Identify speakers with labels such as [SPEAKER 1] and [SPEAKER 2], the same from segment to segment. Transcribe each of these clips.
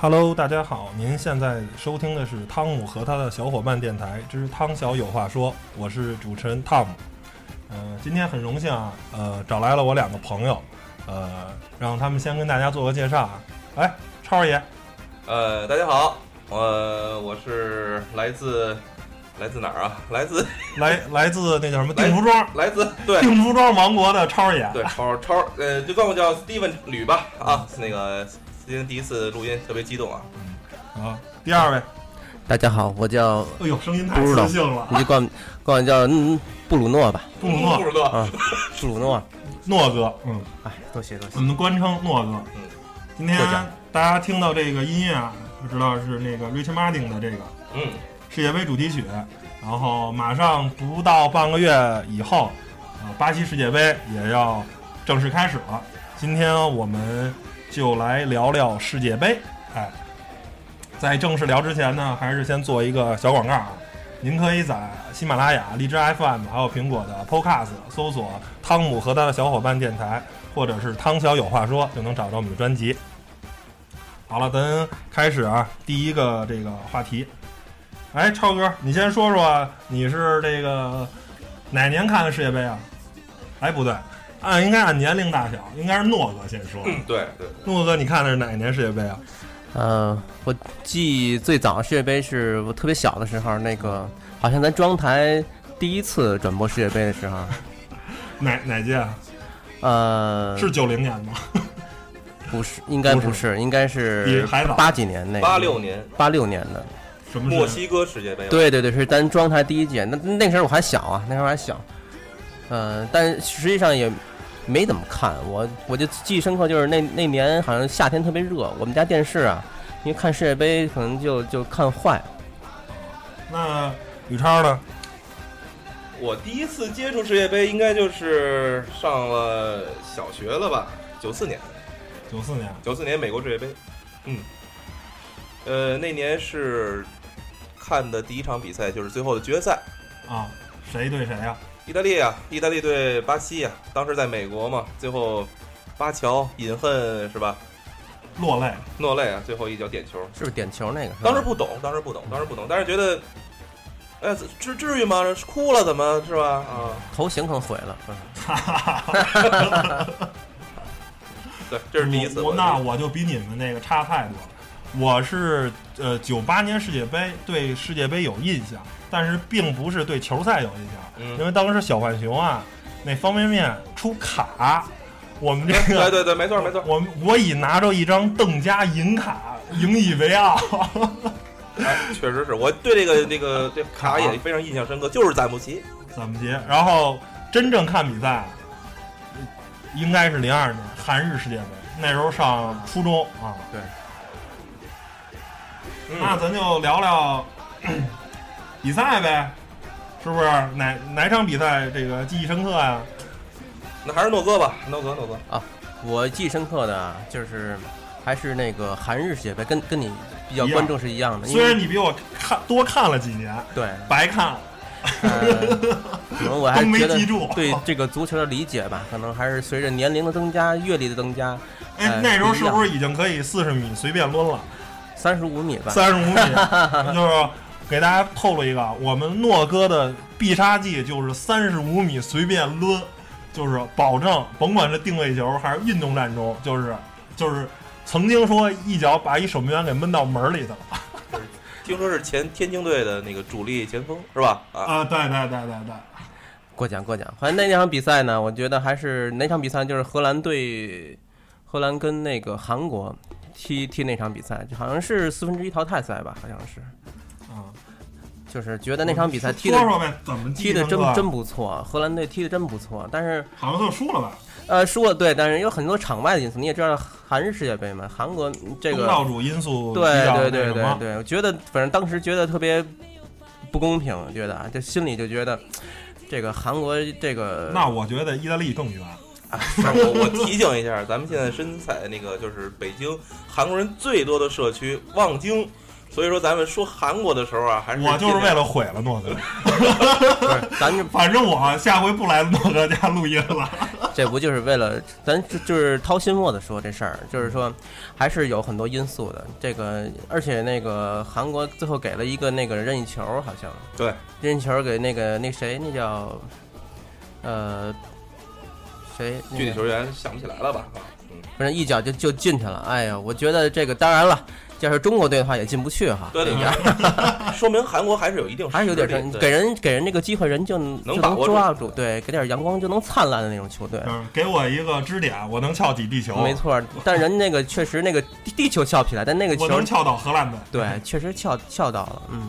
[SPEAKER 1] Hello，大家好，您现在收听的是汤姆和他的小伙伴电台之汤小有话说，我是主持人汤姆。呃，今天很荣幸啊，呃，找来了我两个朋友，呃，让他们先跟大家做个介绍啊。哎，超爷，
[SPEAKER 2] 呃，大家好，呃，我是来自来自哪儿啊？来自
[SPEAKER 1] 来来自那叫什么定福庄，
[SPEAKER 2] 来自对
[SPEAKER 1] 定福庄王国的超爷。
[SPEAKER 2] 对超超呃，就管我叫 Steven 吕吧啊。那个今天第一次录音，特别激动啊。
[SPEAKER 1] 啊，第二位，
[SPEAKER 3] 大家好，我叫
[SPEAKER 1] 哎呦，声音太
[SPEAKER 3] 不知道
[SPEAKER 1] 磁性了，
[SPEAKER 3] 你就管管我叫嗯布鲁诺吧，
[SPEAKER 1] 布鲁
[SPEAKER 2] 布
[SPEAKER 1] 诺
[SPEAKER 2] 鲁诺，
[SPEAKER 3] 啊，布鲁诺，
[SPEAKER 1] 诺哥，嗯，
[SPEAKER 3] 哎，多谢多
[SPEAKER 1] 我
[SPEAKER 3] 谢，
[SPEAKER 1] 们的官称诺哥。
[SPEAKER 2] 嗯，
[SPEAKER 1] 今天
[SPEAKER 3] 获奖
[SPEAKER 1] 大家听到这个音乐啊，就知道是那个 Rich Martin 的这个
[SPEAKER 2] 嗯，
[SPEAKER 1] 世界杯主题曲。然后马上不到半个月以后，呃，巴西世界杯也要正式开始了。今天我们就来聊聊世界杯。哎，在正式聊之前呢，还是先做一个小广告啊。您可以在喜马拉雅、荔枝 FM 还有苹果的 Podcast 搜索“汤姆和他的小伙伴电台”或者是“汤小有话说”，就能找到我们的专辑。好了，咱开始啊，第一个这个话题。哎，超哥，你先说说你是这个哪年看的世界杯啊？哎，不对，按应该按年龄大小，应该是诺哥先说。
[SPEAKER 2] 对对，
[SPEAKER 1] 诺哥，你看的是哪年世界杯啊？
[SPEAKER 3] 呃，我记最早世界杯是我特别小的时候，那个好像咱中央台第一次转播世界杯的时候，
[SPEAKER 1] 哪哪届啊？
[SPEAKER 3] 呃，
[SPEAKER 2] 嗯
[SPEAKER 1] 是九零年吗？
[SPEAKER 3] 不是应该不是，应该
[SPEAKER 1] 比
[SPEAKER 3] 是
[SPEAKER 1] 还早
[SPEAKER 3] 八几年那个
[SPEAKER 2] 八六年
[SPEAKER 3] 八六年的，
[SPEAKER 1] 什么
[SPEAKER 2] 墨
[SPEAKER 1] 是？
[SPEAKER 2] 西哥世界杯，，
[SPEAKER 3] 对对对，是咱中央台第一届，那那时候我还小啊，那时候还小，呃，但实际上也没怎么看，我我就记忆深刻，就是那那年好像夏天特别热，我们家电视啊，因为看世界杯可能就就看坏，
[SPEAKER 1] 那宇超呢？
[SPEAKER 2] 我第一次接触世界杯应该就是上了小学了吧，九四年。
[SPEAKER 1] 九四年。
[SPEAKER 2] 九四年美国世界杯，嗯，呃，那年是看的第一场比赛，就是最后的决赛，
[SPEAKER 1] 啊，谁对谁呀、
[SPEAKER 2] 意大利啊，意大利对巴西啊，当时在美国嘛，最后巴乔饮恨是吧？
[SPEAKER 1] 落泪。
[SPEAKER 2] 诺累啊，最后一脚点球，
[SPEAKER 3] 是不是点球那个？
[SPEAKER 2] 当时不懂，当时不懂，当时不懂，但是觉得，哎，至至于吗？哭了怎么是吧？啊，
[SPEAKER 3] 头型可能毁了，
[SPEAKER 1] 嗯
[SPEAKER 3] 不是
[SPEAKER 2] 对，这是第一次
[SPEAKER 1] 我我那我就比你们那个差太多了。我是呃九八年世界杯对世界杯有印象，但是并不是对球赛有印象，
[SPEAKER 2] 嗯
[SPEAKER 1] 因为当时小浣熊啊那方便面出卡，我们这
[SPEAKER 2] 哎对
[SPEAKER 1] 个
[SPEAKER 2] 对对，没错没错，
[SPEAKER 1] 我们我已拿着一张邓家银卡引以为傲。
[SPEAKER 2] 哎，确实是我对这个这个这卡也非常印象深刻，就是赞不齐，
[SPEAKER 1] 怎么结？然后真正看比赛啊，应该是零二年韩日世界杯，那时候上初中啊。
[SPEAKER 3] 对。
[SPEAKER 1] 那
[SPEAKER 2] 嗯，
[SPEAKER 1] 咱就聊聊咳比赛呗，是不是？哪哪场比赛这个记忆深刻呀、
[SPEAKER 2] 那还是诺哥吧，诺哥诺哥。
[SPEAKER 3] 我记忆深刻的啊就是还是那个韩日世界杯，跟跟你比较
[SPEAKER 1] 一样
[SPEAKER 3] 关注是一样的，因
[SPEAKER 1] 虽
[SPEAKER 3] 为
[SPEAKER 1] 然你比我看多看了几年，
[SPEAKER 3] 对，
[SPEAKER 1] 白看了。
[SPEAKER 3] 呃， 可能我还
[SPEAKER 1] 都没
[SPEAKER 3] 觉得
[SPEAKER 1] 记住
[SPEAKER 3] 对这个足球的理解吧，可能还是随着年龄的增加、阅历的增加，
[SPEAKER 1] 哎
[SPEAKER 3] 哎，
[SPEAKER 1] 那时候
[SPEAKER 3] 不一
[SPEAKER 1] 是
[SPEAKER 3] 样
[SPEAKER 1] 不是已经可以四十米随便抡了？
[SPEAKER 3] 三十五米吧。
[SPEAKER 1] 三十五 米，就是给大家透露一个，啊我们诺哥的必杀技就是三十五米随便抡，就是保证甭管是定位球还是运动战中，就是就是曾经说一脚把一守门员给闷到门里头了
[SPEAKER 2] 听说是前天津队的那个主力前锋是吧？啊，
[SPEAKER 1] 啊！对对对对对，
[SPEAKER 3] 过奖过奖。反正那场比赛呢，我觉得还是哪场比赛就是荷兰对荷兰跟那个韩国踢踢那场比赛，就好像是四分之一淘汰赛吧，好像是，
[SPEAKER 1] 啊，
[SPEAKER 3] 就是觉得那场比赛踢的
[SPEAKER 1] 哦说说呗，怎么
[SPEAKER 3] 踢
[SPEAKER 1] 的
[SPEAKER 3] 的真真不错，荷兰队踢的真不错，但是
[SPEAKER 1] 好像就输了吧？
[SPEAKER 3] 呃输了对，但是有很多场外的因素，你也知道韩日世界杯嘛，韩国这个
[SPEAKER 1] 东道主因素比
[SPEAKER 3] 对
[SPEAKER 1] 较
[SPEAKER 3] 对
[SPEAKER 1] 那
[SPEAKER 3] 对
[SPEAKER 1] 什么
[SPEAKER 3] 对对，我觉得反正当时觉得特别不公平，觉得啊，就心里就觉得这个韩国这个
[SPEAKER 1] 那我觉得意大利更冤，
[SPEAKER 2] 我我提醒一下，咱们现在身在那个就是北京韩国人最多的社区望京，所以说咱们说韩国的时候啊，还是
[SPEAKER 1] 我就是
[SPEAKER 2] 尽
[SPEAKER 1] 为
[SPEAKER 2] 量
[SPEAKER 1] 了毁了诺哥。
[SPEAKER 3] 不是咱这
[SPEAKER 1] 啊反正我下回不来诺哥家录音了。
[SPEAKER 3] 这不就是为了咱就就是掏心窝子说这事儿，就是说还是有很多因素的。这个而且那个韩国最后给了一个那个任意球，好像
[SPEAKER 2] 对
[SPEAKER 3] 任意球给那个那谁那叫呃谁 那个
[SPEAKER 2] 具体球员想不起来了吧？啊，嗯，
[SPEAKER 3] 反正一脚就就进去了。哎呀，我觉得这个当然了，要是中国队的话也进不去哈。
[SPEAKER 2] 对对
[SPEAKER 3] 这
[SPEAKER 2] 对
[SPEAKER 3] 样
[SPEAKER 2] 嗯 说明韩国还是有一定
[SPEAKER 3] 还是有点
[SPEAKER 2] 真
[SPEAKER 3] 真，给人给人这个机会，人就能
[SPEAKER 2] 把握住
[SPEAKER 3] 抓住，对，给点阳光就能灿烂的那种球队。
[SPEAKER 1] 就是给我一个支点，我能撬起地球，
[SPEAKER 3] 没，错，但人那个确实那个地地球翘不起来，但那个
[SPEAKER 1] 我
[SPEAKER 3] 球
[SPEAKER 1] 能撬倒荷兰队。
[SPEAKER 3] 对确实翘翘到了，嗯，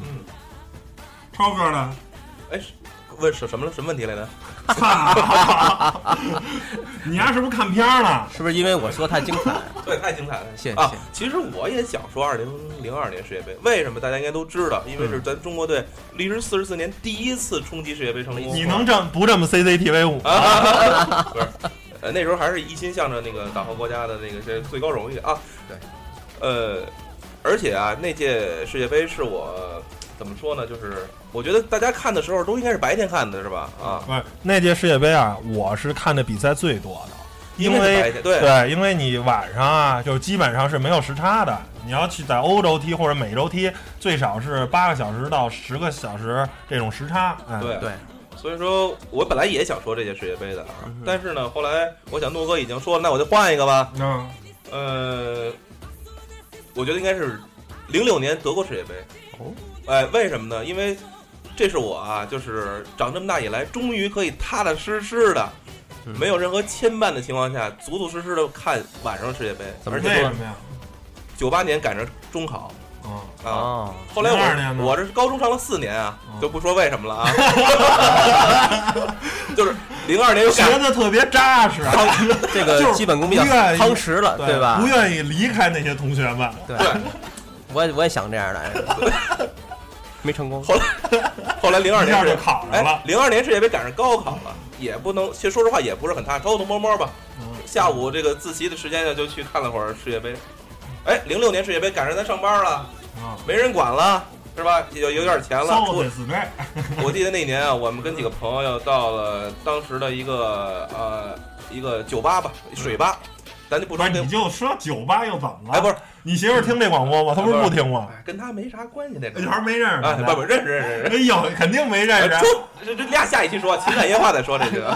[SPEAKER 1] 超哥呢？
[SPEAKER 2] 哎，是问什什么什么问题来着？
[SPEAKER 1] 操！ 你丫是不是看片儿了？
[SPEAKER 3] 是不是因为我说太精彩？
[SPEAKER 2] 对，太精彩了，
[SPEAKER 3] 谢谢
[SPEAKER 2] 啊！其实我也想说二零零二年世界杯，为什么大家应该都知道？因为
[SPEAKER 3] 嗯
[SPEAKER 2] 是咱中国队历时四十四年第一次冲击世界杯成功。
[SPEAKER 1] 你能这么不这么 CCTV 五？
[SPEAKER 2] 啊？ 不是，呃，那时候还是一心向着那个党和国家的那个这最高荣誉啊。
[SPEAKER 3] 对，
[SPEAKER 2] 呃，而且啊，那届世界杯是我怎么说呢？就是我觉得大家看的时候都应该是白天看的，是吧？啊，
[SPEAKER 1] 不是那届世界杯啊，我是看的比赛最多的，因
[SPEAKER 2] 应该是
[SPEAKER 1] 为
[SPEAKER 2] 白天对
[SPEAKER 1] 对，啊因为你晚上啊，就基本上是没有时差的。你要去在欧洲踢或者美洲踢，最少是八个小时到十个小时这种时差。哎、
[SPEAKER 2] 对
[SPEAKER 3] 对，
[SPEAKER 2] 所以说我本来也想说这届世界杯的啊
[SPEAKER 1] 嗯，
[SPEAKER 2] 但是呢，后来我想诺哥已经说了，那我就换一个吧。
[SPEAKER 1] 嗯，
[SPEAKER 2] 呃，我觉得应该是零六年德国世界杯。
[SPEAKER 1] 哦，
[SPEAKER 2] 哎，为什么呢？因为这是我啊，就是长这么大以来，终于可以踏踏实实的，
[SPEAKER 3] 嗯
[SPEAKER 2] 没有任何牵绊的情况下，足足实实的看晚上的世界杯。
[SPEAKER 3] 怎
[SPEAKER 2] 而
[SPEAKER 3] 么
[SPEAKER 1] 为
[SPEAKER 3] 说
[SPEAKER 2] 且
[SPEAKER 1] 什么呀？
[SPEAKER 2] 九八年赶上中考
[SPEAKER 1] 嗯，
[SPEAKER 2] 啊。
[SPEAKER 3] 哦，
[SPEAKER 2] 后来
[SPEAKER 1] 02年
[SPEAKER 2] 我
[SPEAKER 1] 呢
[SPEAKER 2] 我这是高中上了四年啊
[SPEAKER 1] 哦，
[SPEAKER 2] 就不说为什么了啊， 就是零二年又
[SPEAKER 1] 学
[SPEAKER 2] 赶
[SPEAKER 1] 的特别扎实，啊
[SPEAKER 3] 这
[SPEAKER 1] 就
[SPEAKER 3] 个
[SPEAKER 1] 是
[SPEAKER 3] 基本功比较
[SPEAKER 1] 不愿意
[SPEAKER 3] 夯实了，对吧
[SPEAKER 1] 不？愿意离开那些同学们。
[SPEAKER 3] 对，
[SPEAKER 2] 对，
[SPEAKER 3] 我也我也想这样来着，没成功。
[SPEAKER 2] 后后来零二
[SPEAKER 1] 一
[SPEAKER 2] 年
[SPEAKER 1] 下
[SPEAKER 2] 世
[SPEAKER 1] 就
[SPEAKER 2] 界
[SPEAKER 1] 考上了
[SPEAKER 2] 哎，。零二年世界杯赶上高考了，也不能，其实说实话也不是很踏实，偷偷摸摸吧。
[SPEAKER 1] 嗯
[SPEAKER 2] 下午这个自习的时间呢，就去看了会儿世界杯。哎，零六年世界杯赶上咱上班了，
[SPEAKER 1] 啊，
[SPEAKER 2] 没人管了，是吧？有有点钱了。
[SPEAKER 1] 骚
[SPEAKER 2] 出
[SPEAKER 1] 的死妹，
[SPEAKER 2] 我记得那年啊，我们跟几个朋友到了当时的一个呃一个酒吧吧，水吧，咱就不
[SPEAKER 1] 嗯不
[SPEAKER 2] 说
[SPEAKER 1] 是
[SPEAKER 2] 那
[SPEAKER 1] 你。就说酒吧又怎么了？
[SPEAKER 2] 哎，不是，
[SPEAKER 1] 你媳妇儿听这广播吗？她不是不听吗？
[SPEAKER 2] 哎跟他没啥关系那个
[SPEAKER 1] 那。还没认识
[SPEAKER 2] 哎，
[SPEAKER 1] 呢
[SPEAKER 2] 不不，哎认识认识认识。
[SPEAKER 1] 哎呦，肯定没认识。
[SPEAKER 2] 说这这俩下一期说情感夜话再说这个。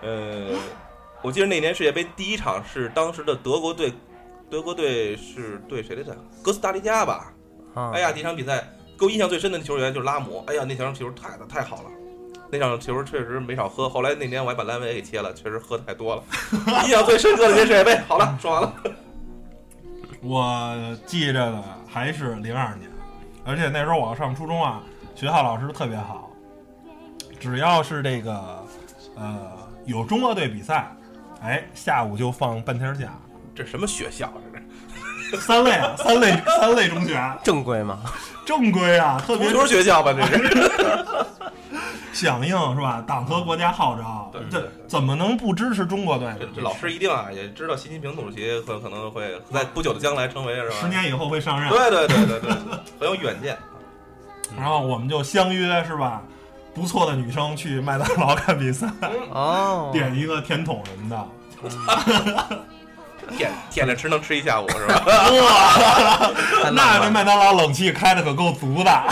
[SPEAKER 2] 呃，我记得那年世界杯第一场是当时的德国队，德国队是对谁来着？哥斯达黎加吧？
[SPEAKER 3] 啊
[SPEAKER 2] 哎，呀，那场比赛给我印象最深的球员就是拉姆。哎呀，那场球太太好了。那场球确实没少喝，后来那年我还把阑尾给切了，确实喝太多了。印象最深刻的那世界杯，好了，说完了。
[SPEAKER 1] 我记着的还是零二年，而且那时候我上初中啊，学校老师特别好，只要是这个呃有中国队比赛，哎，下午就放半天假。
[SPEAKER 2] 这什么学校啊？
[SPEAKER 1] 三类啊，三类三类中学，
[SPEAKER 3] 正规嘛，
[SPEAKER 1] 正规啊，特
[SPEAKER 2] 这
[SPEAKER 1] 别
[SPEAKER 2] 是足球学校吧？这是。
[SPEAKER 1] 响应是吧？党和国家号召
[SPEAKER 2] 对，对
[SPEAKER 1] 这
[SPEAKER 2] 对
[SPEAKER 1] 怎么能不支持中国队呢？
[SPEAKER 2] 这老师一定啊，也知道习近平主席很可能会在不久的将来成为是吧？
[SPEAKER 1] 十年以后会上任，
[SPEAKER 2] 对对对对对，很有远见。
[SPEAKER 1] 然后我们就相约是吧？不错的女生去麦当劳看比赛，
[SPEAKER 2] 嗯
[SPEAKER 3] 哦，
[SPEAKER 1] 点一个甜筒什么的，
[SPEAKER 2] 舔舔着吃能吃一下午是吧？
[SPEAKER 1] 那这
[SPEAKER 3] 太浪漫，
[SPEAKER 1] 麦当劳冷气开的可够足的啊！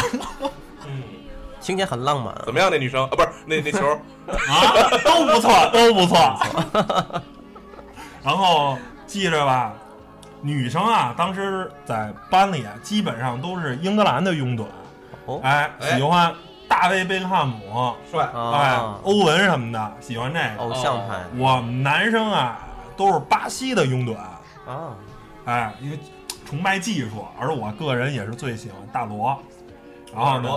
[SPEAKER 3] 情节很浪漫。
[SPEAKER 2] 怎么样？那女生啊，不是那那球，
[SPEAKER 1] 啊都不 错，都不错。然后记着吧，女生啊，当时在班里啊，基本上都是英格兰的拥趸，
[SPEAKER 3] 哦
[SPEAKER 1] 哎，
[SPEAKER 2] 哎
[SPEAKER 1] 喜欢大卫贝克汉姆，
[SPEAKER 2] 帅
[SPEAKER 1] 哎
[SPEAKER 3] 啊，，哦
[SPEAKER 1] 欧文什么的，喜欢这个。
[SPEAKER 3] 偶像派
[SPEAKER 1] 我们男生啊，都是巴西的拥趸，
[SPEAKER 3] 啊，
[SPEAKER 1] 哎，因为崇拜技术，而我个人也是最喜欢大罗。然后呢，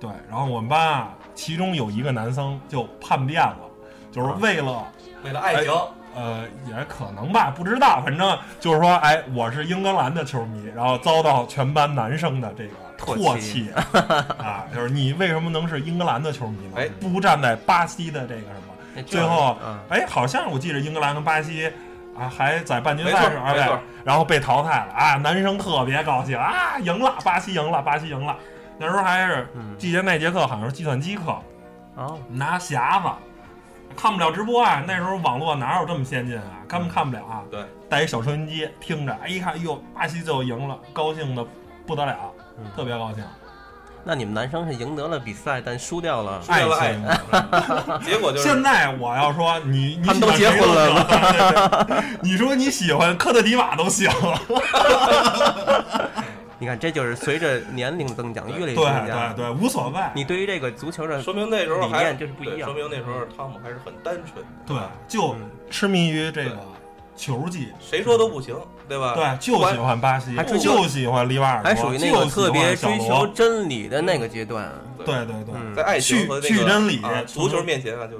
[SPEAKER 1] 对，然后我们班啊，其中有一个男生就叛变了，就是为了。
[SPEAKER 2] 为了爱情，
[SPEAKER 1] 呃，也可能吧，不知道。反正就是说，哎，我是英格兰的球迷，然后遭到全班男生的这个
[SPEAKER 3] 唾
[SPEAKER 1] 唾
[SPEAKER 3] 弃
[SPEAKER 1] 弃 啊，就是你为什么能是英格兰的球迷呢？
[SPEAKER 2] 哎
[SPEAKER 1] 不站在巴西的这个什么？
[SPEAKER 3] 那这
[SPEAKER 1] 最后
[SPEAKER 3] 嗯，
[SPEAKER 1] 哎，好像我记得英格兰跟巴西啊，还在半决
[SPEAKER 2] 没错
[SPEAKER 1] 赛时候，
[SPEAKER 2] 没
[SPEAKER 1] 哎
[SPEAKER 2] 错，
[SPEAKER 1] 然后被淘汰了啊，男生特别高兴啊，赢了，巴西赢了，巴西赢了。那时候还是
[SPEAKER 3] 嗯
[SPEAKER 1] 记得那节课好像是计算机课，
[SPEAKER 3] 哦，
[SPEAKER 1] 拿匣子看不了直播啊，那时候网络哪有这么先进啊，看
[SPEAKER 3] 嗯
[SPEAKER 1] 不看不了啊？
[SPEAKER 2] 对，
[SPEAKER 1] 带一小收音机听着，哎一看，哟，巴西就赢了，高兴的不得了，
[SPEAKER 3] 嗯
[SPEAKER 1] 特别 高兴。
[SPEAKER 3] 那你们男生是赢得了比赛，但输掉了。
[SPEAKER 2] 输掉了
[SPEAKER 1] 爱
[SPEAKER 2] 爱
[SPEAKER 1] 情
[SPEAKER 2] 情，结果就是
[SPEAKER 1] 现在我要说你，你
[SPEAKER 3] 他们都
[SPEAKER 1] 喜欢谁
[SPEAKER 3] 结婚了
[SPEAKER 1] 都行，对对对 你说你喜欢科特迪瓦都行，
[SPEAKER 3] 你看，这就是随着年龄增长，阅历
[SPEAKER 1] 对
[SPEAKER 3] 增加，
[SPEAKER 1] 对对，无所谓。
[SPEAKER 3] 你对于这个足球的
[SPEAKER 2] 说明那时候
[SPEAKER 3] 理
[SPEAKER 2] 还
[SPEAKER 3] 念就是不一
[SPEAKER 2] 对
[SPEAKER 3] 样
[SPEAKER 2] 说明那时候汤姆还是很单纯的。
[SPEAKER 1] 对，就
[SPEAKER 3] 嗯
[SPEAKER 1] 痴迷于这个球技，
[SPEAKER 2] 谁说都不行，对吧？
[SPEAKER 1] 对，就喜欢巴西
[SPEAKER 3] 呃还，属于
[SPEAKER 1] 就喜欢里瓦尔多，
[SPEAKER 3] 还哎属于那
[SPEAKER 1] 就
[SPEAKER 3] 个
[SPEAKER 1] 喜欢
[SPEAKER 3] 特别
[SPEAKER 1] 小
[SPEAKER 3] 追求
[SPEAKER 1] 罗
[SPEAKER 3] 真理的那个阶段。
[SPEAKER 1] 对对对，
[SPEAKER 3] 嗯
[SPEAKER 2] 在爱情和那
[SPEAKER 1] 去去
[SPEAKER 2] 个
[SPEAKER 1] 真理
[SPEAKER 2] 啊足球面前啊，就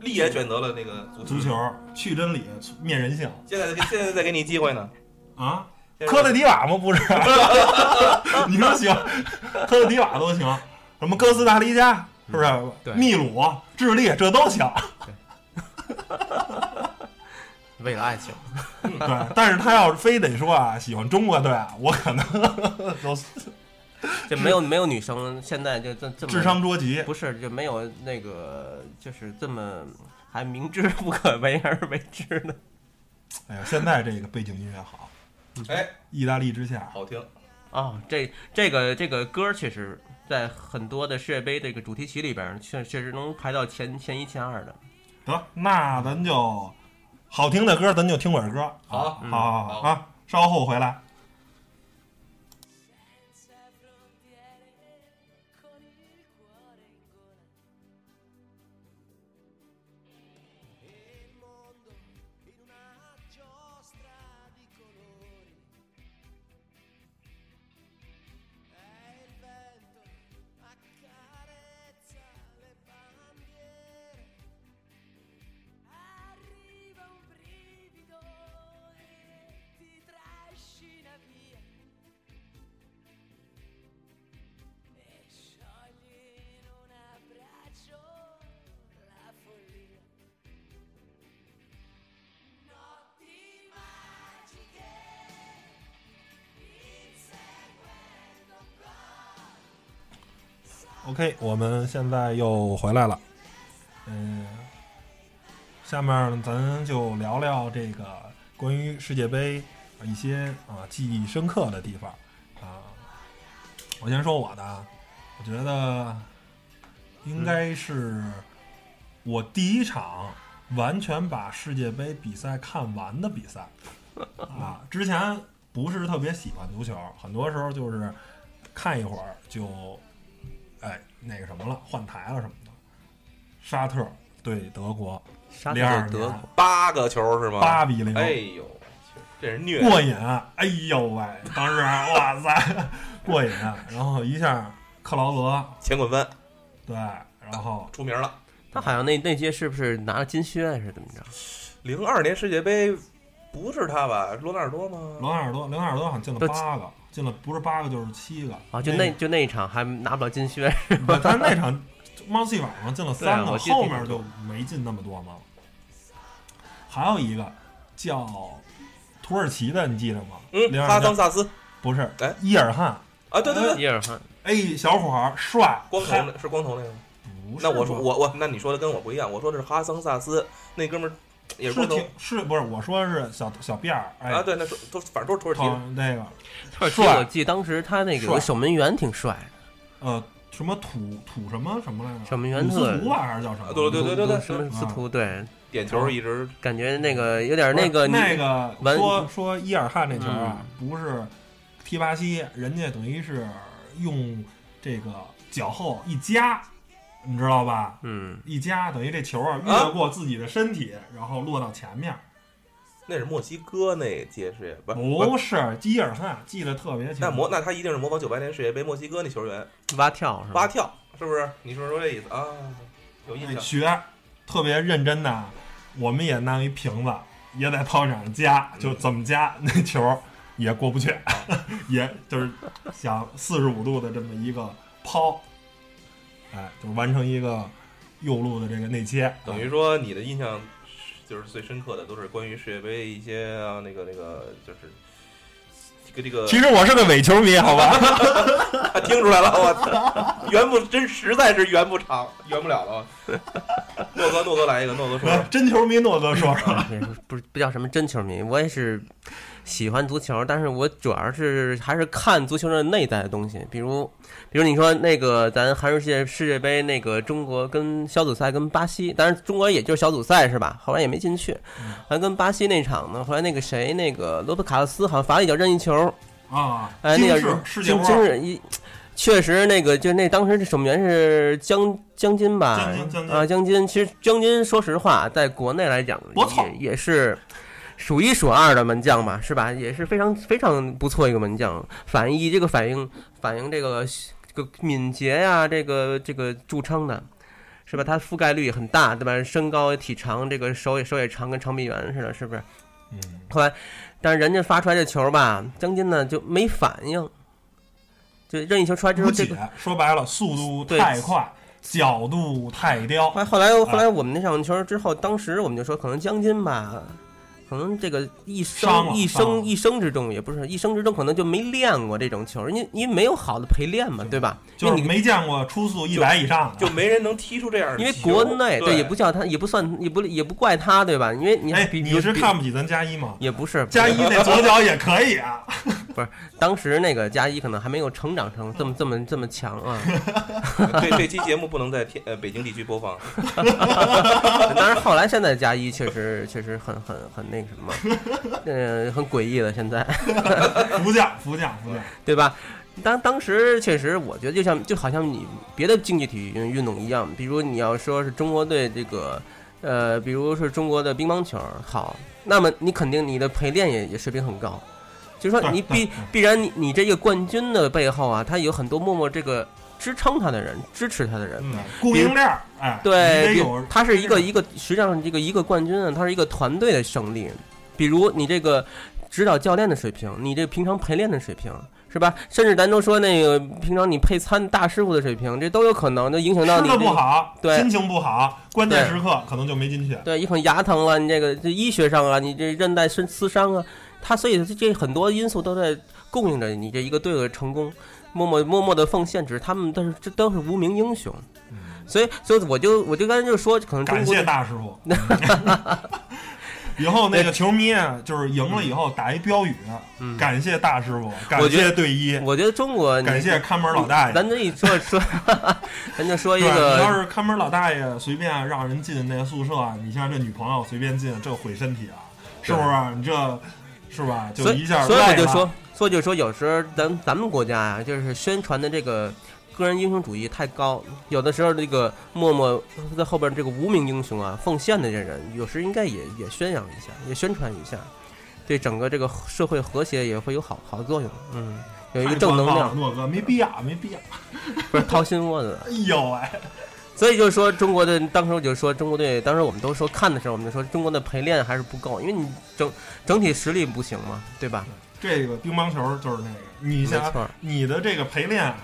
[SPEAKER 2] 立眼选择了那个足
[SPEAKER 1] 足。球去真理灭人性
[SPEAKER 2] 现在现在再给你机会呢，
[SPEAKER 1] 啊！
[SPEAKER 2] 现在
[SPEAKER 1] 科特迪瓦吗？不 是，你说行，科特迪瓦都行，什么哥斯达黎加是不是？
[SPEAKER 3] 对
[SPEAKER 1] 秘鲁、智利这都行，
[SPEAKER 3] 为了爱 情，
[SPEAKER 1] 对。但是他要是非得说啊，喜欢中国队啊，我可能 都
[SPEAKER 3] 就没有没有女生现在就这这么
[SPEAKER 1] 智商捉急。
[SPEAKER 3] 不是就没有那个就是这么还明知不可为而为之的。
[SPEAKER 1] 哎呀，现在这个背景音乐好，
[SPEAKER 2] 哎，
[SPEAKER 1] 意大利之下，
[SPEAKER 2] 好听，
[SPEAKER 3] 哦，这这个这个歌确实在很多的世界杯这个主题曲里边，确确实能排到前前一前二的。
[SPEAKER 1] 得，那咱就好听的歌，咱就听会儿歌。
[SPEAKER 2] 好
[SPEAKER 1] 好好好啊，稍后回来。
[SPEAKER 4] senza frontiere, con il cuore in gola. E il mondo in una giostra di colori. E il vento accarezza le bandiere. Arriva un brivido e ti trascina via. e sciogli in un abbraccio la follia. Notti magiche, inseguendo un gol.
[SPEAKER 1] OK，我们现在又回来了。嗯，下面咱就聊聊这个关于世界杯一些啊记忆深刻的地方啊。我先说我的，啊，我觉得应该是我第一场完全把世界杯比赛看完的比赛啊。之前不是特别喜欢足球，很多时候就是看一会儿就哎，那个什么了，换台了什么的。沙特对德国
[SPEAKER 3] 沙特
[SPEAKER 1] 02
[SPEAKER 3] 对
[SPEAKER 1] 年
[SPEAKER 3] 德国，
[SPEAKER 2] 八个球是吗？
[SPEAKER 1] 八比零，
[SPEAKER 2] 哎呦，这是虐。
[SPEAKER 1] 过瘾啊！哎呦喂，当时啊哇塞， 过瘾啊！然后一下克劳德
[SPEAKER 2] 前滚翻
[SPEAKER 1] 对，然后
[SPEAKER 2] 出名了，
[SPEAKER 3] 他好像那那届是不是拿了金靴啊还是怎么着？
[SPEAKER 2] 零二年世界杯不是他吧？罗纳尔多吗？
[SPEAKER 1] 罗纳尔多，罗纳尔多好像进了
[SPEAKER 3] 不
[SPEAKER 1] 八个，进了不是八个就是七个
[SPEAKER 3] 啊，就那就那一场还拿不了金靴，
[SPEAKER 1] 不但是那场猫戏法上进了三
[SPEAKER 3] 对啊
[SPEAKER 1] 个，
[SPEAKER 3] 我记得
[SPEAKER 1] 后面就没进那么多嘛。还有一个叫土耳其的，你记得吗？
[SPEAKER 2] 嗯，
[SPEAKER 1] 02
[SPEAKER 2] 哈桑
[SPEAKER 1] 年
[SPEAKER 2] 萨斯
[SPEAKER 1] 不是
[SPEAKER 2] 哎，
[SPEAKER 1] 伊尔汗。
[SPEAKER 2] 啊，对对 对，
[SPEAKER 3] 伊尔汗
[SPEAKER 1] 哎，小伙儿帅，
[SPEAKER 2] 光头
[SPEAKER 1] 还
[SPEAKER 2] 那是光头那个吗。
[SPEAKER 1] 不是
[SPEAKER 2] 那我说
[SPEAKER 1] 吧
[SPEAKER 2] 我我那你说的跟我不一样，我说的是哈桑萨斯那哥们儿也是
[SPEAKER 1] 是
[SPEAKER 2] 光头
[SPEAKER 1] 挺是不是我说是小小辫儿哎
[SPEAKER 2] 啊，对，那是都反正都是土耳其
[SPEAKER 1] 头
[SPEAKER 2] 人。
[SPEAKER 1] 那个
[SPEAKER 3] 土耳其，
[SPEAKER 1] 帅
[SPEAKER 3] 我记得当时他那个有
[SPEAKER 1] 帅
[SPEAKER 3] 个守门员挺帅的，
[SPEAKER 1] 呃什么土土什么什么来着？
[SPEAKER 3] 守门员
[SPEAKER 1] 鲁斯
[SPEAKER 3] 特
[SPEAKER 1] 图吧还是叫什么？
[SPEAKER 2] 啊对对对对对
[SPEAKER 3] 什么司徒，对，
[SPEAKER 2] 点
[SPEAKER 1] 哦
[SPEAKER 2] 球一直
[SPEAKER 3] 感觉那个有点
[SPEAKER 1] 那
[SPEAKER 3] 个
[SPEAKER 1] 那
[SPEAKER 3] 你
[SPEAKER 1] 个
[SPEAKER 3] 完
[SPEAKER 1] 说说伊尔汗那球啊，不是踢巴西，人家等于是用这个脚后一夹，你知道吧？
[SPEAKER 3] 嗯，
[SPEAKER 1] 一夹等于这球啊越过自己的身体，然后落到前面。
[SPEAKER 2] 那是墨西哥那届世界不
[SPEAKER 1] 不是伊尔汗记得特别清楚。
[SPEAKER 2] 那模那他一定是模仿九八年世界杯墨西哥那球
[SPEAKER 1] 嗯
[SPEAKER 2] 员
[SPEAKER 3] 蛙跳是吧？
[SPEAKER 2] 蛙跳，是不是？你是不是说这意思啊？有印象。
[SPEAKER 1] 学特别认真的，我们也拿一瓶子，也在操场上夹，
[SPEAKER 2] 嗯
[SPEAKER 1] 就怎么夹 那球也过不去， 也就是想四十五度的这么一个抛，哎，就完成一个右路的这个内切，啊
[SPEAKER 2] 等
[SPEAKER 3] 嗯
[SPEAKER 2] 于说你的印象就是最深刻的都是关于世界杯一些啊那个那个就是这个这个
[SPEAKER 1] 其实我是个伪球迷，好 吧？
[SPEAKER 2] 他 听出来了，我操，圆不真实在是圆不长，圆不了了。诺哥，诺哥来一个，诺哥说说，
[SPEAKER 1] 真球迷诺哥 说说，
[SPEAKER 3] 也不不是不叫什么真球迷，我也是喜欢足球，但是我主要是还是看足球的内在的东西，比如比如你说那个咱韩日世界世界杯那个中国跟小组赛跟巴西，当然中国也就是小组赛是吧？后来也没进去，还跟巴西那场呢，后来那个谁那个罗伯卡洛斯好像罚了一脚任意球，
[SPEAKER 1] 啊，
[SPEAKER 3] 哎，那
[SPEAKER 1] 今
[SPEAKER 3] 个
[SPEAKER 1] 世世界
[SPEAKER 3] 今
[SPEAKER 1] 波，
[SPEAKER 3] 今日一，确实那个就是那当时这守门员是江江津吧？
[SPEAKER 1] 江津江津
[SPEAKER 3] 啊，江津。其实江津说实话，在国内来讲
[SPEAKER 1] 不错
[SPEAKER 3] 也也是。数一数二的门将吧，是吧？也是非常非常不错一个门将，反应这个反应反应这个这个敏捷呀、这个这个著称的，是吧？他覆盖率也很大，对吧？身高体长，这个手也手也长，跟长臂猿似的，是不是？
[SPEAKER 1] 嗯，
[SPEAKER 3] 但是人家发出来这球吧，江津呢就没反应，就任意球出来之后，
[SPEAKER 1] 不
[SPEAKER 3] 这
[SPEAKER 1] 解
[SPEAKER 3] 个。，
[SPEAKER 1] 说白了，速度
[SPEAKER 3] 对
[SPEAKER 1] 太快，角度太刁
[SPEAKER 3] 后，来后来后
[SPEAKER 1] 啊
[SPEAKER 3] 来我们那场球之后，当时我们就说，可能江津吧，可能这个一
[SPEAKER 1] 伤
[SPEAKER 3] 生
[SPEAKER 1] 了啊
[SPEAKER 3] 一
[SPEAKER 1] 伤了
[SPEAKER 3] 生一生之中也不是一生之中，可能就没练过这种球，因为因为没有好的陪练嘛，对吧？因
[SPEAKER 1] 就
[SPEAKER 3] 为
[SPEAKER 1] 是
[SPEAKER 3] 你。
[SPEAKER 1] 没见过初速一百以上的。
[SPEAKER 2] 就没人能踢出这样的球。
[SPEAKER 3] 因为国内
[SPEAKER 2] 对
[SPEAKER 3] 对也不叫他，也不算，也不也不怪他，对吧？因为你
[SPEAKER 1] 哎，
[SPEAKER 3] 比比
[SPEAKER 1] 你
[SPEAKER 3] 如
[SPEAKER 1] 是
[SPEAKER 3] 比
[SPEAKER 1] 看不起咱加一吗？
[SPEAKER 3] 也不是
[SPEAKER 1] 加一那左脚也可以 啊，
[SPEAKER 3] 当时那个加一可能还没有成长成这么这么这么强啊，
[SPEAKER 2] 这这期节目不能在天呃北京地区播放，
[SPEAKER 3] 当然，后来现在加一确实确实很很很那个什么，呃，很诡异了，现在
[SPEAKER 1] 福将福将福将，
[SPEAKER 3] 对吧？当当时确实，我觉得就像就好像你别的竞技体育运运动一样，比如你要说是中国队这个，呃，比如是中国的乒乓球好，那么你肯定你的陪练也也水平很高，就是说
[SPEAKER 1] 对
[SPEAKER 3] 你必必然你你这个冠军的背后啊，他有很多默默这个支撑他的人，支持他的人，
[SPEAKER 1] 嗯，供应链儿，哎，
[SPEAKER 3] 对，
[SPEAKER 1] 你得
[SPEAKER 3] 比
[SPEAKER 1] 有，
[SPEAKER 3] 它是一个一个，实际上这个一个冠军啊，它是一个团队的胜利。比如你这个指导教练的水平，你这平常陪练的水平，是吧？甚至咱都说那个平常你配餐大师傅的水平，这都有可能就影响到
[SPEAKER 1] 吃
[SPEAKER 3] 你、这
[SPEAKER 1] 的
[SPEAKER 3] 个、
[SPEAKER 1] 不好，
[SPEAKER 3] 对
[SPEAKER 1] 心情不好，关键
[SPEAKER 3] 对
[SPEAKER 1] 时刻可能就没进去。
[SPEAKER 3] 对，一会儿牙疼了，你这个这医学上啊，你这韧带撕撕伤啊，它所以这这很多因素都在供应着你这一个队伍的成功。默默默默的奉献，只是他们，但是这都是无名英雄，所以，所以我就我就刚才就说，可能中
[SPEAKER 1] 感
[SPEAKER 3] 国
[SPEAKER 1] 谢
[SPEAKER 3] 的
[SPEAKER 1] 大师傅。 以后那个球迷啊，就是赢了以后打一标语，
[SPEAKER 3] 嗯
[SPEAKER 1] 感谢大师傅，感
[SPEAKER 3] 我觉
[SPEAKER 1] 谢
[SPEAKER 3] 得
[SPEAKER 1] 队医，
[SPEAKER 3] 我觉得中国你
[SPEAKER 1] 感谢看门老大爷。
[SPEAKER 3] 咱这一说说，咱就说一
[SPEAKER 1] 对，你要
[SPEAKER 3] 个，
[SPEAKER 1] 是看门老大爷随便让人进那个宿舍啊，你像这女朋友随便进，这毁身体啊，是不是？你这是吧？就
[SPEAKER 3] 所
[SPEAKER 1] 一
[SPEAKER 3] 以
[SPEAKER 1] 下
[SPEAKER 3] 所以我
[SPEAKER 1] 赖
[SPEAKER 3] 就
[SPEAKER 1] 了
[SPEAKER 3] 说，所以就说有时候咱咱们国家啊，就是宣传的这个个人英雄主义太高，有的时候这个默默在后边这个无名英雄啊，奉献的这人，有时应该也也宣扬一下，也宣传一下，对整个这个社会和谐也会有好好作用。嗯，有一个
[SPEAKER 1] 太
[SPEAKER 3] 正能
[SPEAKER 1] 官方了
[SPEAKER 3] 量，
[SPEAKER 1] 诺哥没必要，没必要。
[SPEAKER 3] 不是掏心窝子
[SPEAKER 1] 哎
[SPEAKER 3] 的。
[SPEAKER 1] 呦喂，
[SPEAKER 3] 所以就是说，中国的当时我就说中国队，当时我们都说看的时候，我们就说中国的陪练还是不够，因为你整整体实力不行嘛，对吧？
[SPEAKER 1] 这个乒乓球就是那个，你
[SPEAKER 3] 没
[SPEAKER 1] 像
[SPEAKER 3] 错，
[SPEAKER 1] 你的这个陪练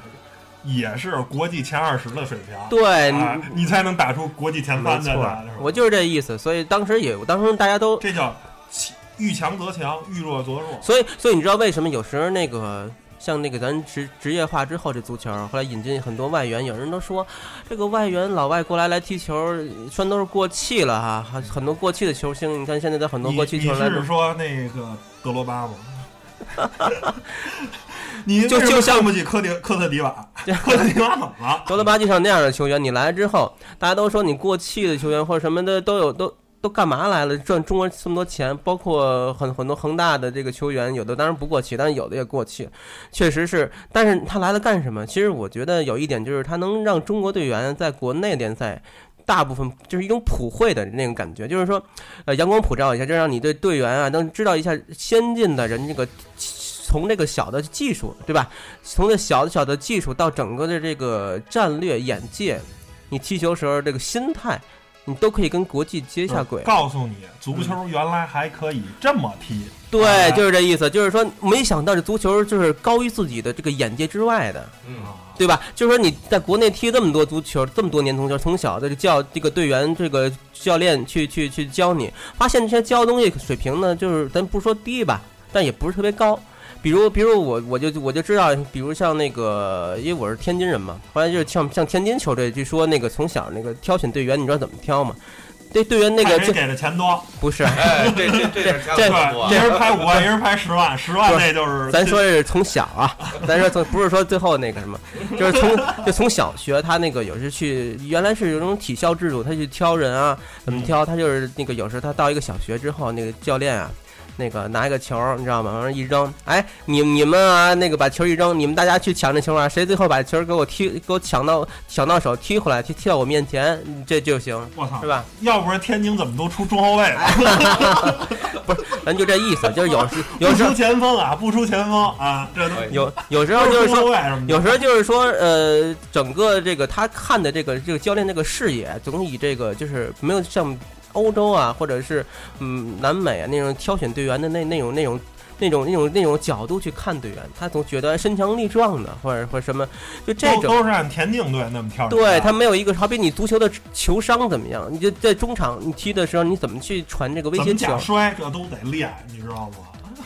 [SPEAKER 1] 也是国际前二十的水平，
[SPEAKER 3] 对，
[SPEAKER 1] 啊
[SPEAKER 3] 你
[SPEAKER 1] 你才能打出国际前
[SPEAKER 3] 没
[SPEAKER 1] 三的
[SPEAKER 3] 错
[SPEAKER 1] 呢。是吧，
[SPEAKER 3] 我就是这意思。所以当时也，当时大家都，
[SPEAKER 1] 这叫其遇强则强，遇弱则弱。
[SPEAKER 3] 所以所以你知道为什么有时候那个像那个咱职职业化之后这足球，后来引进很多外援，有人都说这个外援老外过来来踢球，全都是过气了哈，很很多过气的球星。你看现在在很多
[SPEAKER 1] 你
[SPEAKER 3] 过气球
[SPEAKER 1] 你
[SPEAKER 3] 员来
[SPEAKER 1] 是说那个德罗 巴吗？你
[SPEAKER 3] 就
[SPEAKER 1] 为什么
[SPEAKER 3] 就像
[SPEAKER 1] 看不起科迪科特迪 瓦，科特迪瓦怎么了？
[SPEAKER 3] 德罗巴就像那样的球员，你来之后，大家都说你过气的球员或者什么的都有都。都干嘛来了？赚中国这么多钱，包括很很多恒大的这个球员，有的当然不过气，但是有的也过气，确实是。但是他来了干什么？其实我觉得有一点就是，他能让中国队员在国内联赛大部分就是一种普惠的那种感觉，就是说，呃，阳光普照一下，就让你对队员啊能知道一下先进的人这个从这个小的技术，对吧？从这小的小的技术到整个的这个战略眼界，你踢球时候这个心态，你都可以跟国际接
[SPEAKER 1] 嗯
[SPEAKER 3] 下轨。
[SPEAKER 1] 告诉你，足
[SPEAKER 3] 嗯
[SPEAKER 1] 球原来还可以这么踢。
[SPEAKER 3] 对，就是这意思，就是说没想到这足球就是高于自己的这个眼界之外的，
[SPEAKER 2] 嗯，
[SPEAKER 1] 啊
[SPEAKER 3] 对吧？就是说你在国内踢这么多足球，这么多年足球，从小这个教这个队员这个教练去去去教你，发现这些教的东西水平呢，就是咱不说低吧，但也不是特别高。比如，比如我我就我就知道，比如像那个，因为我是天津人嘛，后来就是像像天津球队，据说那个从小那个挑选队员，你知道怎么挑吗？对队员那个
[SPEAKER 1] 看谁
[SPEAKER 3] 就
[SPEAKER 1] 给的钱多，
[SPEAKER 3] 不是，
[SPEAKER 2] 哎，这这这点加啊
[SPEAKER 3] 这
[SPEAKER 1] 对
[SPEAKER 2] 的不多
[SPEAKER 1] 吧，一人拍五万，一人拍十万，十万那就是
[SPEAKER 3] 咱说是从小啊，咱说从不是说最后那个什么，就是从就从小学，他那个有时去原来是有那种体校制度，他去挑人啊，怎么挑？他就是那个有时候他到一个小学之后，那个教练啊。那个拿一个球，你知道吗？往上一扔，哎，你你们啊，那个把球一扔，你们大家去抢这球啊，谁最后把球给我踢，给我抢到抢到手，踢回来，踢踢到我面前，这就行，
[SPEAKER 1] 我操
[SPEAKER 3] 是，吧？哎
[SPEAKER 1] 要不然天津怎么都出中后卫了？
[SPEAKER 3] 咱就这意思，就是有时
[SPEAKER 1] 不
[SPEAKER 3] 有时
[SPEAKER 1] 出前锋啊，不出前锋啊，这
[SPEAKER 2] 哎
[SPEAKER 1] 都
[SPEAKER 3] 有有时候
[SPEAKER 1] 都
[SPEAKER 3] 就是是
[SPEAKER 1] 中
[SPEAKER 3] 说
[SPEAKER 1] 后卫什么的。
[SPEAKER 3] 有时候就是说，呃，整个这个他看的这个这个教练这个视野，总以这个就是没有像欧洲啊，或者是嗯南美啊那种挑选队员的那那种那种那种那种那种角度去看队员，他总觉得身强力壮的，或者或者什么，就这
[SPEAKER 1] 都
[SPEAKER 3] 种。
[SPEAKER 1] 都是按田径队那么跳。
[SPEAKER 3] 对他没有一个，好比你足球的球商怎么样？你就在中场你踢的时候，你怎么去传这个威
[SPEAKER 1] 怎
[SPEAKER 3] 胁
[SPEAKER 1] 么
[SPEAKER 3] 球
[SPEAKER 1] 假？摔这都得练，你知道吗？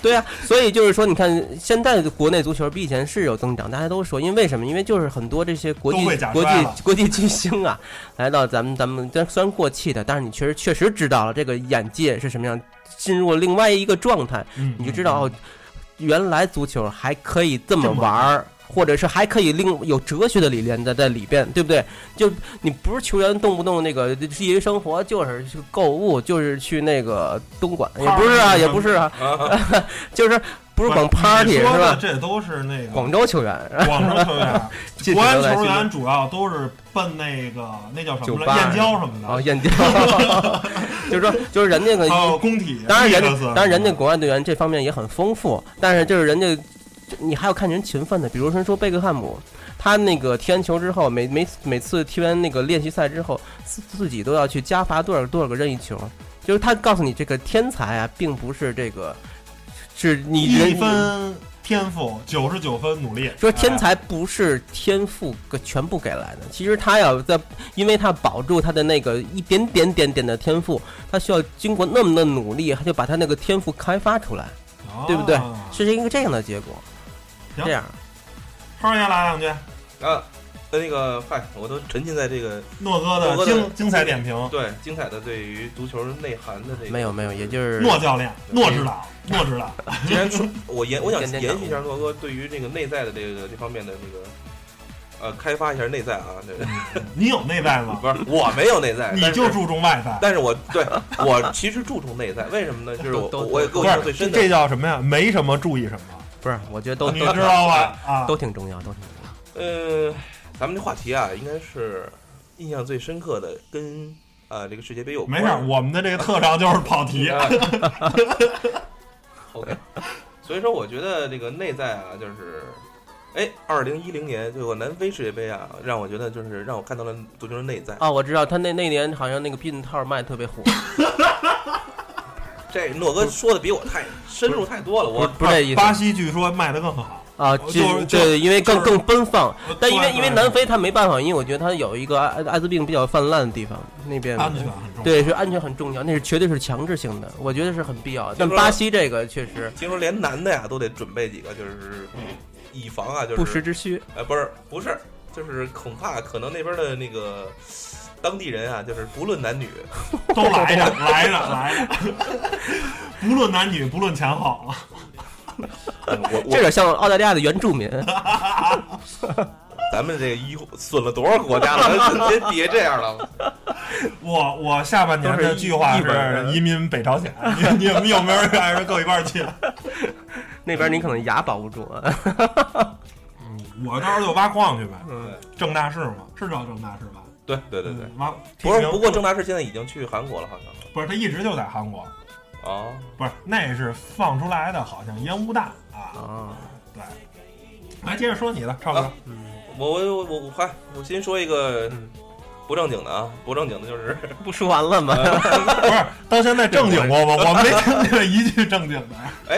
[SPEAKER 3] 对啊，所以就是说，你看现在的国内足球比以前是有增长，大家都说，因为为什么？因为就是很多这些国际
[SPEAKER 1] 都会假
[SPEAKER 3] 国际
[SPEAKER 1] 摔了
[SPEAKER 3] 国际巨星啊，来到咱们咱们虽然虽然过气的，但是你确实确实知道了这个眼界是什么样，进入了另外一个状态，
[SPEAKER 1] 嗯
[SPEAKER 3] 你就知道哦，原来足球还可以这么
[SPEAKER 1] 这么
[SPEAKER 3] 玩儿。或者是还可以另有哲学的理念在在里边，对不对？就你不是球员动不动那个业余生活，就是去购物，就是去那个东莞，也不是啊，
[SPEAKER 1] party
[SPEAKER 3] 也不是啊，
[SPEAKER 2] 啊，
[SPEAKER 3] 就是不是光
[SPEAKER 1] 你
[SPEAKER 3] party 是
[SPEAKER 1] 说的
[SPEAKER 3] 吧？
[SPEAKER 1] 这都是那个
[SPEAKER 3] 广州球员，
[SPEAKER 1] 广州球员，
[SPEAKER 3] 进
[SPEAKER 1] 国
[SPEAKER 3] 球
[SPEAKER 1] 安
[SPEAKER 3] 来
[SPEAKER 1] 球
[SPEAKER 3] 进
[SPEAKER 1] 员主要都是奔那个那叫什么
[SPEAKER 3] 酒
[SPEAKER 1] 来
[SPEAKER 3] 吧
[SPEAKER 1] 燕郊什么
[SPEAKER 3] 哦，
[SPEAKER 1] 的，
[SPEAKER 3] 燕郊，就是说，就是人家个，
[SPEAKER 1] 还有哦工体。
[SPEAKER 3] 当然人
[SPEAKER 1] 利克
[SPEAKER 3] 家
[SPEAKER 1] 斯
[SPEAKER 3] 当然人家国安队员这方面也很丰富，但是就是人家，你还要看人勤奋的，比如说说贝克汉姆。他那个踢完球之后，每每每次踢完那个练习赛之后，自自己都要去加罚多少多少个任意球，就是他告诉你，这个天才啊，并不是这个，是你人
[SPEAKER 1] 一分天赋，九十九分努力。
[SPEAKER 3] 说天
[SPEAKER 1] 哎，
[SPEAKER 3] 才不是天赋给全部给来的，其实他要在，因为他保住他的那个一点点点点的天赋，他需要经过那么的努力，他就把他那个天赋开发出来，对不对
[SPEAKER 1] 啊
[SPEAKER 3] 是一个这样的结果。
[SPEAKER 1] 行
[SPEAKER 3] 这样，
[SPEAKER 1] 超人先来两句，
[SPEAKER 2] 啊，那那个嗨，我都沉浸在这个
[SPEAKER 1] 诺哥
[SPEAKER 2] 诺
[SPEAKER 1] 的
[SPEAKER 2] 哥的
[SPEAKER 1] 精精彩点评，
[SPEAKER 2] 对精彩的对于足球内涵的这个
[SPEAKER 3] 没有没有，也就是
[SPEAKER 1] 诺教练，
[SPEAKER 2] 嗯
[SPEAKER 1] 诺指导，诺指导。
[SPEAKER 2] 既然说，我延我想
[SPEAKER 3] 天天
[SPEAKER 2] 延
[SPEAKER 3] 打
[SPEAKER 2] 续一下诺哥对于这个内在的这个这方面的这个，呃，开发一下内在啊， 这个
[SPEAKER 1] 你有内在吗？
[SPEAKER 2] 不是我没有内在，
[SPEAKER 1] 你
[SPEAKER 2] 但
[SPEAKER 1] 就是注重外在。
[SPEAKER 2] 但是我对我其实注重内在，为什么呢？就是我
[SPEAKER 3] 都都
[SPEAKER 2] 我也给
[SPEAKER 1] 不
[SPEAKER 2] 我印象
[SPEAKER 1] 是
[SPEAKER 2] 最深的
[SPEAKER 1] 这叫什么呀？没什么注意什么，
[SPEAKER 3] 不是，我觉得都
[SPEAKER 1] 你
[SPEAKER 3] 都
[SPEAKER 1] 知道吧？啊，
[SPEAKER 3] 都挺重要，都挺重要。
[SPEAKER 2] 呃，咱们这话题啊，应该是印象最深刻的，跟呃这个世界杯有
[SPEAKER 1] 没
[SPEAKER 2] 关。
[SPEAKER 1] 事儿，我们的这个特长就是跑 题。
[SPEAKER 2] OK，所以说我觉得这个内在啊，就是，哎，二零一零年这个南非世界杯啊，让我觉得就是让我看到了足球的内在。
[SPEAKER 3] 啊，我知道他那那年好像那个避孕套卖得特 别火，
[SPEAKER 2] 这诺哥说的比我太深入太多了，
[SPEAKER 3] 不
[SPEAKER 2] 我
[SPEAKER 3] 不是这意思
[SPEAKER 1] 巴西据说卖的更好，
[SPEAKER 3] 啊，
[SPEAKER 1] 就是
[SPEAKER 3] 这
[SPEAKER 1] 就
[SPEAKER 3] 对，因为更
[SPEAKER 1] 就是
[SPEAKER 3] 更奔放，但因为因为南
[SPEAKER 1] 非
[SPEAKER 3] 非他没办法，因为我觉得他有一个艾艾滋病比较泛滥的地方，那边
[SPEAKER 1] 安全很重要。，
[SPEAKER 3] 对，是安全很重要，那是绝对是强制性的，我觉得是很必要的。但
[SPEAKER 2] 听说
[SPEAKER 3] 巴西这个确实
[SPEAKER 2] 听说连男的呀都得准备几个，就是以防啊，就是
[SPEAKER 3] 不时之需，
[SPEAKER 2] 呃，不是不是，就是恐怕可能那边的那个当地人啊，就是不论 男女，
[SPEAKER 1] 都来着，来着，来着。不论男女，不论啊前后，
[SPEAKER 2] 我
[SPEAKER 3] 这有点像澳大利亚的原住 民。
[SPEAKER 2] 咱们这个一损了多少国家了，别别这样 了。
[SPEAKER 1] 我我下半年
[SPEAKER 3] 都
[SPEAKER 1] 的
[SPEAKER 3] 是
[SPEAKER 1] 计划
[SPEAKER 3] 一本儿
[SPEAKER 1] 是移民北朝鲜。 你你们有没有人还是跟我一块儿去？
[SPEAKER 3] 那边你可能牙保不住 啊，
[SPEAKER 1] 我到时候就挖矿去呗，
[SPEAKER 3] 嗯
[SPEAKER 1] 郑大事嘛，是叫郑大事吧？
[SPEAKER 2] 对对对对，
[SPEAKER 1] 嗯，挖
[SPEAKER 2] 不是
[SPEAKER 1] 提名
[SPEAKER 2] 不过郑大师现在已经去韩国了，好像
[SPEAKER 1] 不是他一直就在韩国，
[SPEAKER 2] 哦，
[SPEAKER 1] 不是那是放出来的，好像烟雾弹啊。
[SPEAKER 3] 啊，
[SPEAKER 1] 来接着说你的，超哥
[SPEAKER 2] 啊，我我我我嗨，我先说一个
[SPEAKER 3] 嗯
[SPEAKER 2] 不正经的啊，不正经的就是
[SPEAKER 3] 不说完了吗？
[SPEAKER 2] 呃
[SPEAKER 1] 不是到现在正经过吗？我没听见一句正经的。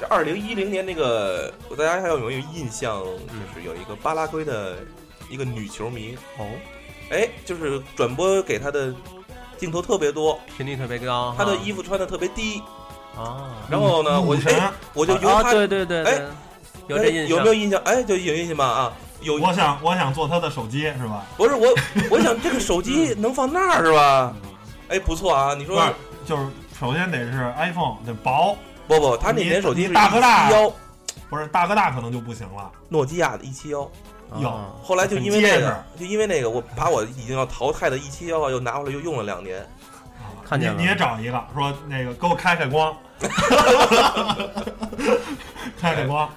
[SPEAKER 2] 这二零一零年那个，大家还有没有印象？就是有一个巴拉圭的一个女球迷，
[SPEAKER 3] 哦，
[SPEAKER 2] 哎，就是转播给她的镜头特别多，
[SPEAKER 3] 频率特别高，
[SPEAKER 2] 她的
[SPEAKER 3] 哈
[SPEAKER 2] 衣服穿的特别低，
[SPEAKER 3] 哦，
[SPEAKER 2] 然后呢，我
[SPEAKER 1] 嗯武
[SPEAKER 2] 就
[SPEAKER 1] 神
[SPEAKER 2] 哎，我就由
[SPEAKER 3] 啊，
[SPEAKER 2] 他，
[SPEAKER 3] 对对对对
[SPEAKER 2] 哎，
[SPEAKER 3] 有这
[SPEAKER 2] 哎
[SPEAKER 3] 印象，
[SPEAKER 2] 有没有印象？哎，就有印象吧啊，有
[SPEAKER 1] 我想我想做他的手机是吧？
[SPEAKER 2] 不是我，我想这个手机
[SPEAKER 3] 嗯
[SPEAKER 2] 能放那儿是吧？哎，不错啊，你
[SPEAKER 1] 不
[SPEAKER 2] 说
[SPEAKER 1] 是，就是首先得是 iPhone 得薄，
[SPEAKER 2] 不不，他那
[SPEAKER 1] 你
[SPEAKER 2] 年手机是
[SPEAKER 1] 大哥大
[SPEAKER 2] 一七幺，
[SPEAKER 1] 不是大哥大可能就不行了。
[SPEAKER 2] 诺基亚的一七幺。
[SPEAKER 3] 哦
[SPEAKER 1] 有
[SPEAKER 2] 后来就因为
[SPEAKER 1] 很啊结
[SPEAKER 2] 那个，就因为那个，我把我已经要淘汰的一七幺又拿回来又用了两年。
[SPEAKER 1] 啊
[SPEAKER 3] 看见了
[SPEAKER 1] 你你也找一个说那个给我开开光， 开开光，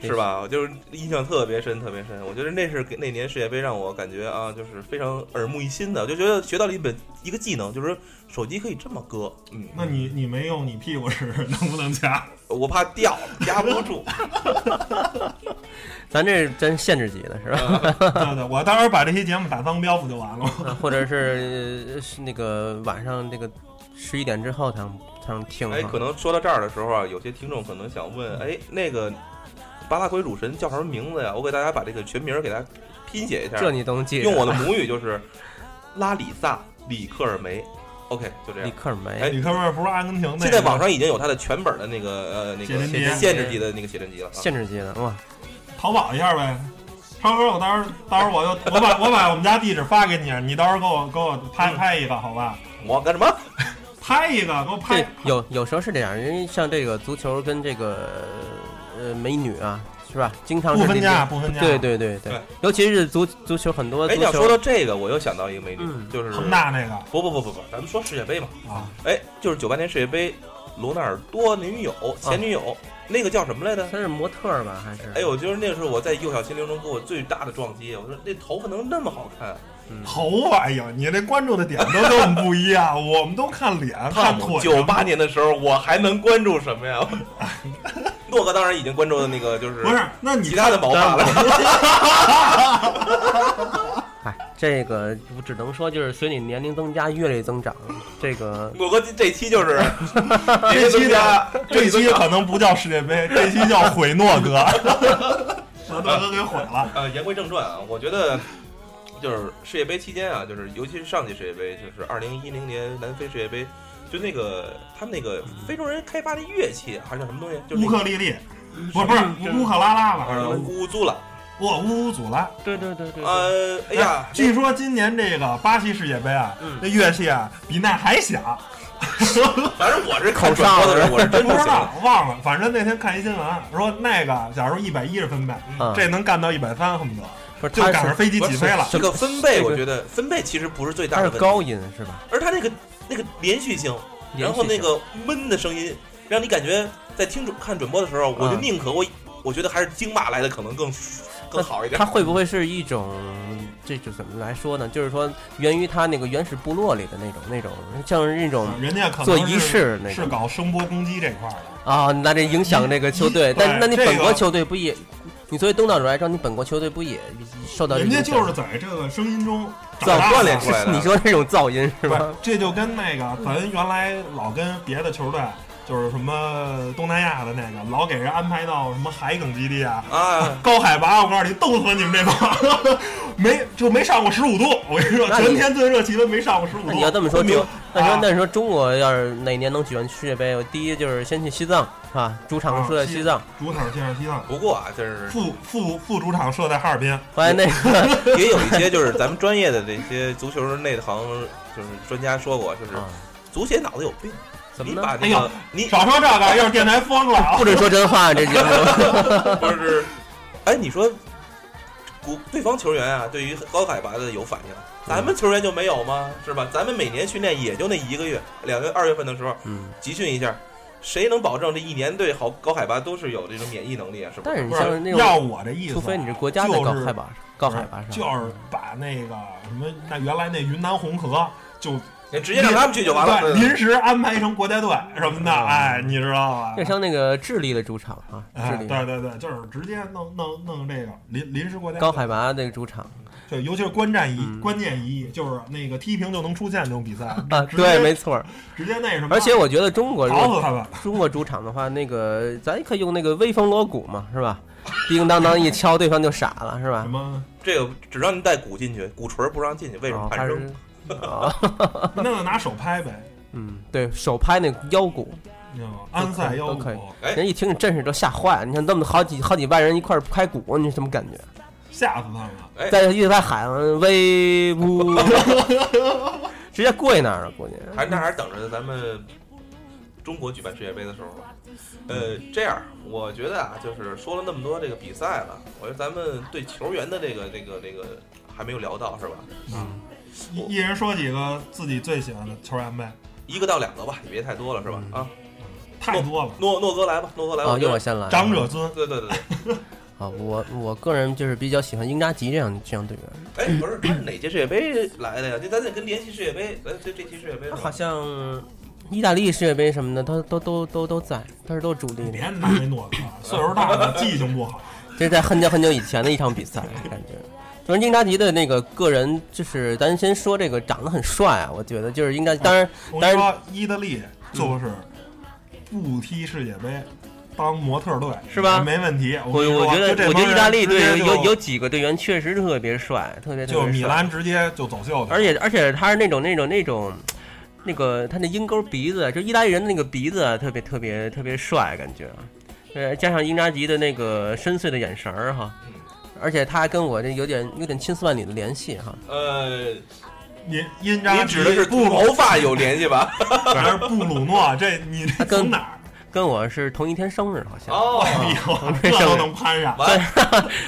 [SPEAKER 2] 是吧？就是印象特别深，特别深。我觉得那是给那年世界杯让我感觉啊，就是非常耳目一新的，就觉得学到了一本一个技能，就是手机可以这么搁。嗯，
[SPEAKER 1] 那你你没用你屁股是 能不能夹？
[SPEAKER 2] 我怕掉，压不住。
[SPEAKER 3] 咱这是真限制级 的是吧？
[SPEAKER 1] 对对，我到时候把这期节目打脏标不就完了吗？
[SPEAKER 3] 或者是呃是那个晚上那个十一点之后才能才能听哈，
[SPEAKER 2] 哎，可能说到这儿的时候啊，有些听众可能想问，哎，那个巴拉圭主神叫什么名字呀？我给大家把这个全名儿给大家拼写一下，
[SPEAKER 3] 这你都能记着，
[SPEAKER 2] 用我的母语就是拉里萨里克尔梅。OK，就这样
[SPEAKER 3] 立。刻没。
[SPEAKER 2] 哎
[SPEAKER 1] 你看不是不是阿根廷那个？
[SPEAKER 2] 现在网上已经有他的全本的那个呃那
[SPEAKER 1] 写
[SPEAKER 2] 个
[SPEAKER 1] 真集
[SPEAKER 2] 限制级的那个写真集了啊。
[SPEAKER 3] 限制级的哇，
[SPEAKER 1] 淘宝一下呗。超哥，我到时候到时候我又我把我把我们家地址发给你，你到时候给我给我
[SPEAKER 2] 嗯
[SPEAKER 1] 拍拍一个好吧？
[SPEAKER 2] 我干什么？
[SPEAKER 1] 拍一个给我拍
[SPEAKER 3] 这。有有时候是这样，因为像这个足球跟这个呃美女啊，是吧？经常
[SPEAKER 1] 不
[SPEAKER 3] 是
[SPEAKER 1] 分
[SPEAKER 3] 这
[SPEAKER 1] 家，
[SPEAKER 3] 些，
[SPEAKER 1] 不分家。
[SPEAKER 3] 对对对
[SPEAKER 2] 对
[SPEAKER 3] 对，尤其是足足球很多
[SPEAKER 2] 哎，
[SPEAKER 3] 足
[SPEAKER 2] 你要说
[SPEAKER 3] 球
[SPEAKER 2] 到这个，我又想到一个美女，
[SPEAKER 3] 嗯
[SPEAKER 2] 就是
[SPEAKER 1] 恒大那个
[SPEAKER 2] 不不不不不，咱们说世界杯嘛。
[SPEAKER 1] 啊，
[SPEAKER 2] 哎，就是九八年世界杯，罗纳尔多女友前女友、那个叫什么来着？
[SPEAKER 3] 她是模特儿吧还是？
[SPEAKER 2] 哎，我觉得那时候我在幼小心灵中给我最大的撞击，我说那头发能那么好看，
[SPEAKER 3] 嗯
[SPEAKER 1] 头发，哎呦，你这关注的点都跟我们不一样， 我们都看脸看腿。
[SPEAKER 2] 九八年的时候我还能关注什么呀？ 诺哥当然已经关注的那个就是
[SPEAKER 1] 不是，那你
[SPEAKER 2] 其他的毛发了，
[SPEAKER 3] 哎，这个我只能说就是随你年龄增加，阅历增长，这个
[SPEAKER 2] 我哥这期就是
[SPEAKER 1] 这期
[SPEAKER 2] 的
[SPEAKER 1] 的这期可能不叫世界杯，这期叫毁诺哥，把诺哥给毁了。
[SPEAKER 2] 呃，言归正传啊，我觉得就是世界杯期间啊，就是尤其是上届世界杯，就是二零一零年南非世界杯，就那个他们那个非洲人开发的乐器啊还是叫什么东西，就是
[SPEAKER 1] 乌
[SPEAKER 2] 那
[SPEAKER 1] 克
[SPEAKER 2] 个
[SPEAKER 1] 丽丽，不是不是乌克拉拉吧？
[SPEAKER 2] 呃乌苏拉，
[SPEAKER 1] 我乌祖拉。
[SPEAKER 3] 对对对对
[SPEAKER 2] 呃，哎呀，
[SPEAKER 1] 据说今年这个巴西世界杯啊，
[SPEAKER 3] 嗯
[SPEAKER 1] 那乐器啊比那还响，
[SPEAKER 2] 反正我是看转播的时候，我是真
[SPEAKER 1] 不
[SPEAKER 2] 不
[SPEAKER 1] 知
[SPEAKER 2] 行
[SPEAKER 1] 道
[SPEAKER 2] 了。
[SPEAKER 1] 忘了，反正那天看一新闻说那个，假如一百一十分贝，
[SPEAKER 3] 啊，哦
[SPEAKER 1] 这能干到一百三，恨不得
[SPEAKER 3] 不是
[SPEAKER 1] 就
[SPEAKER 3] 她
[SPEAKER 1] 赶上
[SPEAKER 3] 是
[SPEAKER 1] 飞机起飞了。
[SPEAKER 2] 这个分贝，
[SPEAKER 3] 这个
[SPEAKER 2] 我觉得分贝其实不是最大
[SPEAKER 3] 她
[SPEAKER 2] 的
[SPEAKER 3] 是
[SPEAKER 2] 问题，
[SPEAKER 3] 高音是吧？
[SPEAKER 2] 而它那个那个连续性，然后那
[SPEAKER 3] 连续性
[SPEAKER 2] 个闷的声音，让你感觉在听主看转播的时候，我就
[SPEAKER 3] 啊
[SPEAKER 2] 宁可我我觉得还是京骂来的可能 更更好一点
[SPEAKER 3] 它。会不会是一种，这就怎么来说呢？就是说源于它那个原始部落里的那种那种，像是那种
[SPEAKER 1] 嗯人家可能
[SPEAKER 3] 做仪
[SPEAKER 1] 是
[SPEAKER 3] 式那
[SPEAKER 1] 是
[SPEAKER 3] 种
[SPEAKER 1] 搞声波攻击这块儿的，
[SPEAKER 3] 啊，那这影响这个球队
[SPEAKER 1] 嗯。
[SPEAKER 3] 但那你
[SPEAKER 1] 对
[SPEAKER 3] 本
[SPEAKER 1] 这
[SPEAKER 3] 国
[SPEAKER 1] 个
[SPEAKER 3] 球队不也？你作为东道主来说，你本国球队不也受到这
[SPEAKER 1] 人家
[SPEAKER 3] 影响
[SPEAKER 1] 就是在这个声音中
[SPEAKER 3] 造
[SPEAKER 1] 长大
[SPEAKER 2] 锻
[SPEAKER 1] 的
[SPEAKER 2] 炼 出来的
[SPEAKER 3] 你说这种噪音是
[SPEAKER 1] 不
[SPEAKER 3] 吧
[SPEAKER 1] 是？，这就跟那个咱原来老跟别的球队，就是什么东南亚的那个，老给人安排到什么海埂基地啊，
[SPEAKER 2] 啊，
[SPEAKER 1] 高海拔，我告诉你，冻死你们这帮，没就没上过十五度，我跟你说，
[SPEAKER 3] 那你
[SPEAKER 1] 全天最热气温没上过十五度。
[SPEAKER 3] 那你要这么说，
[SPEAKER 1] 昆
[SPEAKER 3] 中
[SPEAKER 1] 明
[SPEAKER 3] 那说
[SPEAKER 1] 啊
[SPEAKER 3] 那说中国要是哪年能举办世界杯，我第一就是先去西藏啊，主场
[SPEAKER 1] 啊
[SPEAKER 3] 设在
[SPEAKER 1] 西
[SPEAKER 3] 西藏，
[SPEAKER 1] 主场先是西藏，
[SPEAKER 2] 不过啊， 就是
[SPEAKER 1] 副副副主场设在哈尔滨，
[SPEAKER 3] 后来那个
[SPEAKER 2] 也有一些就是咱们专业的这些足球内行，就是专家说过，就是
[SPEAKER 3] 啊，
[SPEAKER 2] 足协脑子有病，
[SPEAKER 3] 怎么
[SPEAKER 2] 你
[SPEAKER 3] 呢？
[SPEAKER 2] 把
[SPEAKER 1] 哎
[SPEAKER 2] 那
[SPEAKER 1] 呦
[SPEAKER 2] 个你
[SPEAKER 1] 少说这个，要是电台疯了啊
[SPEAKER 3] 不！准说真话，这节目
[SPEAKER 2] 不是，哎，你说古对方球员啊，对于高海拔的有反应，咱们球员就没有吗？是吧？咱们每年训练也就那一个月，两月二月份的时候
[SPEAKER 3] 嗯。
[SPEAKER 2] 集训一下，谁能保证这一年对好高海拔都是有这种免疫能力啊？是吧
[SPEAKER 3] 但？是你
[SPEAKER 1] 不
[SPEAKER 3] 像那
[SPEAKER 1] 是，
[SPEAKER 3] 种，
[SPEAKER 1] 要我这意思，啊
[SPEAKER 3] 除非你是国家在高海拔上，高海拔上
[SPEAKER 1] 就是把那个什么，那原来那云南红河就
[SPEAKER 2] 你直接让他们去就完了。
[SPEAKER 1] 对临时安排成国家队什么的，
[SPEAKER 3] 嗯
[SPEAKER 1] 哎，你知道吧
[SPEAKER 3] 就？像那个智利的主场啊，
[SPEAKER 1] 哎，
[SPEAKER 3] 智
[SPEAKER 1] 对
[SPEAKER 3] 利
[SPEAKER 1] 对对，就是直接弄弄弄这个临临时国家队
[SPEAKER 3] 高，海拔那个主场
[SPEAKER 1] 对，尤其是观战一
[SPEAKER 3] 嗯
[SPEAKER 1] 关键一役，就是那个踢平就能出线这种比赛
[SPEAKER 3] 啊，
[SPEAKER 1] 直接
[SPEAKER 3] 对，没错儿。
[SPEAKER 1] 直接那什么，
[SPEAKER 3] 而且我觉得中国如
[SPEAKER 1] 搞
[SPEAKER 3] 果
[SPEAKER 1] 死他们，
[SPEAKER 3] 中国主场的话，那个咱也可以用那个威风锣鼓嘛，是吧？叮当当一敲，对方就傻了，是吧
[SPEAKER 1] 什？ 么
[SPEAKER 2] 这个只让您带鼓进去，鼓槌不让进去，为什么
[SPEAKER 3] 哦，
[SPEAKER 2] 怕
[SPEAKER 3] 还
[SPEAKER 2] 扔？
[SPEAKER 3] 是啊，
[SPEAKER 1] 那就拿手拍呗，
[SPEAKER 3] 嗯，对手拍那个腰鼓，
[SPEAKER 1] 你知道吗？安塞幺
[SPEAKER 3] 都
[SPEAKER 1] 五
[SPEAKER 3] 可以，
[SPEAKER 2] 哎
[SPEAKER 3] 人一听你阵势都吓坏了。你看那么好几好几万人一块儿拍鼓，你什么感觉？
[SPEAKER 1] 吓死他们了。
[SPEAKER 2] 哎
[SPEAKER 3] 在一直在喊威武， 直接跪那儿了，估计。
[SPEAKER 2] 还那还是等着咱们中国举办世界杯的时候吧。呃，这样我觉得啊，就是说了那么多这个比赛了，我觉得咱们对球员的这个这个这个还没有聊到是吧？
[SPEAKER 1] 嗯，一一人说几个自己最喜欢的球员呗，
[SPEAKER 2] 一个到两个吧，也别太多了是吧？啊，
[SPEAKER 1] 太多
[SPEAKER 3] 哦
[SPEAKER 1] 了。
[SPEAKER 2] 诺诺哥来吧，诺哥来，
[SPEAKER 3] 啊，
[SPEAKER 2] 我觉
[SPEAKER 3] 嗯又
[SPEAKER 2] 得
[SPEAKER 3] 我先来。
[SPEAKER 1] 长者尊，
[SPEAKER 2] 对对对对，
[SPEAKER 3] 啊，我我个人就是比较喜欢英扎吉这样这样队员。
[SPEAKER 2] 哎，不是他是哪届世界杯来的呀？这咱得跟联系世界杯，咱这这期世界杯是
[SPEAKER 3] 他
[SPEAKER 2] 吧
[SPEAKER 3] 好像意大利世界杯什么的，他都都都都在，他是都是主力
[SPEAKER 1] 你
[SPEAKER 3] 的。
[SPEAKER 1] 别拿那诺克，嗯岁数大了，记性不 好。
[SPEAKER 3] 这是在很久很久以前的一场比赛，感觉。就是英扎吉的那个个人，就是咱先说这个长得很帅啊，我觉得就是英扎吉。当然，
[SPEAKER 1] 我跟你
[SPEAKER 3] 但是
[SPEAKER 1] 说，意大利就是不踢世界杯，当模特队
[SPEAKER 3] 是吧
[SPEAKER 1] 没问题。
[SPEAKER 3] 我
[SPEAKER 1] 跟你
[SPEAKER 3] 我
[SPEAKER 1] 说
[SPEAKER 3] 觉得
[SPEAKER 1] 就这
[SPEAKER 3] 我觉
[SPEAKER 1] 帮
[SPEAKER 3] 得意
[SPEAKER 1] 人
[SPEAKER 3] 大利队
[SPEAKER 1] 直接
[SPEAKER 3] 有有
[SPEAKER 1] 就
[SPEAKER 3] 有几个队员确实特别帅，特别特别
[SPEAKER 1] 就
[SPEAKER 3] 帅
[SPEAKER 1] 米兰直接就走秀去了，
[SPEAKER 3] 而且而且他是那种那种那种，那个他那鹰钩鼻子，就意大利人的那个鼻子啊特别特别特别帅，感觉。呃，加上英扎吉的那个深邃的眼神儿哈，而且他跟我这有点有点千丝万缕的联系哈。
[SPEAKER 2] 呃，
[SPEAKER 1] 您因扎
[SPEAKER 2] 您指的是
[SPEAKER 1] 布鲁
[SPEAKER 2] 头发有联系吧？
[SPEAKER 1] 还是布鲁诺？这你
[SPEAKER 3] 他跟啊
[SPEAKER 1] 从哪儿？
[SPEAKER 3] 跟我是同一天生日，好像。
[SPEAKER 2] 哦，
[SPEAKER 1] 哎呦，这都能攀上？
[SPEAKER 2] 完，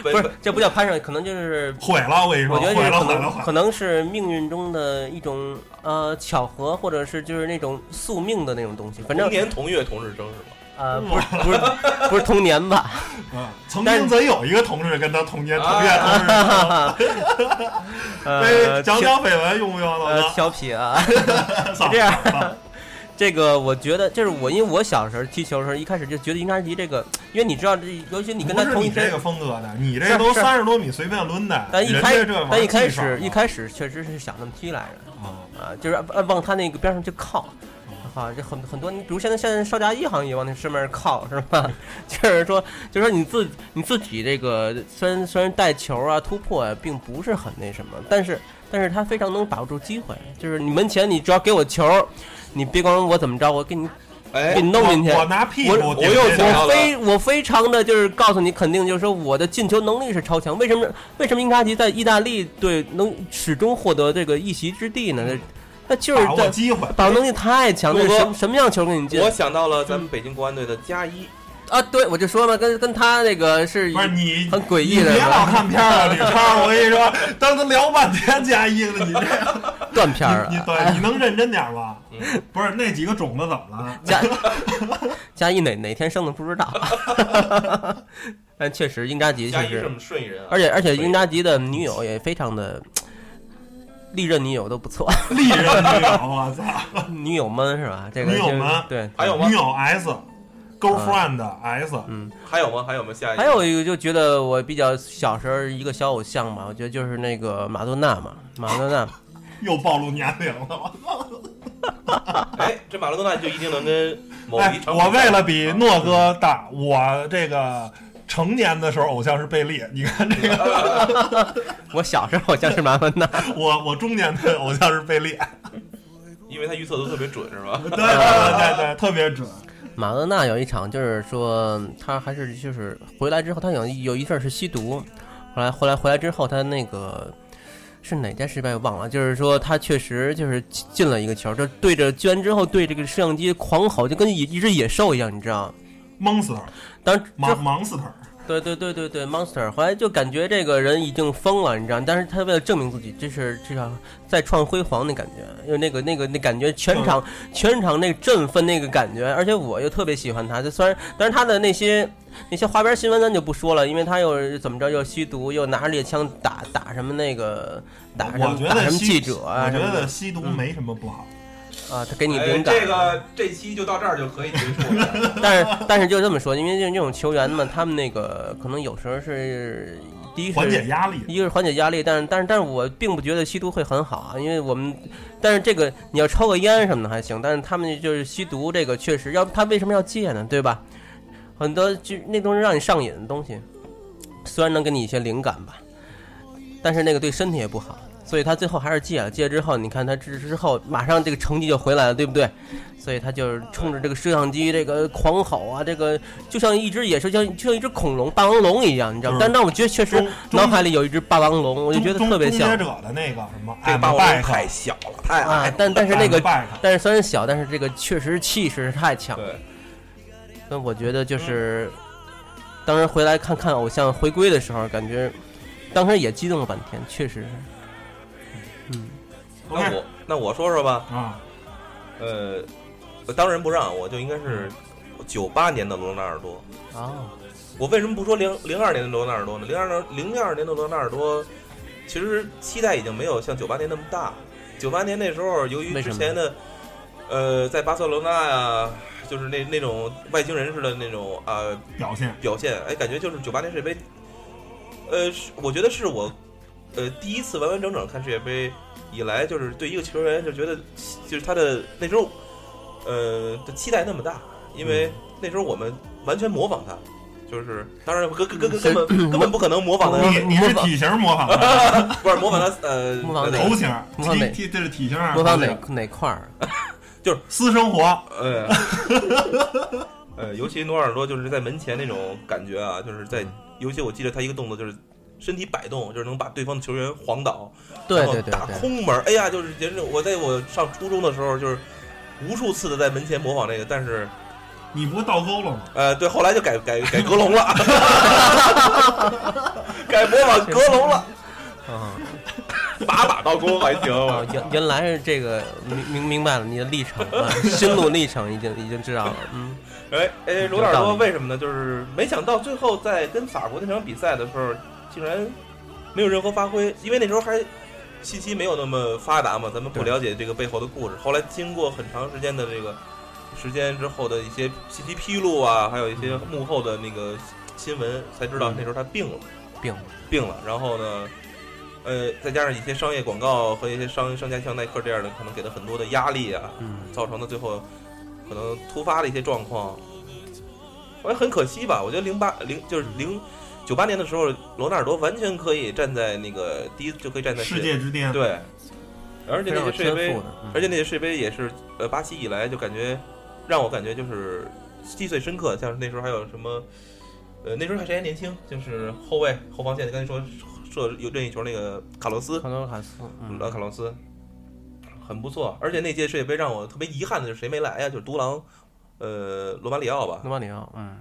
[SPEAKER 3] 不是
[SPEAKER 2] 本，
[SPEAKER 3] 这不叫攀上，可能就是，
[SPEAKER 1] 毁了，我跟你说，
[SPEAKER 3] 我觉得这
[SPEAKER 1] 毁
[SPEAKER 3] 是
[SPEAKER 1] 了，
[SPEAKER 3] 可
[SPEAKER 1] 毁了，毁
[SPEAKER 3] 能
[SPEAKER 1] 了！
[SPEAKER 3] 可能是命运中的一种呃巧合，或者是就是那种宿命的那种东西。反
[SPEAKER 2] 同
[SPEAKER 3] 正
[SPEAKER 2] 年同月同日生是吧？
[SPEAKER 3] 呃，不是不是不是童年 吧？
[SPEAKER 1] 嗯，曾
[SPEAKER 3] 但是
[SPEAKER 1] 经咱有一个同事跟他同年同月同日，
[SPEAKER 3] 呃，
[SPEAKER 1] 哎，讲讲绯闻用不用老
[SPEAKER 3] 呃，
[SPEAKER 1] 哥？
[SPEAKER 3] 调皮啊。
[SPEAKER 1] 算了
[SPEAKER 3] 这样
[SPEAKER 1] 算了
[SPEAKER 3] 这个我觉得就是我，因为我小时候踢球的时候，一开始就觉得英扎吉这个，因为你知道，这尤其你跟他
[SPEAKER 1] 不是
[SPEAKER 3] 同一
[SPEAKER 1] 你这
[SPEAKER 3] 天
[SPEAKER 1] 个，风格的，你这
[SPEAKER 3] 是
[SPEAKER 1] 个都
[SPEAKER 3] 是
[SPEAKER 1] 三十多米随便抡的，
[SPEAKER 3] 但一
[SPEAKER 1] 人
[SPEAKER 3] 开
[SPEAKER 1] 家这玩意儿
[SPEAKER 3] 但一开
[SPEAKER 1] 技术
[SPEAKER 3] 始
[SPEAKER 1] 啊
[SPEAKER 3] 一开始确实是想那么踢来着
[SPEAKER 1] 啊，
[SPEAKER 3] 啊，就是按往他那个边上去靠。啊，这很很多，你比如现在现在邵佳一好像也往那上面靠，是吧？ 就是说，就是说你自你自己这个虽然虽然带球啊突破啊，并不是很那什么，但是但是他非常能把握住机会，就是你门前你只要给我球，你别管我怎么着，我给你
[SPEAKER 2] 哎
[SPEAKER 3] 给，你弄进去。
[SPEAKER 1] 我我拿屁股
[SPEAKER 3] 我
[SPEAKER 1] 顶
[SPEAKER 2] 我又
[SPEAKER 1] 进去
[SPEAKER 2] 想
[SPEAKER 3] 我非我非常的就是告诉你，肯定就是说我的进球能力是超强。为什么为什么英扎吉在意大利队能始终获得这个一席之地呢？那那就是
[SPEAKER 1] 把握
[SPEAKER 3] 在
[SPEAKER 1] 机会，
[SPEAKER 3] 把握能力太强了，
[SPEAKER 2] 杜哥
[SPEAKER 3] 什么什么样球给你进
[SPEAKER 2] 我想到了咱们北京国安队的加一，
[SPEAKER 3] 啊？对，我就说嘛，跟跟他那个是一
[SPEAKER 1] 不是你
[SPEAKER 3] 很诡异
[SPEAKER 1] 你
[SPEAKER 3] 的
[SPEAKER 1] 别老看片儿了，吕超，我跟你说，当他聊半天加一了，你这
[SPEAKER 3] 断片儿啊
[SPEAKER 1] 你你
[SPEAKER 3] 了。
[SPEAKER 1] 对，你能认真点儿吗？
[SPEAKER 2] 嗯
[SPEAKER 1] 不是那几个种子怎么了？
[SPEAKER 3] 加加一哪哪天生的不知道，但确实英扎吉确
[SPEAKER 2] 加一
[SPEAKER 3] 实
[SPEAKER 2] 这么顺义人啊，
[SPEAKER 3] 而且而且，英扎吉的女友也非常的，历任女友都不错，
[SPEAKER 1] 利刃女友，我操！
[SPEAKER 3] 女友们是吧？这个
[SPEAKER 1] 女友
[SPEAKER 3] 就是
[SPEAKER 1] 们
[SPEAKER 3] 对。
[SPEAKER 2] 还有吗
[SPEAKER 1] 女友 S。Girlfriend S，
[SPEAKER 3] 嗯，
[SPEAKER 2] 还有吗？还有吗？下一个
[SPEAKER 3] 还有一个就觉得我比较小时候一个小偶像嘛，我觉得就是那个马多纳嘛，马多纳，
[SPEAKER 1] 又暴露年龄了。
[SPEAKER 2] 哎，这马拉多纳就一定能跟某
[SPEAKER 1] 哎
[SPEAKER 2] 一，场比赛，
[SPEAKER 1] 我为了比诺哥大，我这个成年的时候偶像是贝利，你看这个，
[SPEAKER 3] 我小时候好像是马多纳，
[SPEAKER 1] 我我中年的偶像是贝利，
[SPEAKER 2] 因为他预测都特别准是吧
[SPEAKER 1] 对？对对对，特别准。
[SPEAKER 3] 马多纳有一场就是说他还是就是回来之后，他有有一阵儿是吸毒，后来后来回来之后他那个。是哪家失败忘了，就是说他确实就是进进了一个球，就对着居完之后对这个摄像机狂吼，就跟一一只野兽一样，你知道吗？
[SPEAKER 1] Monster，
[SPEAKER 3] 当时
[SPEAKER 1] 忙忙死他，
[SPEAKER 3] 对对对对对，Monster，后来就感觉这个人已经疯了，你知道吗？但是他为了证明自己，这是至少再创辉煌的感觉，因为那个那个那感觉，全场、全场那个振奋那个感觉，而且我又特别喜欢他，就虽然但是他的那些那些花边新闻咱就不说了，因为他又是怎么着又吸毒，又拿着猎枪打打什么那个打什
[SPEAKER 1] 我
[SPEAKER 3] 么
[SPEAKER 1] 觉
[SPEAKER 3] 打
[SPEAKER 1] 得
[SPEAKER 3] 什么
[SPEAKER 1] 吸
[SPEAKER 3] 记者啊
[SPEAKER 1] 我
[SPEAKER 3] 什
[SPEAKER 1] 觉
[SPEAKER 3] 么的
[SPEAKER 1] 得吸毒没什么不好。
[SPEAKER 3] 啊，他给你
[SPEAKER 2] 哎
[SPEAKER 3] 灵感。
[SPEAKER 2] 这个这期就到这儿就可以结束了。
[SPEAKER 3] 但是但是就这么说，因为这种球员嘛，他们那个可能有时候是第一是
[SPEAKER 1] 缓解压力，
[SPEAKER 3] 一个是缓解压力，但是但是但是我并不觉得吸毒会很好啊，因为我们，但是这个你要抽个烟什么的还行，但是他们就是吸毒这个确实，要不他为什么要戒呢？对吧？很多就那东西让你上瘾的东西，虽然能给你一些灵感吧，但是那个对身体也不好，所以他最后还是戒了。戒之后，你看他之之后马上这个成绩就回来了，对不对？所以他就是冲着这个摄像机这个狂吼啊，这个就像一只野兽，像就像一只恐龙霸王龙一样，你知道吗？
[SPEAKER 1] 就是
[SPEAKER 3] 但但我觉得确实
[SPEAKER 1] 中
[SPEAKER 3] 脑
[SPEAKER 1] 中
[SPEAKER 3] 海里有一只霸王龙，我就觉得
[SPEAKER 1] 终
[SPEAKER 3] 特别
[SPEAKER 1] 终结
[SPEAKER 3] 像
[SPEAKER 1] 者的那个什么哎
[SPEAKER 2] 这
[SPEAKER 1] I'm
[SPEAKER 2] 霸王
[SPEAKER 1] back，
[SPEAKER 2] 龙太小了，太矮
[SPEAKER 3] 啊
[SPEAKER 2] 了。。
[SPEAKER 3] 但但是那个
[SPEAKER 1] I'm back
[SPEAKER 3] 但是虽然小，但是这个确实气势太强。
[SPEAKER 2] 对，
[SPEAKER 3] 那我觉得就是，当时回来看看偶像回归的时候，感觉当时也激动了半天，确实是。嗯，
[SPEAKER 2] 那
[SPEAKER 1] OK
[SPEAKER 2] 我那我说说吧，
[SPEAKER 1] 啊，
[SPEAKER 2] 呃，我当仁不让，我就应该
[SPEAKER 3] 嗯
[SPEAKER 2] 是九八年的罗纳尔多。
[SPEAKER 3] 哦，
[SPEAKER 2] 我为什么不说零零二年的罗纳尔多呢？零二年零二年的罗纳尔多，其实期待已经没有像九八年那么大。九八年那时候，由于
[SPEAKER 3] 为什
[SPEAKER 2] 之
[SPEAKER 3] 么
[SPEAKER 2] 前的，呃，在巴塞罗那呀、就是那那种外星人似的那种啊、呃
[SPEAKER 1] 表现
[SPEAKER 2] 表现，哎，感觉就是九八年世界杯，呃，是我觉得是我，呃，第一次完完整整看世界杯以来，就是对一个球员就觉得，就是他的那时候，呃，的期待那么大，因为
[SPEAKER 3] 嗯
[SPEAKER 2] 那时候我们完全模仿他，就是当然根根根根本根本不可能模仿
[SPEAKER 3] 嗯
[SPEAKER 2] 他，
[SPEAKER 1] 你你是体型模仿的，
[SPEAKER 2] 不是模仿他，呃，
[SPEAKER 3] 模仿哪
[SPEAKER 2] 呃
[SPEAKER 1] 头型
[SPEAKER 3] 模仿哪
[SPEAKER 1] 体体这是体型还是
[SPEAKER 3] 模仿
[SPEAKER 1] 头
[SPEAKER 3] 哪
[SPEAKER 1] 型
[SPEAKER 3] 哪块 儿？
[SPEAKER 1] 私生活
[SPEAKER 2] 呃， 呃， 尤其努尔多就是在门前那种感觉啊，就是
[SPEAKER 3] 嗯
[SPEAKER 2] 在，尤其我记得他一个动作就是身体摆动，就是能把对方的球员晃倒，
[SPEAKER 3] 对
[SPEAKER 2] 然后
[SPEAKER 3] 对对
[SPEAKER 2] 打
[SPEAKER 3] 对，
[SPEAKER 2] 空门儿，哎呀，就是简直我在我上初中的时候就是。无数次的在门前模仿这个，但是
[SPEAKER 1] 你不倒钩了吗？
[SPEAKER 2] 呃，对，后来就改改改格隆了， 改模仿格隆了，
[SPEAKER 3] 啊，
[SPEAKER 2] 把把倒钩还行。
[SPEAKER 3] 哦原原来是这个明明明白了你的历程啊，心路历程已经已经知道了。嗯，
[SPEAKER 2] 哎哎，罗纳
[SPEAKER 3] 有
[SPEAKER 2] 尔
[SPEAKER 3] 道
[SPEAKER 2] 多
[SPEAKER 3] 理
[SPEAKER 2] 为什么呢？就是没想到最后在跟法国那场比赛的时候，竟然没有任何发挥，因为那时候还信息没有那么发达嘛，咱们不
[SPEAKER 3] 对
[SPEAKER 2] 了解这个背后的故事。后来经过很长时间的这个时间之后的一些信息披露啊，还有一些幕后的那个新闻，才知道
[SPEAKER 3] 嗯
[SPEAKER 2] 那时候他病了，
[SPEAKER 3] 病了
[SPEAKER 2] 病了。然后呢，呃，再加上一些商业广告和一些商商家像耐克这样的，可能给他很多的压力啊，
[SPEAKER 3] 嗯，
[SPEAKER 2] 造成的最后可能突发的一些状况，我觉得很可惜吧。我觉得零八零就是零九八年的时候，罗纳尔多完全可以站在那个第一就可以站在
[SPEAKER 1] 世界之巅，
[SPEAKER 2] 对，而且
[SPEAKER 3] 非
[SPEAKER 2] 那
[SPEAKER 3] 常有
[SPEAKER 2] 些世界
[SPEAKER 3] 天
[SPEAKER 2] 杯
[SPEAKER 3] 赋，的，嗯
[SPEAKER 2] 而且那些世界杯也是呃巴西以来就感觉让我感觉就是记最深刻，像是那时候还有什么呃那时候还谁还年轻，就是后卫后防线，刚才说射有任意球那个卡洛斯，
[SPEAKER 3] 康多卡斯，嗯
[SPEAKER 2] 老卡洛斯很不错，而且那届世界杯让我特别遗憾的就是谁没来呀、就是独狼，呃，罗马里奥吧
[SPEAKER 3] 诺。马里奥，嗯，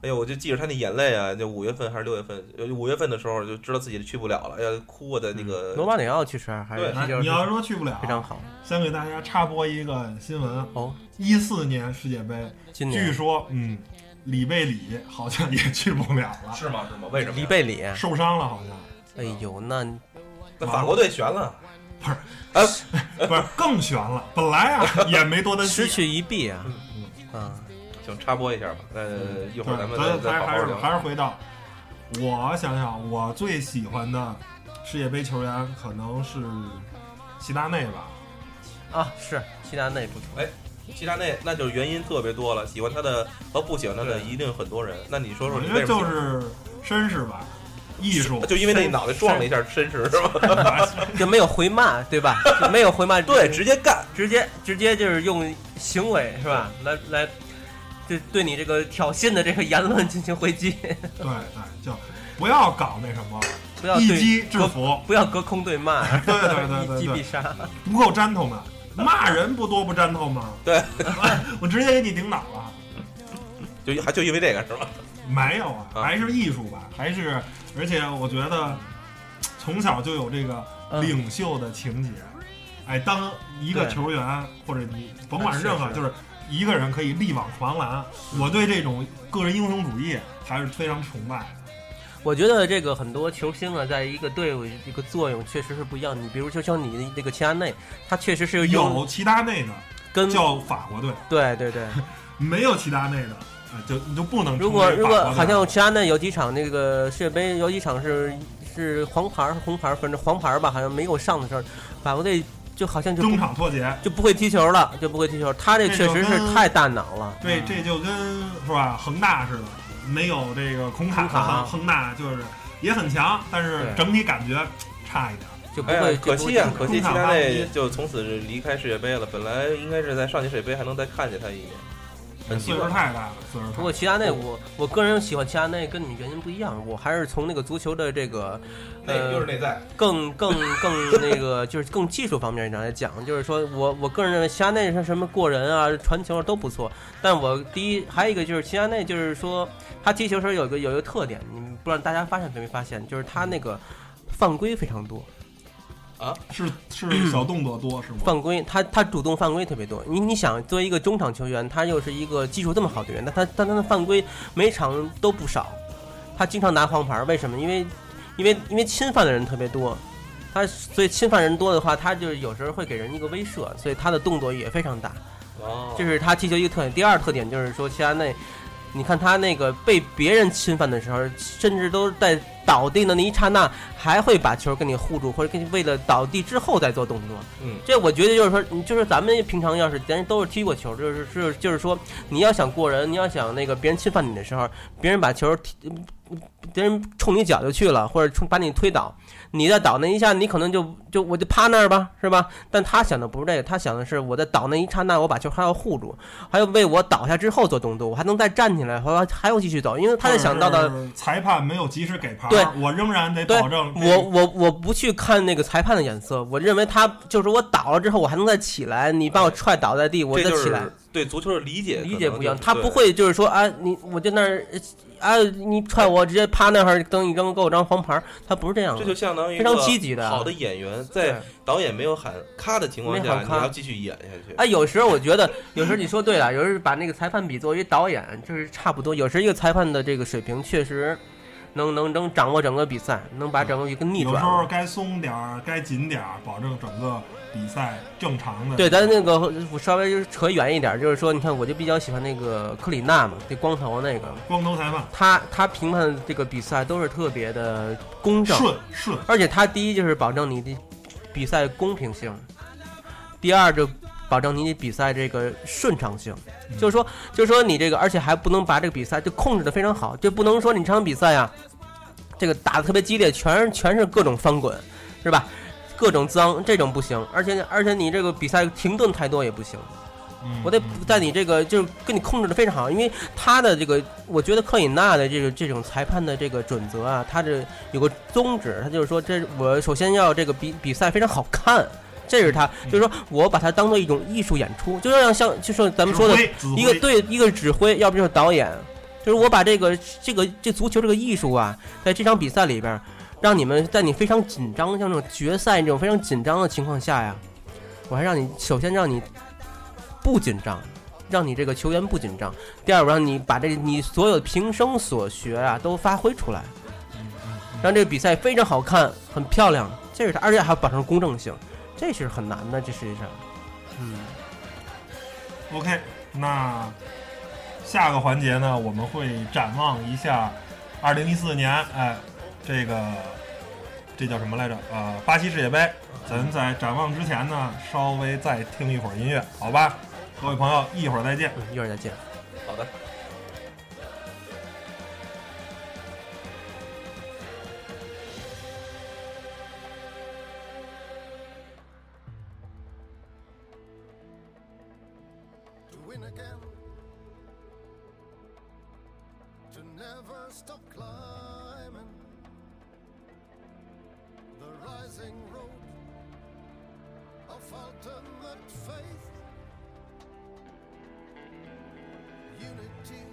[SPEAKER 2] 哎呦，我就记着他那眼泪啊，就五月份还是六月份，呃五月份的时候就知道自己去不了了，要哭啊我的那
[SPEAKER 1] 嗯
[SPEAKER 2] 个。
[SPEAKER 3] 罗马里奥其实还是
[SPEAKER 2] 对
[SPEAKER 1] 哎
[SPEAKER 3] 踢球
[SPEAKER 1] 呃你要是说去不了
[SPEAKER 3] 非，常好
[SPEAKER 1] 先给大家插播一个新闻：
[SPEAKER 3] 哦。
[SPEAKER 1] 一四年世界杯，
[SPEAKER 3] 今
[SPEAKER 1] 据
[SPEAKER 3] 年
[SPEAKER 1] 说嗯，里贝里好像也去不了了，
[SPEAKER 2] 是啊吗？是吗？为什么
[SPEAKER 3] 里
[SPEAKER 2] 呀？
[SPEAKER 3] 贝里，啊
[SPEAKER 1] 受伤了好像，
[SPEAKER 3] 哎呦，那
[SPEAKER 2] 那法国队悬了，
[SPEAKER 1] 不是更悬了。本来啊也没多 大
[SPEAKER 3] 失
[SPEAKER 1] 戏，
[SPEAKER 3] 去一臂啊
[SPEAKER 2] 嗯，
[SPEAKER 3] 啊，
[SPEAKER 2] 行，插播一下吧。呃，一
[SPEAKER 1] 嗯对，
[SPEAKER 2] 会儿咱们
[SPEAKER 1] 咱
[SPEAKER 2] 再再
[SPEAKER 1] 还
[SPEAKER 2] 好
[SPEAKER 1] 还
[SPEAKER 2] 好
[SPEAKER 1] 是
[SPEAKER 2] 聊。
[SPEAKER 1] 还是回到我想想，我最喜欢的世界杯球员可能是齐达内吧。
[SPEAKER 3] 啊，是西南内不错。
[SPEAKER 2] 齐达内，那就是原因特别多了，喜欢他的和不喜欢他的一定很多人。那你说说
[SPEAKER 1] 我
[SPEAKER 2] 你
[SPEAKER 1] 觉
[SPEAKER 2] 为
[SPEAKER 1] 得
[SPEAKER 2] 什么
[SPEAKER 1] 就
[SPEAKER 2] 喜欢？
[SPEAKER 1] 是绅士吧，艺术
[SPEAKER 2] 就因为那脑袋撞了一下，绅士是吧？
[SPEAKER 3] 就没有回骂，对吧？就没有回 骂，
[SPEAKER 2] 对，直接干。
[SPEAKER 3] 直接直接就是用行为是吧？来来，就对你这个挑衅的这个言论进行回击，
[SPEAKER 1] 对对，就不要搞那什么
[SPEAKER 3] 不要
[SPEAKER 1] 一
[SPEAKER 3] 对
[SPEAKER 1] 击制服，
[SPEAKER 3] 不要隔空对骂，
[SPEAKER 1] 对对对
[SPEAKER 3] 一
[SPEAKER 1] 对
[SPEAKER 3] 击必
[SPEAKER 1] 对，
[SPEAKER 3] 杀。
[SPEAKER 1] 不够 gentleman，骂人不多不 gentleman，
[SPEAKER 2] 对，
[SPEAKER 1] 哎我直接给你顶脑了。
[SPEAKER 2] 就还就因为这个是吧？
[SPEAKER 1] 没有啊，
[SPEAKER 2] 啊
[SPEAKER 1] 还是艺术吧，还是而且我觉得从小就有这个
[SPEAKER 3] 嗯，
[SPEAKER 1] 领袖的情节。哎，当一个
[SPEAKER 3] 对嗯
[SPEAKER 1] 球员或者你甭管
[SPEAKER 3] 是
[SPEAKER 1] 任何，
[SPEAKER 3] 是嗯
[SPEAKER 1] 就是一个人可以力挽狂澜。我对这种个人英雄主义还是非常崇拜的。
[SPEAKER 3] 我觉得这个很多球星啊，在一个队伍一个作用确实是不一样。你比如就像你的这个齐达内，他确实是
[SPEAKER 1] 有齐达内的
[SPEAKER 3] 跟
[SPEAKER 1] 叫法国队，
[SPEAKER 3] 对对 对。
[SPEAKER 1] 没有齐达内的啊，就你就不能
[SPEAKER 3] 如
[SPEAKER 1] 成
[SPEAKER 3] 果
[SPEAKER 1] 为
[SPEAKER 3] 如
[SPEAKER 1] 法国
[SPEAKER 3] 果
[SPEAKER 1] 队
[SPEAKER 3] 好像齐达内有几场那个世界杯有几场是是黄牌儿红牌儿，反正黄牌儿吧，好像没有上的时候，法国队就好像就
[SPEAKER 1] 中
[SPEAKER 3] 不
[SPEAKER 1] 场脱节，
[SPEAKER 3] 就不会踢球了，就不会踢球。他这确实
[SPEAKER 1] 这
[SPEAKER 3] 是
[SPEAKER 1] 就跟
[SPEAKER 3] 太大脑了。
[SPEAKER 1] 对，这就跟是吧恒大似的，没有这个孔卡，啊
[SPEAKER 3] 孔卡啊
[SPEAKER 1] 恒大就是也很强，但是
[SPEAKER 3] 对
[SPEAKER 1] 整体感觉差一点。
[SPEAKER 5] 就不
[SPEAKER 2] 哎呀
[SPEAKER 5] 会，
[SPEAKER 2] 可惜呀、
[SPEAKER 5] 啊，
[SPEAKER 2] 可惜
[SPEAKER 1] 中
[SPEAKER 2] 齐
[SPEAKER 1] 场
[SPEAKER 2] 达
[SPEAKER 1] 巴
[SPEAKER 2] 内
[SPEAKER 1] 黎
[SPEAKER 2] 就从此离开世界杯了。本来应该是在上届世界杯还能再看见他一眼，很奇
[SPEAKER 1] 岁数
[SPEAKER 2] 怪。
[SPEAKER 1] 太大了，岁数太大了
[SPEAKER 3] 不过齐达内，我我个人喜欢齐达内，跟你们原因不一样，我还是从那个足球的这个，呃，
[SPEAKER 2] 内在，
[SPEAKER 3] 更更更那个，就是更技术方面上来讲，就是说我我个人认为齐达内是什么过人啊、传球都不错，但我第一还有一个就是齐达内，就是说他踢球时候有一个有一个特点，你们不知道大家发现没发现，就是他那个犯规非常多，
[SPEAKER 1] 是是小动作多是吗？
[SPEAKER 3] 犯规他他主动犯规特别多。你你想，作为一个中场球员，他又是一个技术这么好的人，那他但他的犯规每场都不少，他经常拿黄牌，为什么？因为因为因为侵犯的人特别多，他所以侵犯人多的话，他就是有时候会给人一个威慑，所以他的动作也非常大，
[SPEAKER 2] 哦，
[SPEAKER 3] 这是他踢球一个特点。第二特点就是说，齐达内，你看他那个被别人侵犯的时候，甚至都是在倒地的那一刹那，还会把球给你护住，或者给你为了倒地之后再做动作。
[SPEAKER 2] 嗯，
[SPEAKER 3] 这我觉得就是说，你就是咱们平常要是咱都是踢过球，就是是就是说，你要想过人，你要想那个别人侵犯你的时候，别人把球踢，嗯别人冲你脚就去了，或者冲把你推倒，你再倒那一下，你可能就就我就趴那儿吧，是吧？但他想的不是这个，他想的是我在倒那一刹那，我把球还要护住，还要为我倒下之后做动作，我还能再站起来，还要还要继续走，因为他就想到的。
[SPEAKER 1] 就是裁判没有及时给牌，
[SPEAKER 3] 对
[SPEAKER 1] 我仍然得
[SPEAKER 3] 对
[SPEAKER 1] 嗯保证这
[SPEAKER 3] 我我我不去看那个裁判的眼色，我认为他就是我倒了之后我还能再起来，你把我踹倒在地，我
[SPEAKER 2] 这
[SPEAKER 3] 再
[SPEAKER 2] 就
[SPEAKER 3] 起来。
[SPEAKER 2] 是对足球的理解
[SPEAKER 3] 理解
[SPEAKER 2] 可能
[SPEAKER 3] 不一样，
[SPEAKER 2] 就
[SPEAKER 3] 他不会就是说啊，你我就那儿啊，你踹我直接趴那儿蹬一扔，给我张黄牌，他不是这样
[SPEAKER 2] 对这
[SPEAKER 3] 的
[SPEAKER 2] 就。相当于一
[SPEAKER 3] 非常
[SPEAKER 2] 个
[SPEAKER 3] 积极的
[SPEAKER 2] 好的演员，
[SPEAKER 3] 对
[SPEAKER 2] 在，导演没有喊咔的情况
[SPEAKER 3] 没
[SPEAKER 2] 下，
[SPEAKER 3] 喊
[SPEAKER 2] 你
[SPEAKER 3] 咔
[SPEAKER 2] 要继续演下去。
[SPEAKER 3] 哎，有时候我觉得，有时候你说对了，有时候把那个裁判比作为导演，就是差不多。有时候一个裁判的这个水平确实能能能掌握整个比赛，能把整个一个
[SPEAKER 1] 嗯
[SPEAKER 3] 逆
[SPEAKER 1] 有时候
[SPEAKER 3] 转。
[SPEAKER 1] 该松点儿，该紧点儿，保证整个比赛正常的。
[SPEAKER 3] 对，咱那个我稍微就是扯远一点，就是说，你看，我就比较喜欢那个克里纳嘛，那光头那个，
[SPEAKER 1] 光头裁判
[SPEAKER 3] 他他评判这个比赛都是特别的公正，
[SPEAKER 1] 顺顺，
[SPEAKER 3] 而且它第一就是保证你的比赛公平性，第二就保证你的比赛这个顺畅性，
[SPEAKER 1] 嗯
[SPEAKER 3] 就是说，就是说你这个，而且还不能把这个比赛就控制的非常好，就不能说你这场比赛啊，这个打的特别激烈，全是全是各种翻滚，是吧？各种脏，这种不行，而且而且你这个比赛停顿太多也不行，
[SPEAKER 1] 嗯
[SPEAKER 3] 我得
[SPEAKER 1] 嗯
[SPEAKER 3] 在你这个就是跟你控制的非常好，因为他的这个，我觉得克里纳的这个这种裁判的这个准则啊，他这有个宗旨，他就是说这我首先要这个比比赛非常好看，这是他，
[SPEAKER 1] 嗯
[SPEAKER 3] 就是说我把它当做一种艺术演出，就像像就是咱们说的
[SPEAKER 1] 指挥指
[SPEAKER 3] 一个
[SPEAKER 1] 挥
[SPEAKER 3] 对一个指挥，要不就是导演，就是我把这个这个这足球这个艺术啊，在这场比赛里边儿，让你们在你非常紧张，像这种决赛这种非常紧张的情况下呀，我还让你首先让你不紧张，让你这个球员不紧张，第二我让你把这个你所有平生所学啊都发挥出来，
[SPEAKER 1] 嗯嗯嗯
[SPEAKER 3] 让这个比赛非常好看，很漂亮，这是它，而且还要保证公正性，这是很难的，这实际上，嗯。
[SPEAKER 1] OK，那下个环节呢，我们会展望一下二零一四年，哎，这个这叫什么来着？呃，巴西世界杯。咱在展望之前呢，稍微再听一会儿音乐，好吧？各位朋友，一会儿再见。
[SPEAKER 3] 嗯，一会儿再见。
[SPEAKER 2] 好的。
[SPEAKER 6] to win again. To never stop climbing the rising road of ultimate faith, unity,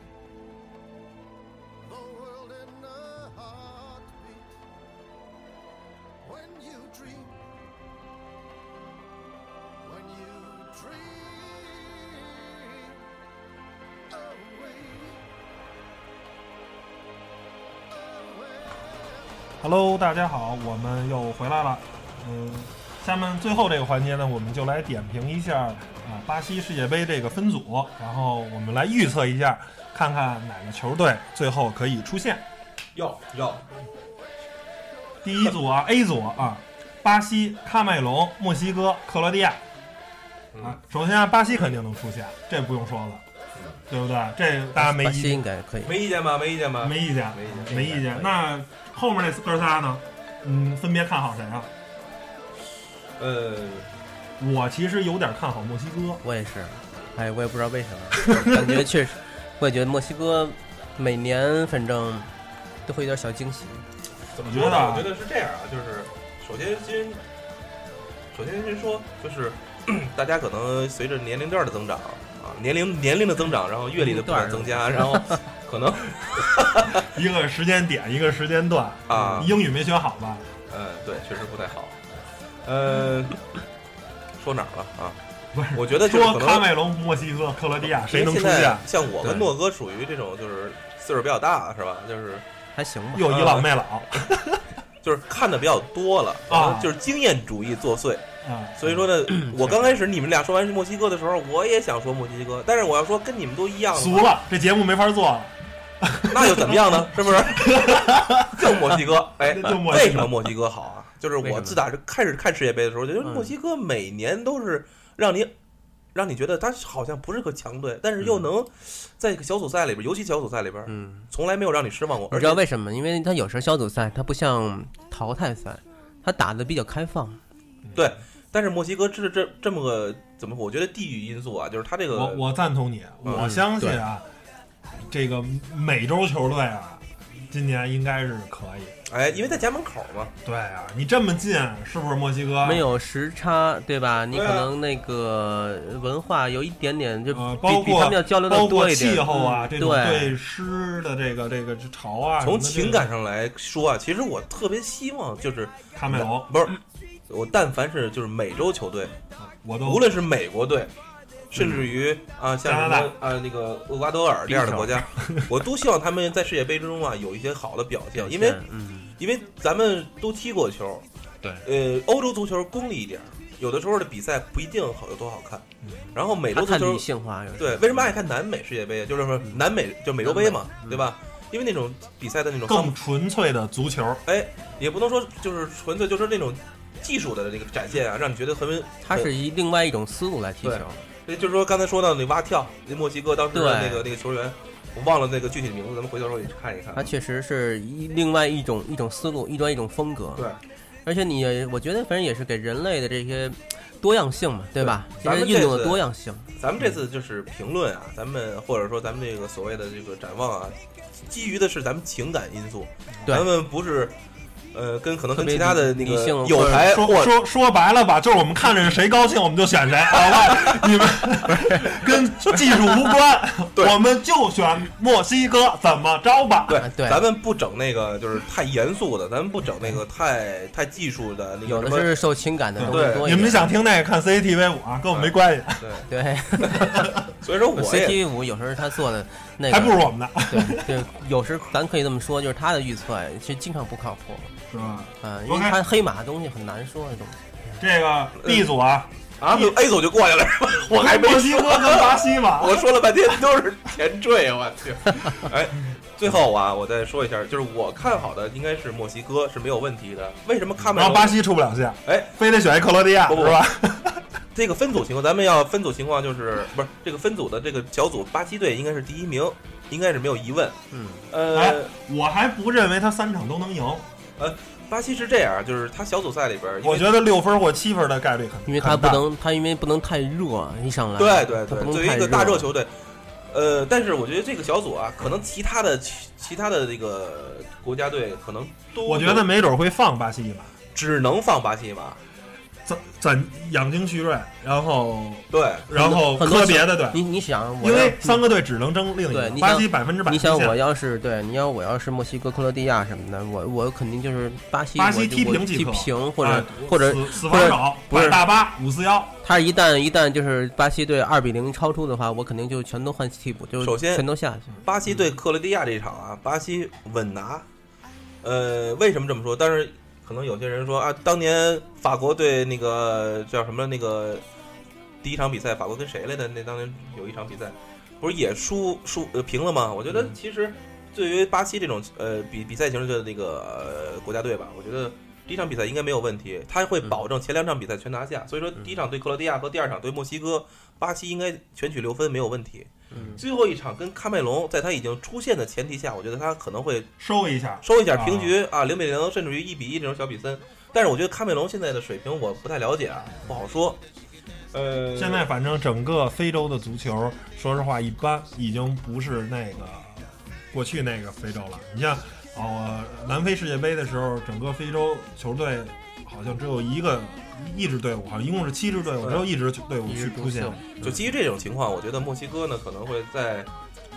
[SPEAKER 6] the world in a heartbeat. When you dream when you dream away, away.
[SPEAKER 1] Hello，大家好，我们又回来了。嗯，下面最后这个环节呢，我们就来点评一下啊、巴西世界杯这个分组，然后我们来预测一下，看看哪个球队最后可以出现。
[SPEAKER 2] 要要，
[SPEAKER 1] 第一组啊，A 组啊，巴西、喀麦隆、墨西哥、克罗地亚。
[SPEAKER 3] 嗯
[SPEAKER 1] 啊，首先啊，巴西肯定能出现，这不用说了，对不对？这大家没
[SPEAKER 3] 巴
[SPEAKER 1] 意
[SPEAKER 3] 西应
[SPEAKER 1] 见，
[SPEAKER 3] 该可以。
[SPEAKER 2] 没意见吧？没意见吧？
[SPEAKER 1] 没意见，
[SPEAKER 2] 没意见
[SPEAKER 1] 没意见。那后面那哥仨呢？嗯，分别看好谁啊？
[SPEAKER 2] 呃，
[SPEAKER 1] 我其实有点看好墨西哥，
[SPEAKER 3] 我也是，哎，我也不知道为什么， 感觉确实，我也觉得墨西哥每年反正都会有点小惊喜。
[SPEAKER 2] 怎么
[SPEAKER 1] 我
[SPEAKER 2] 说
[SPEAKER 1] 觉得
[SPEAKER 2] 呢？
[SPEAKER 1] 啊
[SPEAKER 2] 我觉得是这样啊，就是首先先，首先先说，就是 大家可能随着年龄段的增长啊，年龄年龄的增长，然后阅历的不断增加，然后可能
[SPEAKER 1] 一个时间点，一个时间段
[SPEAKER 2] 啊
[SPEAKER 1] 英语没学好吧？
[SPEAKER 2] 嗯，对，确实不太好。呃，说哪儿了啊
[SPEAKER 1] 不是？
[SPEAKER 2] 我觉得就是
[SPEAKER 1] 说
[SPEAKER 2] 可
[SPEAKER 1] 喀
[SPEAKER 2] 能
[SPEAKER 1] 麦隆、墨西哥、克罗地亚，谁
[SPEAKER 2] 因为
[SPEAKER 1] 能出
[SPEAKER 2] 现在
[SPEAKER 1] 现？
[SPEAKER 2] 像我跟
[SPEAKER 3] 对
[SPEAKER 2] 诺哥属于这种就是岁数比较大是吧？就是
[SPEAKER 3] 还行吧，
[SPEAKER 1] 又倚老卖老
[SPEAKER 2] 就是看的比较多了
[SPEAKER 1] 啊
[SPEAKER 2] 可能就是经验主义作祟。
[SPEAKER 1] 啊！
[SPEAKER 2] 呃所以说呢，我刚开始你们俩说完是墨西哥的时候，我也想说墨西哥，但是我要说跟你们都一样的
[SPEAKER 1] 俗
[SPEAKER 2] 话，
[SPEAKER 1] 了，这节目没法做了。
[SPEAKER 2] 那又怎么样呢？是 不是？就墨西哥，哎，
[SPEAKER 1] 就墨西哥
[SPEAKER 2] 为什么墨西哥好啊？就是
[SPEAKER 3] 为什
[SPEAKER 2] 我
[SPEAKER 3] 么
[SPEAKER 2] 自打是开始看世界杯的时候，觉得
[SPEAKER 3] 嗯
[SPEAKER 2] 墨西哥每年都是让你。让你觉得他好像不是个强队，但是又能在小组赛里边，尤其小组赛里边，
[SPEAKER 3] 嗯。
[SPEAKER 2] 从来没有让你失望过。
[SPEAKER 3] 你
[SPEAKER 2] 而
[SPEAKER 3] 知道
[SPEAKER 2] 且
[SPEAKER 3] 为什么？因为它有时候小组赛它不像淘汰赛，它打的比较开放。
[SPEAKER 2] 对，但是墨西哥这这这么个怎么说？我觉得地域因素啊，就是他这个
[SPEAKER 1] 我我赞同你，
[SPEAKER 2] 嗯
[SPEAKER 1] 我相信啊，这个美洲球队啊，今年应该是可以。
[SPEAKER 2] 哎，因为在家门口嘛，
[SPEAKER 1] 对啊，你这么近，是不是墨西哥？
[SPEAKER 3] 没，有时差，对吧？你可
[SPEAKER 2] 对啊
[SPEAKER 3] 能那个文化有一点点，就比、
[SPEAKER 1] 呃，包
[SPEAKER 3] 比他们要
[SPEAKER 1] 括
[SPEAKER 3] 交流的
[SPEAKER 1] 包
[SPEAKER 3] 多
[SPEAKER 1] 括
[SPEAKER 3] 一点。
[SPEAKER 1] 气候啊，这
[SPEAKER 3] 嗯
[SPEAKER 1] 种
[SPEAKER 3] 对，
[SPEAKER 1] 对湿的这个这个潮啊，
[SPEAKER 2] 从
[SPEAKER 1] 什么
[SPEAKER 2] 情感上来说啊，其实我特别希望就是
[SPEAKER 1] 这个喀麦隆，
[SPEAKER 2] 不是我，但凡是就是美洲球队，
[SPEAKER 1] 我都
[SPEAKER 2] 嗯
[SPEAKER 1] 嗯
[SPEAKER 2] 无论是美国队，甚至于啊
[SPEAKER 1] 加
[SPEAKER 2] 像什
[SPEAKER 1] 拿
[SPEAKER 2] 么
[SPEAKER 1] 大
[SPEAKER 2] 啊那个厄瓜多尔这样的国家，我都希望他们在世界杯之中啊有一些好的表现，因为
[SPEAKER 3] 嗯，
[SPEAKER 2] 因为咱们都踢过球，
[SPEAKER 1] 对，
[SPEAKER 2] 呃，欧洲足球功利一点，有的时候的比赛不一定好有多好看
[SPEAKER 1] 嗯，
[SPEAKER 2] 然后美
[SPEAKER 3] 他
[SPEAKER 2] 洲足
[SPEAKER 3] 看
[SPEAKER 2] 球
[SPEAKER 3] 理性化有时候。
[SPEAKER 2] 对，为什么爱看南美世界杯啊？就是说
[SPEAKER 1] 嗯
[SPEAKER 2] 南美就美洲杯嘛，
[SPEAKER 3] 南美
[SPEAKER 2] 对吧？因为那种比赛的那种
[SPEAKER 1] 更纯粹的足球。
[SPEAKER 2] 哎，也不能说就是纯粹就是那种技术的那个展现啊，让你觉得很，
[SPEAKER 3] 它是以另外一种思路来踢球
[SPEAKER 2] 对，呃就是说刚才说到那蛙跳，那墨西哥当时的
[SPEAKER 3] 对啊
[SPEAKER 2] 那个那个球员，我忘了那个具体名字，咱们回头时候也去看一啊看
[SPEAKER 3] 它。确实是一另外一种一种思路，一种一种风格。
[SPEAKER 2] 对，
[SPEAKER 3] 而且你也，我觉得反正也是给人类的这些多样性嘛，对吧？
[SPEAKER 2] 咱们
[SPEAKER 3] 这些运动
[SPEAKER 2] 这
[SPEAKER 3] 的
[SPEAKER 2] 次
[SPEAKER 3] 多样性。
[SPEAKER 2] 咱
[SPEAKER 3] 嗯
[SPEAKER 2] 们这次就是评论啊，咱们或者说咱们这个所谓的这个展望啊，基于的是咱们情感因素，
[SPEAKER 3] 嗯对
[SPEAKER 2] 咱们不是。呃，跟可能
[SPEAKER 3] 特
[SPEAKER 2] 跟
[SPEAKER 3] 别
[SPEAKER 2] 其他的那
[SPEAKER 3] 理
[SPEAKER 2] 个
[SPEAKER 3] 性或者
[SPEAKER 2] 有台
[SPEAKER 1] 说
[SPEAKER 2] 或
[SPEAKER 1] 说说白了吧，就是我们看着谁高兴，我们就选谁，好吧？你们跟技术无关，
[SPEAKER 2] 对
[SPEAKER 1] 我们就选墨西哥，怎么着吧？
[SPEAKER 2] 对
[SPEAKER 3] 啊对嗯
[SPEAKER 2] 咱们不整那个就是太严肃的，咱们不整那个太太技术的那个
[SPEAKER 3] 有
[SPEAKER 2] 什
[SPEAKER 3] 的
[SPEAKER 2] 么
[SPEAKER 3] 是受情感的
[SPEAKER 1] 对
[SPEAKER 3] 东西多一
[SPEAKER 1] 你
[SPEAKER 3] 点。
[SPEAKER 1] 们想听那个看 CCTV 五啊，跟我们没关系，
[SPEAKER 2] 对，
[SPEAKER 3] 对
[SPEAKER 2] 所以说 我也
[SPEAKER 3] CT 五有时候他做的那个，
[SPEAKER 1] 还不如我们呢，
[SPEAKER 3] 对对，有时咱可以这么说，就是他的预测啊其实经常不靠谱，
[SPEAKER 1] 是吧？
[SPEAKER 3] 嗯，因为
[SPEAKER 1] OK
[SPEAKER 3] 他黑马的东西很难说的东西。
[SPEAKER 1] 这个 B 组啊，
[SPEAKER 2] 啊
[SPEAKER 1] 你
[SPEAKER 2] ，A 组就过去了，是吧我还没
[SPEAKER 1] 墨西哥跟巴西嘛，
[SPEAKER 2] 我说了半天都是前缀，啊我去。哎，最后啊，我再说一下，就是我看好的应该是墨西哥是没有问题的。为什么看不
[SPEAKER 1] 然
[SPEAKER 2] 了
[SPEAKER 1] 后啊巴西出不了线，
[SPEAKER 2] 哎，
[SPEAKER 1] 非得选一克罗地亚
[SPEAKER 2] 不不
[SPEAKER 1] 是吧？
[SPEAKER 2] 这个分组情况？咱们要分组情况就是不是这个分组的这个小组，巴西队应该是第一名，应该是没有疑问。
[SPEAKER 3] 嗯，
[SPEAKER 1] 哎
[SPEAKER 2] 呃，
[SPEAKER 1] 我还不认为他三场都能赢，
[SPEAKER 2] 巴西是这样，啊就是他小组赛里边，因为
[SPEAKER 1] 我觉得六分或七分的概率很，
[SPEAKER 3] 因为他
[SPEAKER 1] 很
[SPEAKER 3] 不
[SPEAKER 1] 大
[SPEAKER 3] 能，他因为不能太热，一上来
[SPEAKER 2] 对对
[SPEAKER 3] 他
[SPEAKER 2] 对，作
[SPEAKER 3] 不能
[SPEAKER 2] 为
[SPEAKER 3] 太
[SPEAKER 2] 一个大热，球队，呃，但是我觉得这个小组啊，可能其他的其其他的这个国家队可能都
[SPEAKER 1] 我觉得没准会放巴西一马，
[SPEAKER 2] 只能放巴西一马，
[SPEAKER 1] 攒攒养精蓄锐，然后
[SPEAKER 2] 对，
[SPEAKER 1] 然后
[SPEAKER 3] 很多
[SPEAKER 1] 科别的队，
[SPEAKER 3] 你你想，我
[SPEAKER 1] 因为
[SPEAKER 3] 要
[SPEAKER 1] 三个队只能争另一
[SPEAKER 3] 对
[SPEAKER 1] 个，
[SPEAKER 3] 你
[SPEAKER 1] 巴
[SPEAKER 3] 想
[SPEAKER 1] 西百分之百
[SPEAKER 3] 你想
[SPEAKER 1] 出线
[SPEAKER 3] 我要是对，你要我要是墨西哥、克罗地亚什么的，我我肯定就是巴西，
[SPEAKER 1] 巴
[SPEAKER 3] 我
[SPEAKER 1] 西
[SPEAKER 3] 就
[SPEAKER 1] 踢
[SPEAKER 3] 我
[SPEAKER 1] 平即
[SPEAKER 3] 踢
[SPEAKER 1] 可
[SPEAKER 3] 平或者、
[SPEAKER 1] 哎
[SPEAKER 3] 或者
[SPEAKER 1] 死死
[SPEAKER 3] 或
[SPEAKER 1] 防
[SPEAKER 3] 者
[SPEAKER 1] 守，
[SPEAKER 3] 不是
[SPEAKER 1] 摆大巴五四幺，
[SPEAKER 3] 他一旦一旦就是巴西队二比零超出的话，我肯定就全都换替补，就
[SPEAKER 2] 首先
[SPEAKER 3] 全都下去。
[SPEAKER 2] 巴西对克罗地亚这一场啊，巴西稳拿。呃，为什么这么说？但是可能有些人说啊，当年法国对那个叫什么那个第一场比赛，法国跟谁来的？那当年有一场比赛，不是也输输呃平了吗？我觉得其实对于巴西这种呃比比赛型的那个、呃、国家队吧，我觉得。第一场比赛应该没有问题，他会保证前两场比赛全拿下，所以说第一场对克罗地亚和第二场对墨西哥，巴西应该全取六分没有问题。
[SPEAKER 3] 嗯，
[SPEAKER 2] 最后一场跟喀麦隆，在他已经出线的前提下，我觉得他可能会
[SPEAKER 1] 收一下，
[SPEAKER 2] 收一下平局啊，零比零，甚至于一比一这种小比分。但是我觉得喀麦隆现在的水平我不太了解啊，不好说。呃，
[SPEAKER 1] 现在反正整个非洲的足球，说实话一般，已经不是那个过去那个非洲了。你像哦，南非世界杯的时候，整个非洲球队好像只有一个一支队伍，好像一共是七支队伍，只有一支队伍
[SPEAKER 3] 一
[SPEAKER 1] 去
[SPEAKER 3] 枝
[SPEAKER 1] 出
[SPEAKER 3] 独
[SPEAKER 1] 现
[SPEAKER 3] 秀
[SPEAKER 1] 了。，
[SPEAKER 2] 就基于这种情况，我觉得墨西哥呢可能会在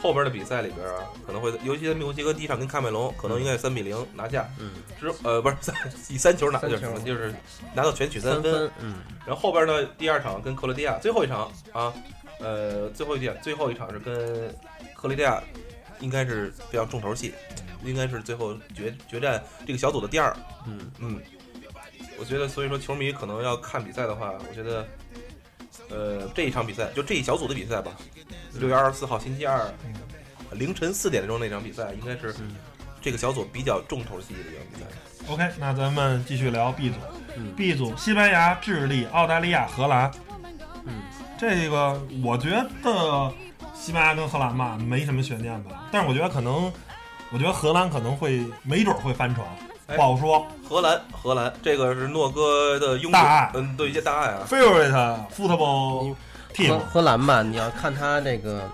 [SPEAKER 2] 后边的比赛里边啊，可能会尤其在墨西哥第一场跟喀麦隆，可能应该是三比零拿下，
[SPEAKER 3] 嗯，
[SPEAKER 2] 之呃不是 三以三球拿
[SPEAKER 3] 三
[SPEAKER 2] 就
[SPEAKER 3] 球
[SPEAKER 2] 是就是拿到全取
[SPEAKER 3] 三
[SPEAKER 2] 三分，，
[SPEAKER 3] 嗯，
[SPEAKER 2] 然后后边呢第二场跟克罗地亚，最后一场啊，呃最后一点最后一场是跟克罗地亚，应该是比较重头戏，应该是最后决决战这个小组的第二，
[SPEAKER 3] 嗯
[SPEAKER 2] 嗯，我觉得所以说球迷可能要看比赛的话，我觉得。呃，这一场比赛就这一小组的比赛吧，六月二十四号星期二
[SPEAKER 1] 嗯
[SPEAKER 2] 凌晨四点钟那场比赛，应该是
[SPEAKER 3] 嗯
[SPEAKER 2] 这个小组比较重头戏的一场比赛。
[SPEAKER 1] OK，那咱们继续聊 B 组。
[SPEAKER 3] 嗯
[SPEAKER 1] B 组，西班牙、智利、澳大利亚、荷兰。
[SPEAKER 3] 嗯，
[SPEAKER 1] 这个我觉得西班牙跟荷兰吧没什么悬念吧，但是我觉得可能，我觉得荷兰可能会没准会翻船，
[SPEAKER 2] 哎
[SPEAKER 1] 不好说。
[SPEAKER 2] 荷兰，荷兰，这个是诺哥的拥趸
[SPEAKER 1] 大爱
[SPEAKER 2] 嗯，对，一些大爱啊。
[SPEAKER 1] Favorite football
[SPEAKER 3] 荷
[SPEAKER 1] team
[SPEAKER 3] 荷兰吧，你要看他这个，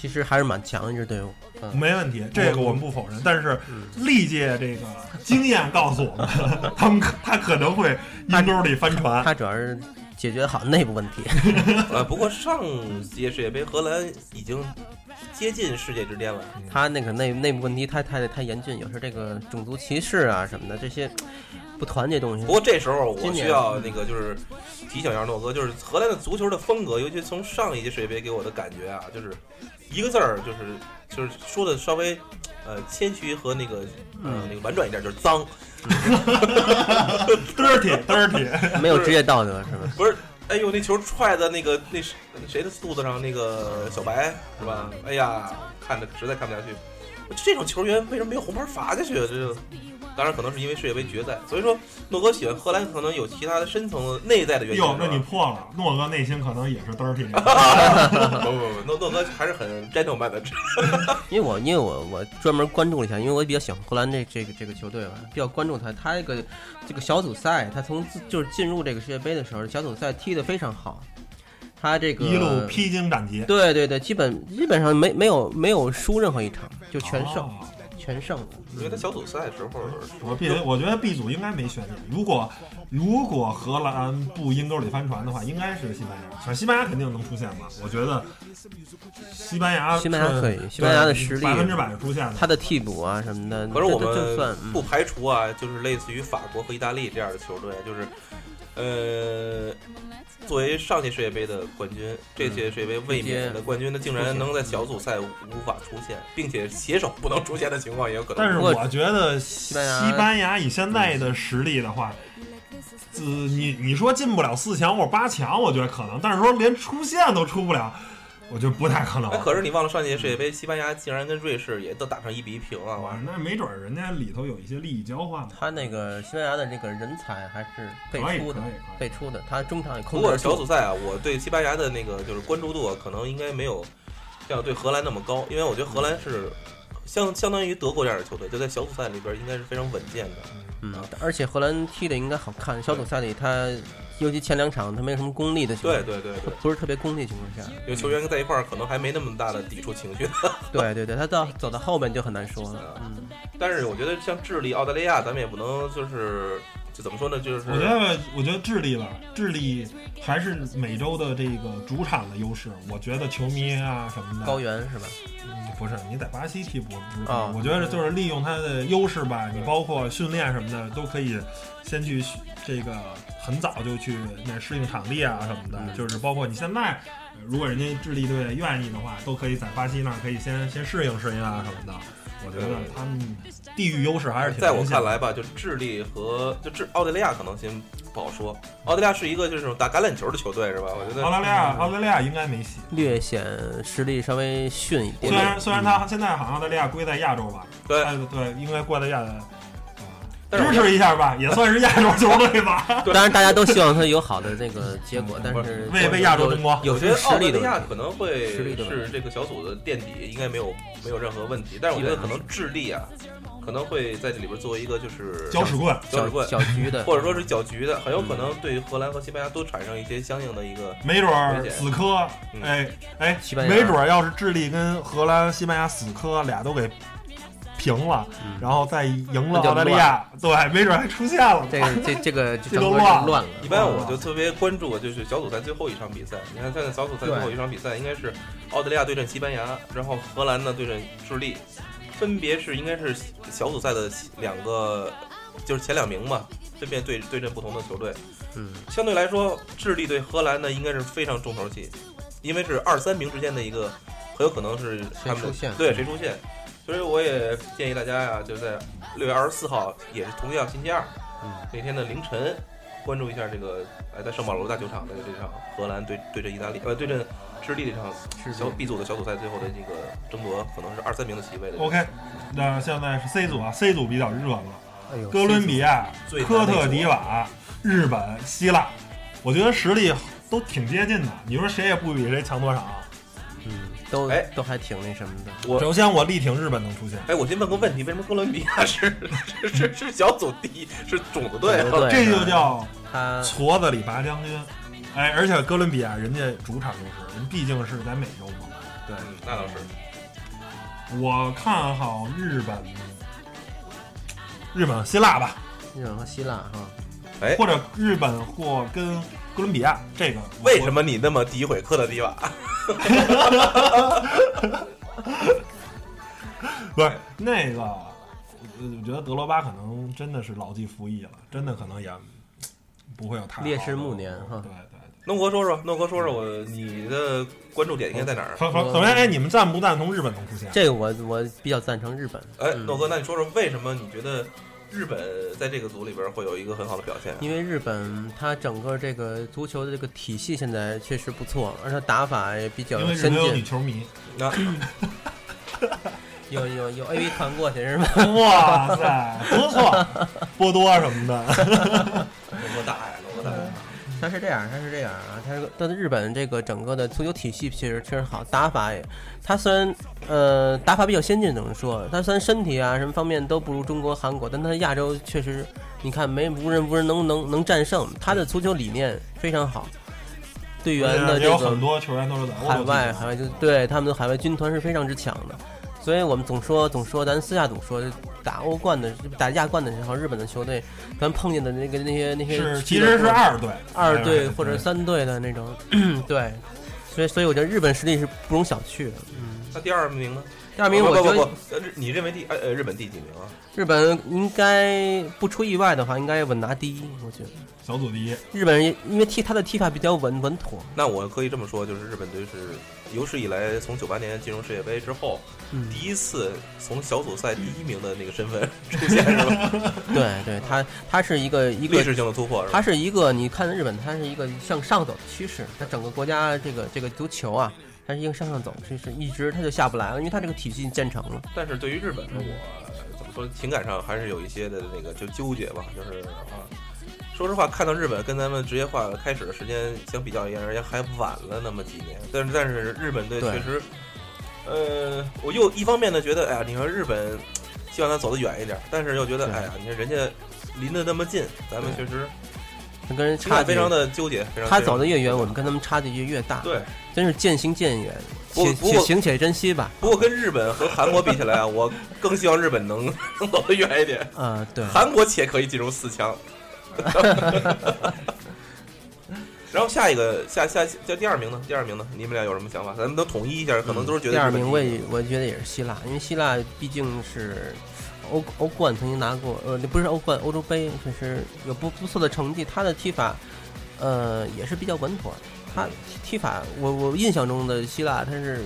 [SPEAKER 3] 其实还是蛮强的一支队伍，嗯
[SPEAKER 1] 没问题，这个我们不否认，但是
[SPEAKER 3] 嗯，
[SPEAKER 1] 历届这个经验告诉我们， 他们可他可能会阴沟里翻船。
[SPEAKER 3] 他主要是解决好内部问题，
[SPEAKER 2] 呃，不过上届世界杯荷兰已经接近世界之巅了。
[SPEAKER 3] 他那个内内部问题太太太严峻，有时候这个种族歧视啊什么的这些不团结东西
[SPEAKER 2] 不，过这时候我
[SPEAKER 3] 今年
[SPEAKER 2] 需要那个就是提醒一下诺哥，就是荷兰的足球的风格，尤其从上一届世界杯给我的感觉啊，就是一个字儿，就是就是说的稍微呃谦虚和那个呃
[SPEAKER 3] 嗯
[SPEAKER 2] 那个婉转一点，就是脏。
[SPEAKER 1] dirty dirty，
[SPEAKER 3] 没有职业道德是吧？
[SPEAKER 2] 不是，哎呦，那球踹在那个那谁那谁的肚子上，那个小白是吧？哎呀，看着实在看不下去，这种球员为什么没有红牌罚下去？这就当然可能是因为世界杯决赛，所以说诺哥喜欢荷兰可能有其他的深层的内在的原因。
[SPEAKER 1] 哟，哎那
[SPEAKER 2] 是吧
[SPEAKER 1] 你破了，诺哥内心可能也是 dirty。
[SPEAKER 2] 不不不，诺诺哥还是很 gentleman 的，
[SPEAKER 3] 因为我因为我我专门关注了一下，因为我比较喜欢荷兰这这个这个球队吧，比较关注他。他这个这个小组赛，他从自就是进入这个世界杯的时候，小组赛踢得非常好。他这个
[SPEAKER 1] 一路披荆斩棘，
[SPEAKER 3] 对对对，基本基本上没没有没有输任何一场，就全胜、
[SPEAKER 1] 哦
[SPEAKER 3] 全胜了。
[SPEAKER 2] 因为他小组赛的时候，
[SPEAKER 1] 我 B，我觉得 B 组应该没悬念。如果如果荷兰不阴沟里翻船的话，应该是西班牙。反正西班牙肯定能出现吧？我觉得西班牙是，
[SPEAKER 3] 西班牙可以西班牙的实力
[SPEAKER 1] 百分之百是出现的。
[SPEAKER 3] 他的替补啊什么的，
[SPEAKER 2] 可是我
[SPEAKER 3] 这这算
[SPEAKER 2] 们
[SPEAKER 3] 嗯
[SPEAKER 2] 不排除啊，就是类似于法国和意大利这样的球队，啊就是，呃，作为上届世界杯的冠军，这
[SPEAKER 3] 嗯
[SPEAKER 2] 届世界杯卫冕的冠军，他竟然能在小组赛无法出现，并且携手不能出现的情况也有可能。
[SPEAKER 1] 但是
[SPEAKER 3] 不过
[SPEAKER 1] 我觉得西
[SPEAKER 3] 班牙
[SPEAKER 1] 班牙以现在的实力的话，呃，你你说进不了四强或者八强，我觉得可能，但是说连出线都出不了，我觉得不太可能
[SPEAKER 2] 哎，。可是你忘了上届世界杯，西班牙竟然跟瑞士也都打成一比一平啊！我
[SPEAKER 3] 嗯
[SPEAKER 1] 哇那没准儿人家里头有一些利益交换嘛。
[SPEAKER 3] 他那个西班牙的这个人才还是辈
[SPEAKER 1] 可以
[SPEAKER 3] 出
[SPEAKER 1] 可
[SPEAKER 3] 的
[SPEAKER 1] 以，可以。
[SPEAKER 3] 辈出的，他中场也
[SPEAKER 2] 如
[SPEAKER 3] 控制
[SPEAKER 2] 果
[SPEAKER 3] 得
[SPEAKER 2] 是小
[SPEAKER 3] 住。
[SPEAKER 2] 组赛啊，我对西班牙的那个就是关注度啊可能应该没有像对荷兰那么高，因为我觉得荷兰是相相当于德国这样的球队，就在小组赛里边应该是非常稳健的。
[SPEAKER 3] 嗯，而且荷兰踢的应该好看，小组赛里他尤其前两场他没有什么功力的情况
[SPEAKER 2] 对，嗯对对对，
[SPEAKER 3] 不是特别功利情况下，
[SPEAKER 2] 有球员在一块儿可能还没那么大的抵触情绪，
[SPEAKER 3] 对对对，他到走到后面就很难说了。嗯，
[SPEAKER 2] 但是我觉得像智利、澳大利亚，咱们也不能就是就怎么说呢，就是
[SPEAKER 1] 我觉得，我觉得智利吧，智利还是美洲的这个主场的优势。我觉得球迷啊什么的，
[SPEAKER 3] 高原是吧？
[SPEAKER 1] 嗯不是你在巴西踢不不是、
[SPEAKER 3] 啊
[SPEAKER 1] 我觉得就是利用它的优势吧，你包括训练什么的都可以先去这个很早就去那适应场地啊什么的，
[SPEAKER 3] 嗯
[SPEAKER 1] 就是包括你现在。呃如果人家智利队愿意的话，都可以在巴西那儿可以先先适应适应啊什么的。我觉得他们地域优势还是挺
[SPEAKER 2] 嗯在我
[SPEAKER 1] 明显
[SPEAKER 2] 看
[SPEAKER 1] 的
[SPEAKER 2] 来吧，就智利和就智澳大利亚可能先不好说，澳大利亚是一个就是打橄榄球的球队是吧？我觉
[SPEAKER 1] 澳
[SPEAKER 2] 得
[SPEAKER 1] 大利亚澳大利亚应该没戏。
[SPEAKER 3] 略显实力稍微逊一
[SPEAKER 1] 虽
[SPEAKER 3] 点
[SPEAKER 1] 然
[SPEAKER 3] 点。嗯
[SPEAKER 1] 虽然他现在好像澳大利亚归在亚洲吧，
[SPEAKER 2] 对
[SPEAKER 1] 哎对，应该归在亚，啊
[SPEAKER 2] 但是
[SPEAKER 1] 支
[SPEAKER 2] 我
[SPEAKER 1] 持一下吧，也算是亚洲球队 吧。
[SPEAKER 3] 当然，大家都希望他有好的那个结果，但
[SPEAKER 1] 不
[SPEAKER 3] 是
[SPEAKER 1] 为为亚洲争光
[SPEAKER 3] 有
[SPEAKER 2] 我觉
[SPEAKER 3] 些
[SPEAKER 2] 得
[SPEAKER 3] 实
[SPEAKER 2] 澳大
[SPEAKER 3] 力的
[SPEAKER 2] 利亚
[SPEAKER 3] 问题
[SPEAKER 2] 可能会
[SPEAKER 3] 实力的问
[SPEAKER 2] 是这个小组的垫底，应该没有没有任何问题。但是我觉得可能智利啊，可能会在这里边作为一个就是
[SPEAKER 1] 搅屎棍
[SPEAKER 2] 搅
[SPEAKER 3] 搅
[SPEAKER 2] 屎棍，
[SPEAKER 3] 搅局的，
[SPEAKER 2] 或者说是搅局的，很有可能对荷兰和西班牙都产生一些相应的一个
[SPEAKER 1] 没准儿
[SPEAKER 2] 理解
[SPEAKER 1] 死磕，
[SPEAKER 2] 嗯
[SPEAKER 1] 哎哎
[SPEAKER 3] 西班，牙
[SPEAKER 1] 没准儿要是智利跟荷兰、西班牙死磕，俩都给平了，
[SPEAKER 3] 嗯
[SPEAKER 1] 然后再赢
[SPEAKER 3] 那
[SPEAKER 1] 了
[SPEAKER 3] 就
[SPEAKER 1] 澳大利亚，对，没准儿还出现了。
[SPEAKER 3] 这个这这个就
[SPEAKER 1] 这
[SPEAKER 3] 整
[SPEAKER 1] 都
[SPEAKER 3] 个就
[SPEAKER 1] 乱了
[SPEAKER 3] 乱了。
[SPEAKER 2] 一般我就特别关注，就是小组赛最后一场比赛。你看，现在小组赛最后一场比赛应该是澳大利亚对阵西班牙，然后荷兰呢对阵智利，分别是应该是小组赛的两个，就是前两名嘛，分别对对阵不同的球队。
[SPEAKER 3] 嗯，
[SPEAKER 2] 相对来说，智利对荷兰呢应该是非常重头戏，因为是二三名之间的一个，很有可能是他们
[SPEAKER 3] 谁出现
[SPEAKER 2] 对谁出现。所以我也建议大家呀、就在六月二十四号，也是同样星期二、
[SPEAKER 3] 嗯
[SPEAKER 2] 那天的凌晨，关注一下这个哎，在圣保罗大球场的这场荷兰对对阵意大利呃对阵智利这场
[SPEAKER 3] 是
[SPEAKER 2] 小 B 组的小组赛最后的这个争夺，可能是二三名的席位的。
[SPEAKER 1] OK，那现在是 C 组啊，C 组比较热闹，
[SPEAKER 3] 哎呦
[SPEAKER 1] 哥伦比亚、
[SPEAKER 2] 最难
[SPEAKER 1] 科
[SPEAKER 2] 那
[SPEAKER 1] 特
[SPEAKER 2] 组
[SPEAKER 1] 迪瓦、日本、希腊，我觉得实力都挺接近的。你说谁也不比谁强多少。啊
[SPEAKER 3] 嗯，都
[SPEAKER 2] 哎
[SPEAKER 3] 都还挺那什么的。
[SPEAKER 2] 我
[SPEAKER 1] 首先我力挺日本能出现，
[SPEAKER 2] 哎，我先问个问题，为什么哥伦比亚是是是是小组第一，是种子队啊？
[SPEAKER 3] 对
[SPEAKER 1] 哦这就叫
[SPEAKER 3] 他
[SPEAKER 1] 矬子里拔将军。哎，而且哥伦比亚人家主场优势，人毕竟是在美洲嘛。
[SPEAKER 3] 对
[SPEAKER 2] 嗯，那倒是。
[SPEAKER 1] 我看好日本，日本、希腊吧，
[SPEAKER 3] 日本和希腊哈，
[SPEAKER 2] 哎
[SPEAKER 1] 或者日本或跟哥伦比亚这个。
[SPEAKER 2] 为什么你那么诋毁科特迪瓦？
[SPEAKER 1] 不是那个？呃我觉得德罗巴可能真的是牢记服役了，真的可能也不会有太好的
[SPEAKER 3] 烈士暮年哈
[SPEAKER 1] 对对对。
[SPEAKER 2] 诺哥说说，诺哥说说我你的关注点应该在哪儿？
[SPEAKER 1] 首首首先，哎，你们赞不赞同日本能出现？
[SPEAKER 3] 这个我我比较赞成日本，
[SPEAKER 2] 哎，
[SPEAKER 3] 嗯
[SPEAKER 2] 诺哥，那你说说为什么你觉得日本在这个组里边会有一个很好的表现啊？
[SPEAKER 3] 因为日本它整个这个足球的这个体系现在确实不错，而且打法也比较
[SPEAKER 1] 因为日
[SPEAKER 3] 先
[SPEAKER 1] 本有女
[SPEAKER 3] 进，
[SPEAKER 1] 球 迷。
[SPEAKER 2] 那
[SPEAKER 3] 有有有 A V 团过去是吧？
[SPEAKER 1] 哇塞，不错，波多什么 的。
[SPEAKER 2] 诺哥大呀，诺哥大呀！
[SPEAKER 3] 它是这样，它是这样啊，它是但是日本这个整个的足球体系其实确实好，打法也，它虽然呃打法比较先进，怎么说？它虽然身体啊什么方面都不如中国、韩国，但它亚洲确实，你看没无人无人能能能战胜，它的足球理念非常好，队员的
[SPEAKER 1] 也
[SPEAKER 3] 这
[SPEAKER 1] 有
[SPEAKER 3] 个
[SPEAKER 1] 很多球员都是在欧洲
[SPEAKER 3] 海外
[SPEAKER 1] 踢球
[SPEAKER 3] 海外就对他们的海外军团是非常之强的，所以我们总说总说，咱私下总说，打欧冠的打亚冠的时候，日本的球队，咱碰见的那个那些那些
[SPEAKER 1] 是其
[SPEAKER 3] 俱乐
[SPEAKER 1] 实是
[SPEAKER 3] 部
[SPEAKER 1] 二队，
[SPEAKER 3] 二队
[SPEAKER 1] 对
[SPEAKER 3] 或
[SPEAKER 1] 对
[SPEAKER 3] 者三队的那种， 对，所以所以我觉得日本实力是不容小觑的。嗯，
[SPEAKER 2] 那第二名呢？
[SPEAKER 3] 第二名
[SPEAKER 2] 不
[SPEAKER 3] 我觉
[SPEAKER 2] 不
[SPEAKER 3] 得
[SPEAKER 2] 不，呃日你认为第呃呃日本第几名啊？
[SPEAKER 3] 日本应该不出意外的话，应该稳拿第一。我觉得
[SPEAKER 1] 小组第一，
[SPEAKER 3] 日本人因为踢他的踢法比较稳稳妥，
[SPEAKER 2] 那我可以这么说，就是日本队是有史以来从九八年进入世界杯之后，
[SPEAKER 3] 嗯，
[SPEAKER 2] 第一次从小组赛第一名的那个身份 出现，是吧？
[SPEAKER 3] 对对，他他是一个 一
[SPEAKER 2] 历
[SPEAKER 3] 个
[SPEAKER 2] 史性的突破，是吧？
[SPEAKER 3] 它是一个，你看日本，它是一个向上走的趋势。它整个国家这个这个足球啊，它是一个向上走趋势，一直它就下不来了，因为它这个体系建成了。
[SPEAKER 2] 但是对于日本，我怎么说，情感上还是有一些的那个就纠结吧，就是啊，说实话，看到日本跟咱们职业化开始的时间相比较而言，而言还晚了那么几年。但是但是日本队
[SPEAKER 3] 对
[SPEAKER 2] 确实，呃，我又一方面呢觉得，哎呀，你说日本希望他走得远一点，但是又觉得，
[SPEAKER 3] 对
[SPEAKER 2] 哎呀，你看人家离得那么近，咱们确
[SPEAKER 3] 对
[SPEAKER 2] 实
[SPEAKER 3] 它跟人
[SPEAKER 2] 情
[SPEAKER 3] 差
[SPEAKER 2] 感
[SPEAKER 3] 距
[SPEAKER 2] 非，常的纠结，非常
[SPEAKER 3] 他
[SPEAKER 2] 非常
[SPEAKER 3] 走得越
[SPEAKER 2] 纠
[SPEAKER 3] 远，
[SPEAKER 2] 结
[SPEAKER 3] 我们跟他们差距越越大。，
[SPEAKER 2] 对。
[SPEAKER 3] 真是渐行渐远，
[SPEAKER 2] 不
[SPEAKER 3] 且
[SPEAKER 2] 不
[SPEAKER 3] 且行且珍惜吧。
[SPEAKER 2] 不过跟日本和韩国比起来啊，我更希望日本能 能走得远一点。
[SPEAKER 3] 啊、对，
[SPEAKER 2] 韩国且可以进入四强。然后下一个下下叫第二名呢？第二名呢？你们俩有什么想法？咱们都统一一下，可能都是觉得
[SPEAKER 3] 嗯第二
[SPEAKER 2] 日本
[SPEAKER 3] 名
[SPEAKER 2] 第
[SPEAKER 3] 我也我觉得也是希腊，因为希腊毕竟是欧欧冠曾经拿过，呃，不是欧冠，欧洲杯确实有不不错的成绩。他的踢法，呃，也是比较稳妥。他踢踢法，我我印象中的希腊他是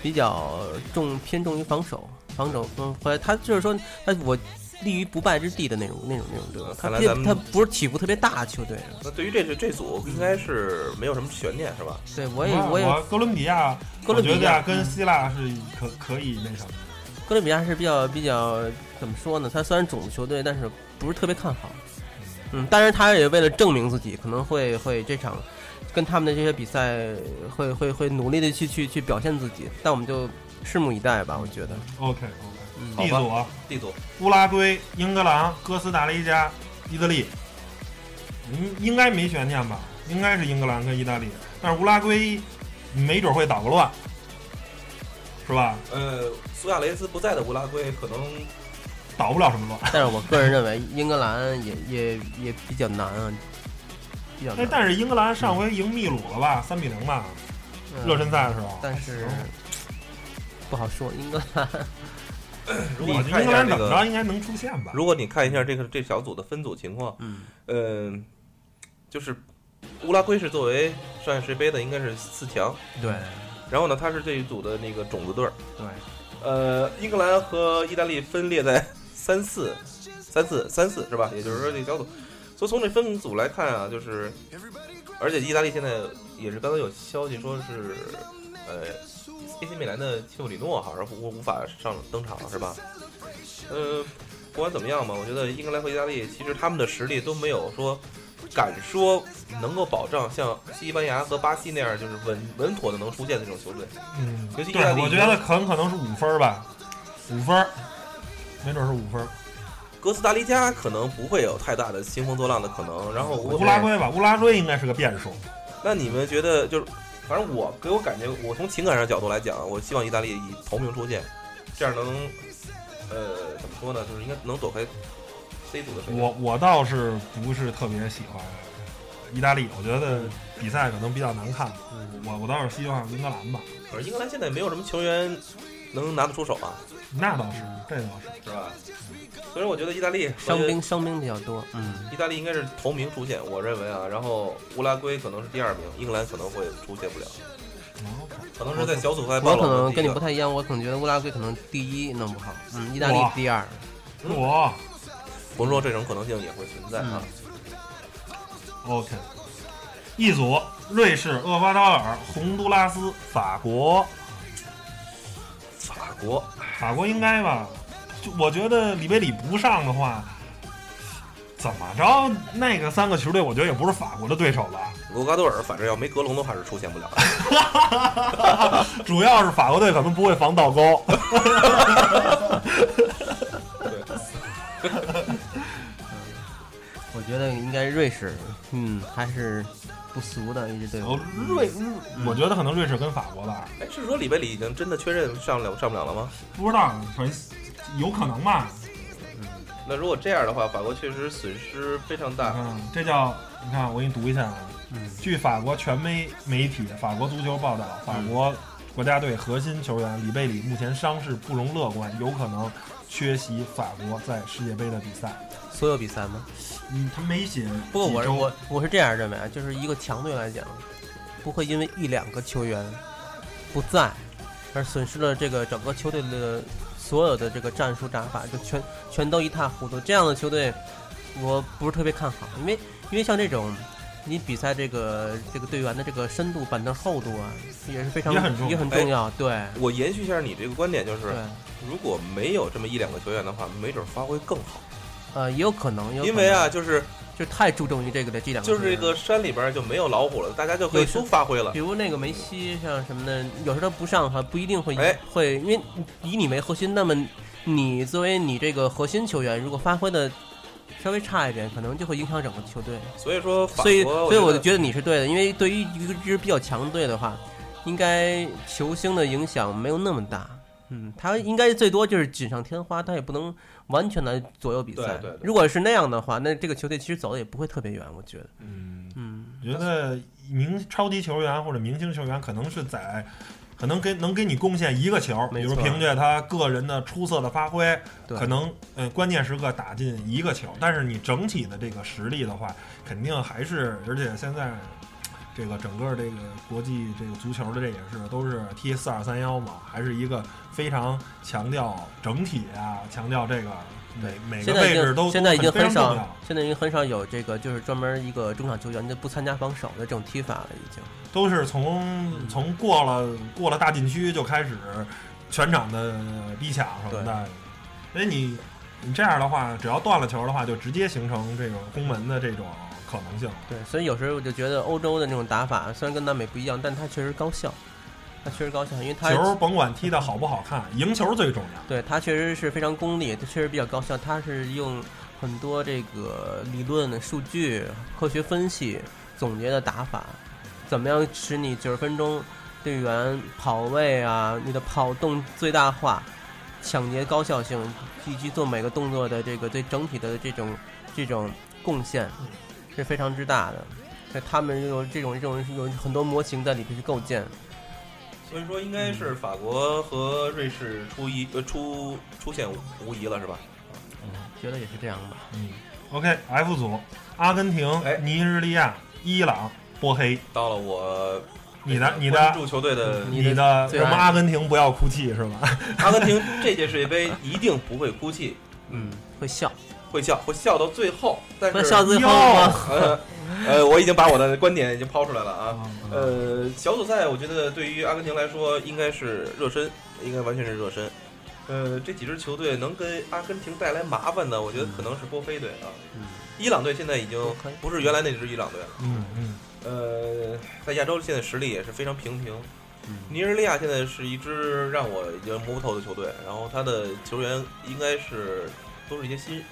[SPEAKER 3] 比较重偏重于防守，防守嗯，后来他就是说他我。立于不败之地的那种、那种、那种队伍，他
[SPEAKER 2] 看来
[SPEAKER 3] 踢
[SPEAKER 2] 咱们
[SPEAKER 3] 他不是体幅特别大的球队。
[SPEAKER 2] 那对于这这这组应该是没有什么悬念是吧？
[SPEAKER 3] 对，我也我也
[SPEAKER 1] 我哥伦比亚，
[SPEAKER 3] 哥伦比亚嗯
[SPEAKER 1] 我觉得啊跟希腊是可可以那什么，
[SPEAKER 3] 哥伦比亚是比较比较怎么说呢？他虽然种子球队，但是不是特别看好。嗯，当然他也为了证明自己，可能会会这场跟他们的这些比赛会会会努力的去去去表现自己。但我们就拭目以待吧，我觉得。
[SPEAKER 1] OK
[SPEAKER 3] 嗯
[SPEAKER 1] OK，D 组啊，
[SPEAKER 2] D 组
[SPEAKER 1] 乌拉圭、英格兰、哥斯达黎加、意大利，嗯，应该没悬念吧？应该是英格兰跟意大利，但是乌拉圭没准会捣个乱，是吧？
[SPEAKER 2] 呃，苏亚雷斯不在的乌拉圭可能
[SPEAKER 1] 捣不了什么乱。
[SPEAKER 3] 但是我个人认为英格兰也也也比较难啊，比较
[SPEAKER 1] 哎
[SPEAKER 3] 难，。
[SPEAKER 1] 但是英格兰上回赢秘鲁了吧？三比零吧，
[SPEAKER 3] 嗯
[SPEAKER 1] 热身，赛的时候。
[SPEAKER 3] 但是不好说，英格兰
[SPEAKER 2] 如
[SPEAKER 1] 我
[SPEAKER 2] 果
[SPEAKER 1] 觉得嗯英
[SPEAKER 2] 你看一
[SPEAKER 1] 格
[SPEAKER 2] 下
[SPEAKER 1] 兰
[SPEAKER 2] 这
[SPEAKER 1] 怎么着
[SPEAKER 2] 个，
[SPEAKER 1] 应该能出线吧？
[SPEAKER 2] 如果你看一下这个这小组的分组情况，
[SPEAKER 3] 嗯
[SPEAKER 2] 嗯，就是乌拉圭是作为上海世界杯的应该是四强，
[SPEAKER 3] 对
[SPEAKER 2] 然后呢，他是这一组的那个种子队儿，
[SPEAKER 3] 对，
[SPEAKER 2] 呃，英格兰和意大利分列在三四、三四、三四是吧？也就是说这个小组，所以从这分组来看啊，就是，而且意大利现在也是刚才有消息说是，呃，AC 米兰的切布里诺好像是无无法上登场了是吧？呃，不管怎么样吧，我觉得英格兰和意大利其实他们的实力都没有说。敢说能够保障像西班牙和巴西那样就是稳稳妥的能出线的这种球队，
[SPEAKER 1] 嗯，
[SPEAKER 2] 尤
[SPEAKER 1] 对
[SPEAKER 2] 其意大，利
[SPEAKER 1] 我觉得很可能是五分儿吧，五分儿，没准是五分儿。
[SPEAKER 2] 哥斯达黎加可能不会有太大的兴风作浪的可能。然后我
[SPEAKER 1] 乌拉，圭吧，乌拉圭应该是个变数。
[SPEAKER 2] 那你们觉得就是，反正我给我感觉，我从情感上角度来讲，我希望意大利以头名出现，这样能，呃，怎么说呢，就是应该能躲开 C 组的水。
[SPEAKER 1] 我我倒是不是特别喜欢意大利，我觉得比赛可能比较难看。我我倒是希望英格兰吧，
[SPEAKER 2] 反正英格兰现在没有什么球员能拿得出手啊，
[SPEAKER 1] 那倒是，这倒是。
[SPEAKER 2] 是吧？所以我觉得意大利
[SPEAKER 3] 伤，
[SPEAKER 2] 我觉
[SPEAKER 3] 兵伤兵比较多，嗯，
[SPEAKER 2] 得意大利应该是头名出现，我认为啊。然后乌拉圭可能是第二名，英格兰可能会出现不了，可能是在小组赛
[SPEAKER 3] 我
[SPEAKER 2] 暴露
[SPEAKER 3] 可
[SPEAKER 2] 的
[SPEAKER 3] 能
[SPEAKER 2] 第一
[SPEAKER 3] 跟你不
[SPEAKER 2] 个
[SPEAKER 3] 太一样，我可能觉得乌拉圭可能第一弄不好，嗯，意大利
[SPEAKER 1] 哇
[SPEAKER 3] 第二，
[SPEAKER 1] 我
[SPEAKER 2] 甭说这种可能性也会存在啊。
[SPEAKER 3] 嗯
[SPEAKER 1] OK，一组瑞士、厄瓜多尔、洪都拉斯、法国，
[SPEAKER 2] 法国，
[SPEAKER 1] 法国应该吧？就我觉得里贝里不上的话，怎么着那个三个球队，我觉得也不是法国的对手吧。
[SPEAKER 2] 厄瓜多尔反正要没格隆的话是出现不了的。
[SPEAKER 1] 主要是法国队可能不会防倒钩。
[SPEAKER 3] 我觉得应该瑞士，嗯，还是不俗的一支队伍，
[SPEAKER 1] 瑞，我觉得可能瑞士跟法国吧，
[SPEAKER 2] 哎，是说里贝里已经真的确认上不了上不了了吗？
[SPEAKER 1] 不知道，反正有可能吧。
[SPEAKER 2] 那如果这样的话，法国确实损失非常
[SPEAKER 1] 你
[SPEAKER 3] 嗯
[SPEAKER 2] 大。
[SPEAKER 1] 看，嗯这叫你看，我给你读一下啊。据法国全媒媒体《法国足球》报道，法国国家队核心球员里贝里目前伤势不容乐观，有可能缺席法国在世界杯的比赛。
[SPEAKER 3] 所有比赛吗？
[SPEAKER 1] 嗯，他没写。
[SPEAKER 3] 不过我是我我是这样认为啊，就是一个强队来讲，不会因为一两个球员不在而损失了这个整个球队的所有的这个战术打法，就全全都一塌糊涂。这样的球队我不是特别看好，因为因为像这种。你比赛这个这个队员的这个深度、板凳厚度啊，也是非常
[SPEAKER 1] 也很重要
[SPEAKER 3] 也很重要。对
[SPEAKER 2] 我延续一下你这个观点，就是
[SPEAKER 3] 对，
[SPEAKER 2] 如果没有这么一两个球员的话，没准发挥更好。
[SPEAKER 3] 呃，也有可能，也有可能
[SPEAKER 2] 因为啊，，就是
[SPEAKER 3] 就太注重于这个的这两个
[SPEAKER 2] 就是
[SPEAKER 3] 球
[SPEAKER 2] 这
[SPEAKER 3] 员
[SPEAKER 2] 个山里边就没有老虎了，大家就可以
[SPEAKER 3] 对是
[SPEAKER 2] 都发挥了
[SPEAKER 3] 比。如那个梅西像什么的，有时候他不上哈，不一定会、
[SPEAKER 2] 哎
[SPEAKER 3] 会，因为以你为核心，那么你作为你这个核心球员，如果发挥的稍微差一点，可能就会影响整个球队。
[SPEAKER 2] 所以说法国，
[SPEAKER 3] 所以，所以我就
[SPEAKER 2] 觉
[SPEAKER 3] 觉得你是对的，因为对于一个支比较强队的话，应该球星的影响没有那么大。嗯，他应该最多就是锦上添花，他也不能完全来左右比赛。
[SPEAKER 2] 对对对
[SPEAKER 3] 如果是那样的话，那这个球队其实走的也不会特别远，我觉得。
[SPEAKER 1] 嗯，
[SPEAKER 3] 嗯，
[SPEAKER 1] 我觉得明超级球员或者明星球员可能是在。可能给能给你贡献一个球，比
[SPEAKER 3] 没
[SPEAKER 1] 如
[SPEAKER 3] 错
[SPEAKER 1] 凭借他个人的出色的发挥，
[SPEAKER 3] 对，
[SPEAKER 1] 可能呃关键时刻打进一个球，但是你整体的这个实力的话，肯定还是，而且现在这个整个这个国际这个足球的这也是都是踢四二三幺嘛，还是一个非常强调整体啊，强调这个每每个
[SPEAKER 3] 现在已
[SPEAKER 1] 位
[SPEAKER 3] 经
[SPEAKER 1] 置都
[SPEAKER 3] 现在已
[SPEAKER 1] 都
[SPEAKER 3] 经
[SPEAKER 1] 很
[SPEAKER 3] 很
[SPEAKER 1] 非常重
[SPEAKER 3] 少
[SPEAKER 1] 要，
[SPEAKER 3] 现在已经很少有这个就是专门一个中场球员就不参加防守的这种踢法了，已经。
[SPEAKER 1] 都是从从过了过了大禁区就开始全场的逼抢什么的。所以你你这样的话，只要断了球的话，就直接形成这个攻门的这种可能性。
[SPEAKER 3] 对，所以有时候我就觉得欧洲的那种打法虽然跟南美不一样，但它确实高效。他确实高效，因为他
[SPEAKER 1] 球甭管踢的好不好看，赢球最重要。
[SPEAKER 3] 对他确实是非常功利，他确实比较高效，他是用很多这个理论、数据、科学分析总结的打法，怎么样使你九十分钟队员跑位啊，你的跑动最大化，抢劫高效性，以及做每个动作的这个对整体的这种这种贡献是非常之大的。所以他们有这种这种有很多模型在里边去构建，
[SPEAKER 2] 所以说应该是法国和瑞士出一呃出出现无疑了是吧？
[SPEAKER 3] 觉得也是这样吧。
[SPEAKER 1] 嗯，OK，F 组，阿根廷、
[SPEAKER 2] 哎
[SPEAKER 1] 尼日利亚、伊朗、波黑，
[SPEAKER 2] 到了我呃
[SPEAKER 1] 你的你
[SPEAKER 2] 哎关
[SPEAKER 1] 的
[SPEAKER 2] 注球队的
[SPEAKER 3] 你的
[SPEAKER 1] 你的
[SPEAKER 3] 最
[SPEAKER 1] 什
[SPEAKER 3] 爱
[SPEAKER 1] 么阿根廷不要哭泣是吧？
[SPEAKER 2] 阿根廷这届世界杯一定不会哭泣，
[SPEAKER 3] 嗯，会笑，
[SPEAKER 2] 会笑，会笑到最后。但
[SPEAKER 3] 会
[SPEAKER 2] 是
[SPEAKER 3] 笑最后
[SPEAKER 1] 哟
[SPEAKER 3] 吗？
[SPEAKER 2] 呃呃，我已经把我的观点已经抛出来了啊。
[SPEAKER 1] 嗯
[SPEAKER 2] 呃，小组赛我觉得对于阿根廷来说应该是热身，应该完全是热身。呃，这几支球队能跟阿根廷带来麻烦的，我觉得可能是波菲队啊。
[SPEAKER 3] 嗯
[SPEAKER 2] 伊朗队现在已经
[SPEAKER 3] 波菲
[SPEAKER 2] 不是原来那支伊朗队了。
[SPEAKER 1] 嗯嗯，
[SPEAKER 2] 呃，在亚洲现在实力也是非常平平。
[SPEAKER 3] 嗯
[SPEAKER 2] 尼日利亚现在是一支让我已经摸不透的球队，然后他的球员应该是都是一些新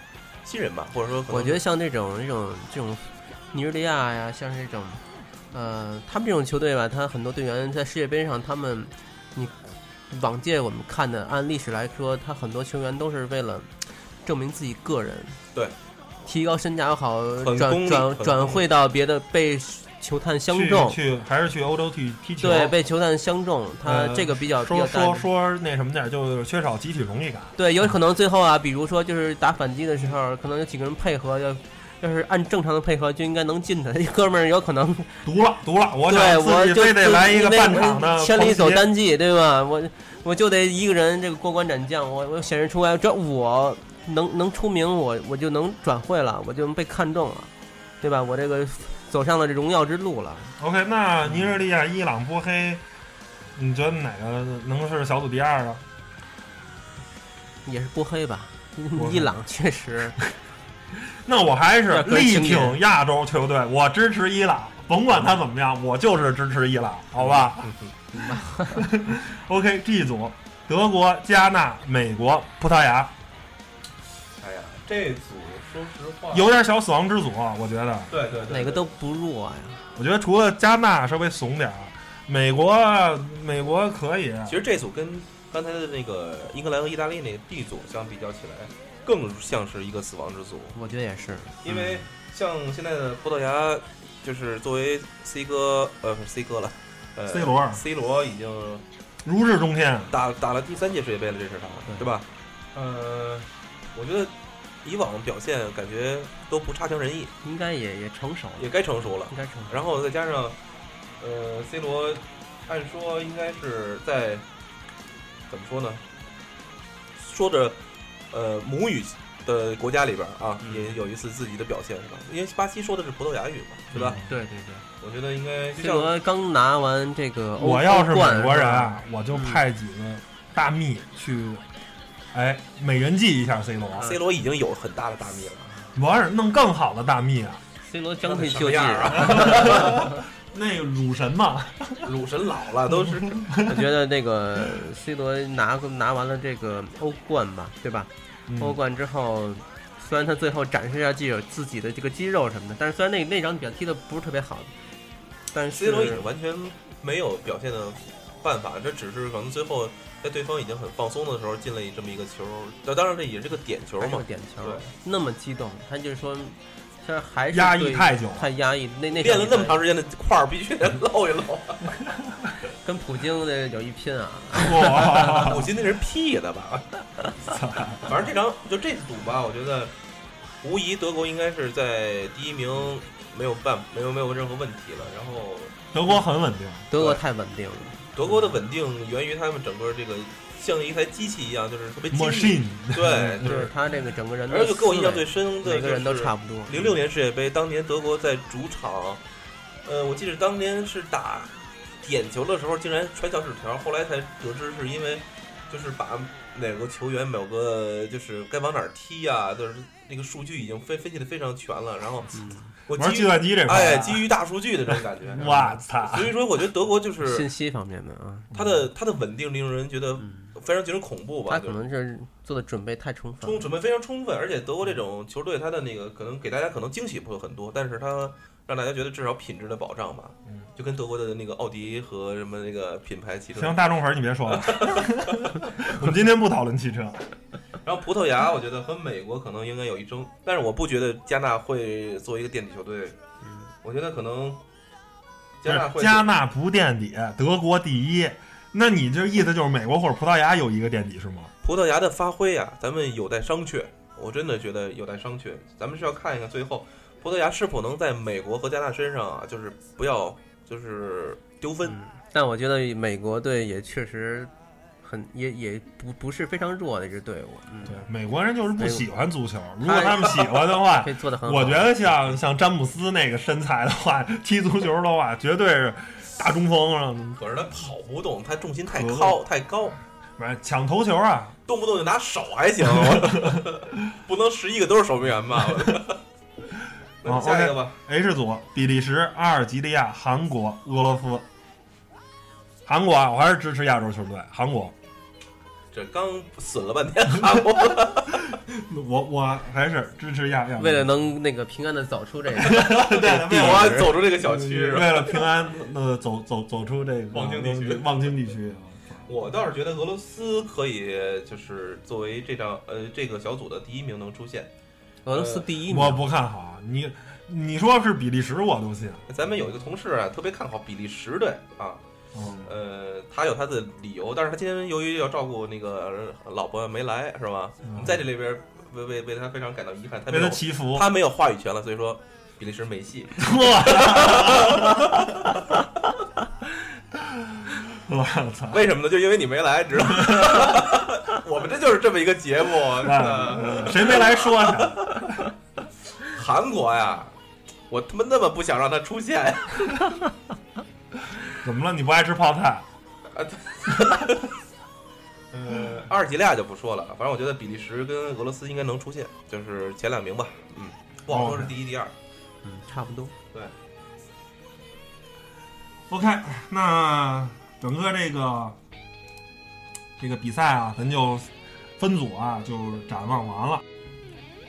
[SPEAKER 2] 新人吧，或者说可能
[SPEAKER 3] 我觉得像这种这种这种尼日利亚呀，像是这种，呃，他们这种球队吧，他很多队员在世界杯上，他们你往届我们看的，按历史来说，他很多球员都是为了证明自己个人，
[SPEAKER 2] 对，
[SPEAKER 3] 提高身价也好，
[SPEAKER 2] 很功利
[SPEAKER 3] 转
[SPEAKER 2] 很
[SPEAKER 3] 转
[SPEAKER 2] 功利
[SPEAKER 3] 转会到别的被球探相中，
[SPEAKER 1] 去去还是去欧洲踢踢球，
[SPEAKER 3] 对，被球探相中，他
[SPEAKER 1] 呃
[SPEAKER 3] 这个比较、比
[SPEAKER 1] 说
[SPEAKER 3] 较大
[SPEAKER 1] 说
[SPEAKER 3] 的
[SPEAKER 1] 说那什么点儿，就是缺少集体荣誉感。
[SPEAKER 3] 对，有可能最后啊，比如说就是打反击的时候，可能有几个人配合，要要是按正常的配合就应该能进的。 一哥们儿有可能，
[SPEAKER 1] 毒了毒了，我
[SPEAKER 3] 对
[SPEAKER 1] 想
[SPEAKER 3] 我
[SPEAKER 1] 自己
[SPEAKER 3] 就
[SPEAKER 1] 非得
[SPEAKER 3] 就
[SPEAKER 1] 来一个
[SPEAKER 3] 因为
[SPEAKER 1] 半场的
[SPEAKER 3] 千
[SPEAKER 1] 狂
[SPEAKER 3] 里走
[SPEAKER 1] 袭
[SPEAKER 3] 单骑，对吧？我我就得一个人这个过关斩将，我我显示出来，这我能能出名，我我就能转会了，我就能被看中了，对吧？我这个走上了这荣耀之路了。
[SPEAKER 1] OK，那尼日利亚、伊朗、波黑，你觉得哪个能是小组第二啊？
[SPEAKER 3] 也是波黑吧
[SPEAKER 1] 波，黑
[SPEAKER 3] 伊朗 确实，
[SPEAKER 1] 那我还是
[SPEAKER 3] 那可以
[SPEAKER 1] 力
[SPEAKER 3] 轻点
[SPEAKER 1] 挺亚洲球队，我支持伊朗，甭管他怎么样，我就是支持伊朗，好吧？OK，G 组，德国、加纳、美国、葡萄牙，
[SPEAKER 2] 哎呀，这组说实话
[SPEAKER 1] 有点小死亡之组啊，我觉得。
[SPEAKER 2] 对对对
[SPEAKER 3] 哪个都不弱呀。
[SPEAKER 1] 我觉得除了加纳稍微怂点儿，美国美国可以，啊
[SPEAKER 2] 其实这组跟刚才的那个英格兰和意大利那个 B 组相比较起来，更像是一个死亡之组，
[SPEAKER 3] 我觉得也是，
[SPEAKER 2] 因为像现在的葡萄牙，就是作为 C 哥呃不是 C 哥了，呃
[SPEAKER 1] C 罗
[SPEAKER 2] ，C 罗已经
[SPEAKER 1] 如日中天。
[SPEAKER 2] 打打了第三届世界杯了，这是他，
[SPEAKER 3] 对
[SPEAKER 2] 对吧？呃，我觉得以往表现感觉都不差强人意，
[SPEAKER 3] 应该也也成熟了，
[SPEAKER 2] 也该成熟了。
[SPEAKER 3] 应该成熟。
[SPEAKER 2] 然后再加上，呃，C 罗，按说应该是在怎么说呢？说着，呃，母语的国家里边儿啊，
[SPEAKER 3] 嗯
[SPEAKER 2] 也有一次自己的表现，是吧？因为巴西说的是葡萄牙语嘛，对吧？
[SPEAKER 3] 对对对。
[SPEAKER 2] 我觉得应该就
[SPEAKER 3] C
[SPEAKER 2] 像
[SPEAKER 3] 罗刚拿完这个
[SPEAKER 2] 哦
[SPEAKER 3] 欧
[SPEAKER 1] 我要是
[SPEAKER 3] 欧冠
[SPEAKER 1] 美国人
[SPEAKER 3] 吧
[SPEAKER 1] 啊，我就
[SPEAKER 2] 嗯
[SPEAKER 1] 派几个大蜜去，哎，每人记一下 C 罗，
[SPEAKER 2] C 罗已经有很大的大秘了。
[SPEAKER 1] 我要是弄更好的大蜜啊，
[SPEAKER 3] ，C 罗将退
[SPEAKER 2] 什
[SPEAKER 3] 就
[SPEAKER 2] 么
[SPEAKER 3] 义，
[SPEAKER 2] 样儿啊
[SPEAKER 1] 那个乳神嘛，
[SPEAKER 2] 鲁神老了，都是
[SPEAKER 3] 我觉得那个 C 罗拿过拿完了这个欧冠吧，对吧？
[SPEAKER 1] 嗯
[SPEAKER 2] 嗯哦
[SPEAKER 3] 欧冠之后，虽然他最后展示一下自己有自己的这个肌肉什么的，但是虽然那那场比赛踢的不是特别好，但
[SPEAKER 2] C
[SPEAKER 3] 是
[SPEAKER 2] 罗已经完全没有表现的办法，这只是可能最后在对方已经很放松的时候进了这么一个球，那当然这也是个点球
[SPEAKER 3] 还是
[SPEAKER 2] 嘛
[SPEAKER 3] 个，点球
[SPEAKER 2] 对，
[SPEAKER 3] 那么激动，他就是说，他还是
[SPEAKER 1] 压抑
[SPEAKER 3] 对
[SPEAKER 1] 太久了，
[SPEAKER 3] 太压抑，那那
[SPEAKER 2] 练了
[SPEAKER 3] 场比赛
[SPEAKER 2] 那么长时间的块儿必须得露一 露。
[SPEAKER 3] 跟普京的有一拼啊，
[SPEAKER 1] 哇
[SPEAKER 2] 我寻思那是 P 的 吧，反正这场就这组吧，我觉得无疑德国应该是在第一名，没有办没有没有任何问题了。然后
[SPEAKER 1] 德国很 稳定，
[SPEAKER 3] 德国太稳定了，
[SPEAKER 2] 德国的稳定源于他们整个这个像一台机器一样，就是特别精密。
[SPEAKER 1] machine，
[SPEAKER 2] 对，就
[SPEAKER 3] 就是是他这个整个人的
[SPEAKER 2] 而且给我印象
[SPEAKER 3] 思
[SPEAKER 2] 最
[SPEAKER 3] 维
[SPEAKER 2] 深的，
[SPEAKER 3] 每个人都差。不多，
[SPEAKER 2] 零六年世界杯，当年德国在主场，呃，我记得当年是打点球的时候，竟然传小纸条，后来才得知是因为就是把哪个球员某个就是该往哪儿踢呀、就是那个数据已经分分析的非常全了。然后
[SPEAKER 3] 嗯
[SPEAKER 2] 我
[SPEAKER 1] 玩
[SPEAKER 2] 基
[SPEAKER 1] 计
[SPEAKER 2] 于
[SPEAKER 1] 算机这块儿
[SPEAKER 2] 哎
[SPEAKER 1] 啊，
[SPEAKER 2] 基于大数据的这种感觉，
[SPEAKER 1] 我操！
[SPEAKER 2] 所以说我觉得德国就是
[SPEAKER 3] 信息方面的啊，
[SPEAKER 2] 它的它的稳定令人觉得
[SPEAKER 3] 嗯，
[SPEAKER 2] 非常觉得恐怖吧，
[SPEAKER 3] 他
[SPEAKER 2] 就
[SPEAKER 3] 可
[SPEAKER 2] 是
[SPEAKER 3] 能是做的准备太充分嗯
[SPEAKER 2] 充
[SPEAKER 3] 了，
[SPEAKER 2] 准备非常充分，而且德国这种球队，他的那个可能给大家可能惊喜不会很多，但是他让大家觉得至少品质的保障吧
[SPEAKER 1] 嗯，
[SPEAKER 2] 就跟德国的那个奥迪和什么那个品牌汽车。
[SPEAKER 1] 行，大众粉儿你别说 了，我们今天不讨论汽车。
[SPEAKER 2] 然后葡萄牙，我觉得和美国可能应该有一争，但是我不觉得加纳会作为一个垫底球队，我觉得可能加纳会
[SPEAKER 1] 嗯加纳不垫底，德国第一。那你这意思就是美国或者葡萄牙有一个垫底是吗？
[SPEAKER 2] 葡萄牙的发挥啊，咱们有待商榷。我真的觉得有待商榷，咱们是要看一看最后葡萄牙是否能在美国和加纳身上啊，就是不要就是丢分。
[SPEAKER 3] 嗯，但我觉得美国队也确实很也也不不是非常弱的一支队伍，嗯，
[SPEAKER 1] 对，美国人就是不喜欢足球。
[SPEAKER 3] 哎
[SPEAKER 1] 如果他们喜欢的 话
[SPEAKER 3] 可，以做的很好。
[SPEAKER 1] 我觉得像像詹姆斯那个身材的话，踢足球的话，绝对是大中锋上，
[SPEAKER 2] 可是他跑不动，他重心太高太高，
[SPEAKER 1] 反正抢头球啊。
[SPEAKER 2] 动不动就拿手还行，
[SPEAKER 3] 哦
[SPEAKER 2] 我不能十一个都是守门员吧？ 我那
[SPEAKER 1] 哦
[SPEAKER 2] 你下一个吧，
[SPEAKER 1] H 组：比利时、阿尔及利亚、韩国、俄罗斯。韩国啊，我还是支持亚洲球队。韩国，
[SPEAKER 2] 这刚损了半天 韩国，
[SPEAKER 1] 我我还是支持亚亚洲。
[SPEAKER 3] 为了能那个平安的走出这个
[SPEAKER 1] 对
[SPEAKER 3] 这个
[SPEAKER 1] 为
[SPEAKER 3] 地
[SPEAKER 1] 了
[SPEAKER 2] 我
[SPEAKER 3] 址，
[SPEAKER 2] 走出这个小区是吧？
[SPEAKER 1] 为了平安，呃，走走走出这个
[SPEAKER 2] 望京地区
[SPEAKER 1] 望京地区。
[SPEAKER 2] 我倒是觉得俄罗斯可以，就是作为这场呃这个小组的第一名能出现。
[SPEAKER 3] 俄
[SPEAKER 2] 呃
[SPEAKER 3] 罗斯第一
[SPEAKER 1] 我
[SPEAKER 3] 名，
[SPEAKER 1] 不看好啊你，你说是比利时我都信。
[SPEAKER 2] 咱们有一个同事啊，特别看好比利时队啊，
[SPEAKER 1] 嗯，
[SPEAKER 2] 呃，他有他的理由，但是他今天由于要照顾那个呃老婆没来，是吧？我们在这里边儿为为为他非常感到遗憾，他
[SPEAKER 1] 嗯
[SPEAKER 2] 没
[SPEAKER 1] 为
[SPEAKER 2] 有
[SPEAKER 1] 他祈福。
[SPEAKER 2] 他没有话语权了，所以说比利时没戏。
[SPEAKER 1] 我操！
[SPEAKER 2] 为什么呢？就因为你没来，知道吗？ 我们这就是这么一个节目。
[SPEAKER 1] 嗯
[SPEAKER 2] 呃
[SPEAKER 1] 那谁没来说 呢？
[SPEAKER 2] 韩国呀，我他妈那么不想让他出现呀。
[SPEAKER 1] 怎么了？你不爱吃泡菜？
[SPEAKER 2] 呃，阿尔及利亚就不说了，反正我觉得比利时跟俄罗斯应该能出现，就是前两名吧。嗯，不好说是第一、第
[SPEAKER 1] 哦
[SPEAKER 2] 二。
[SPEAKER 3] 嗯，差不多。
[SPEAKER 1] OK，那整个这个这个比赛啊，咱就分组啊，就展望完了。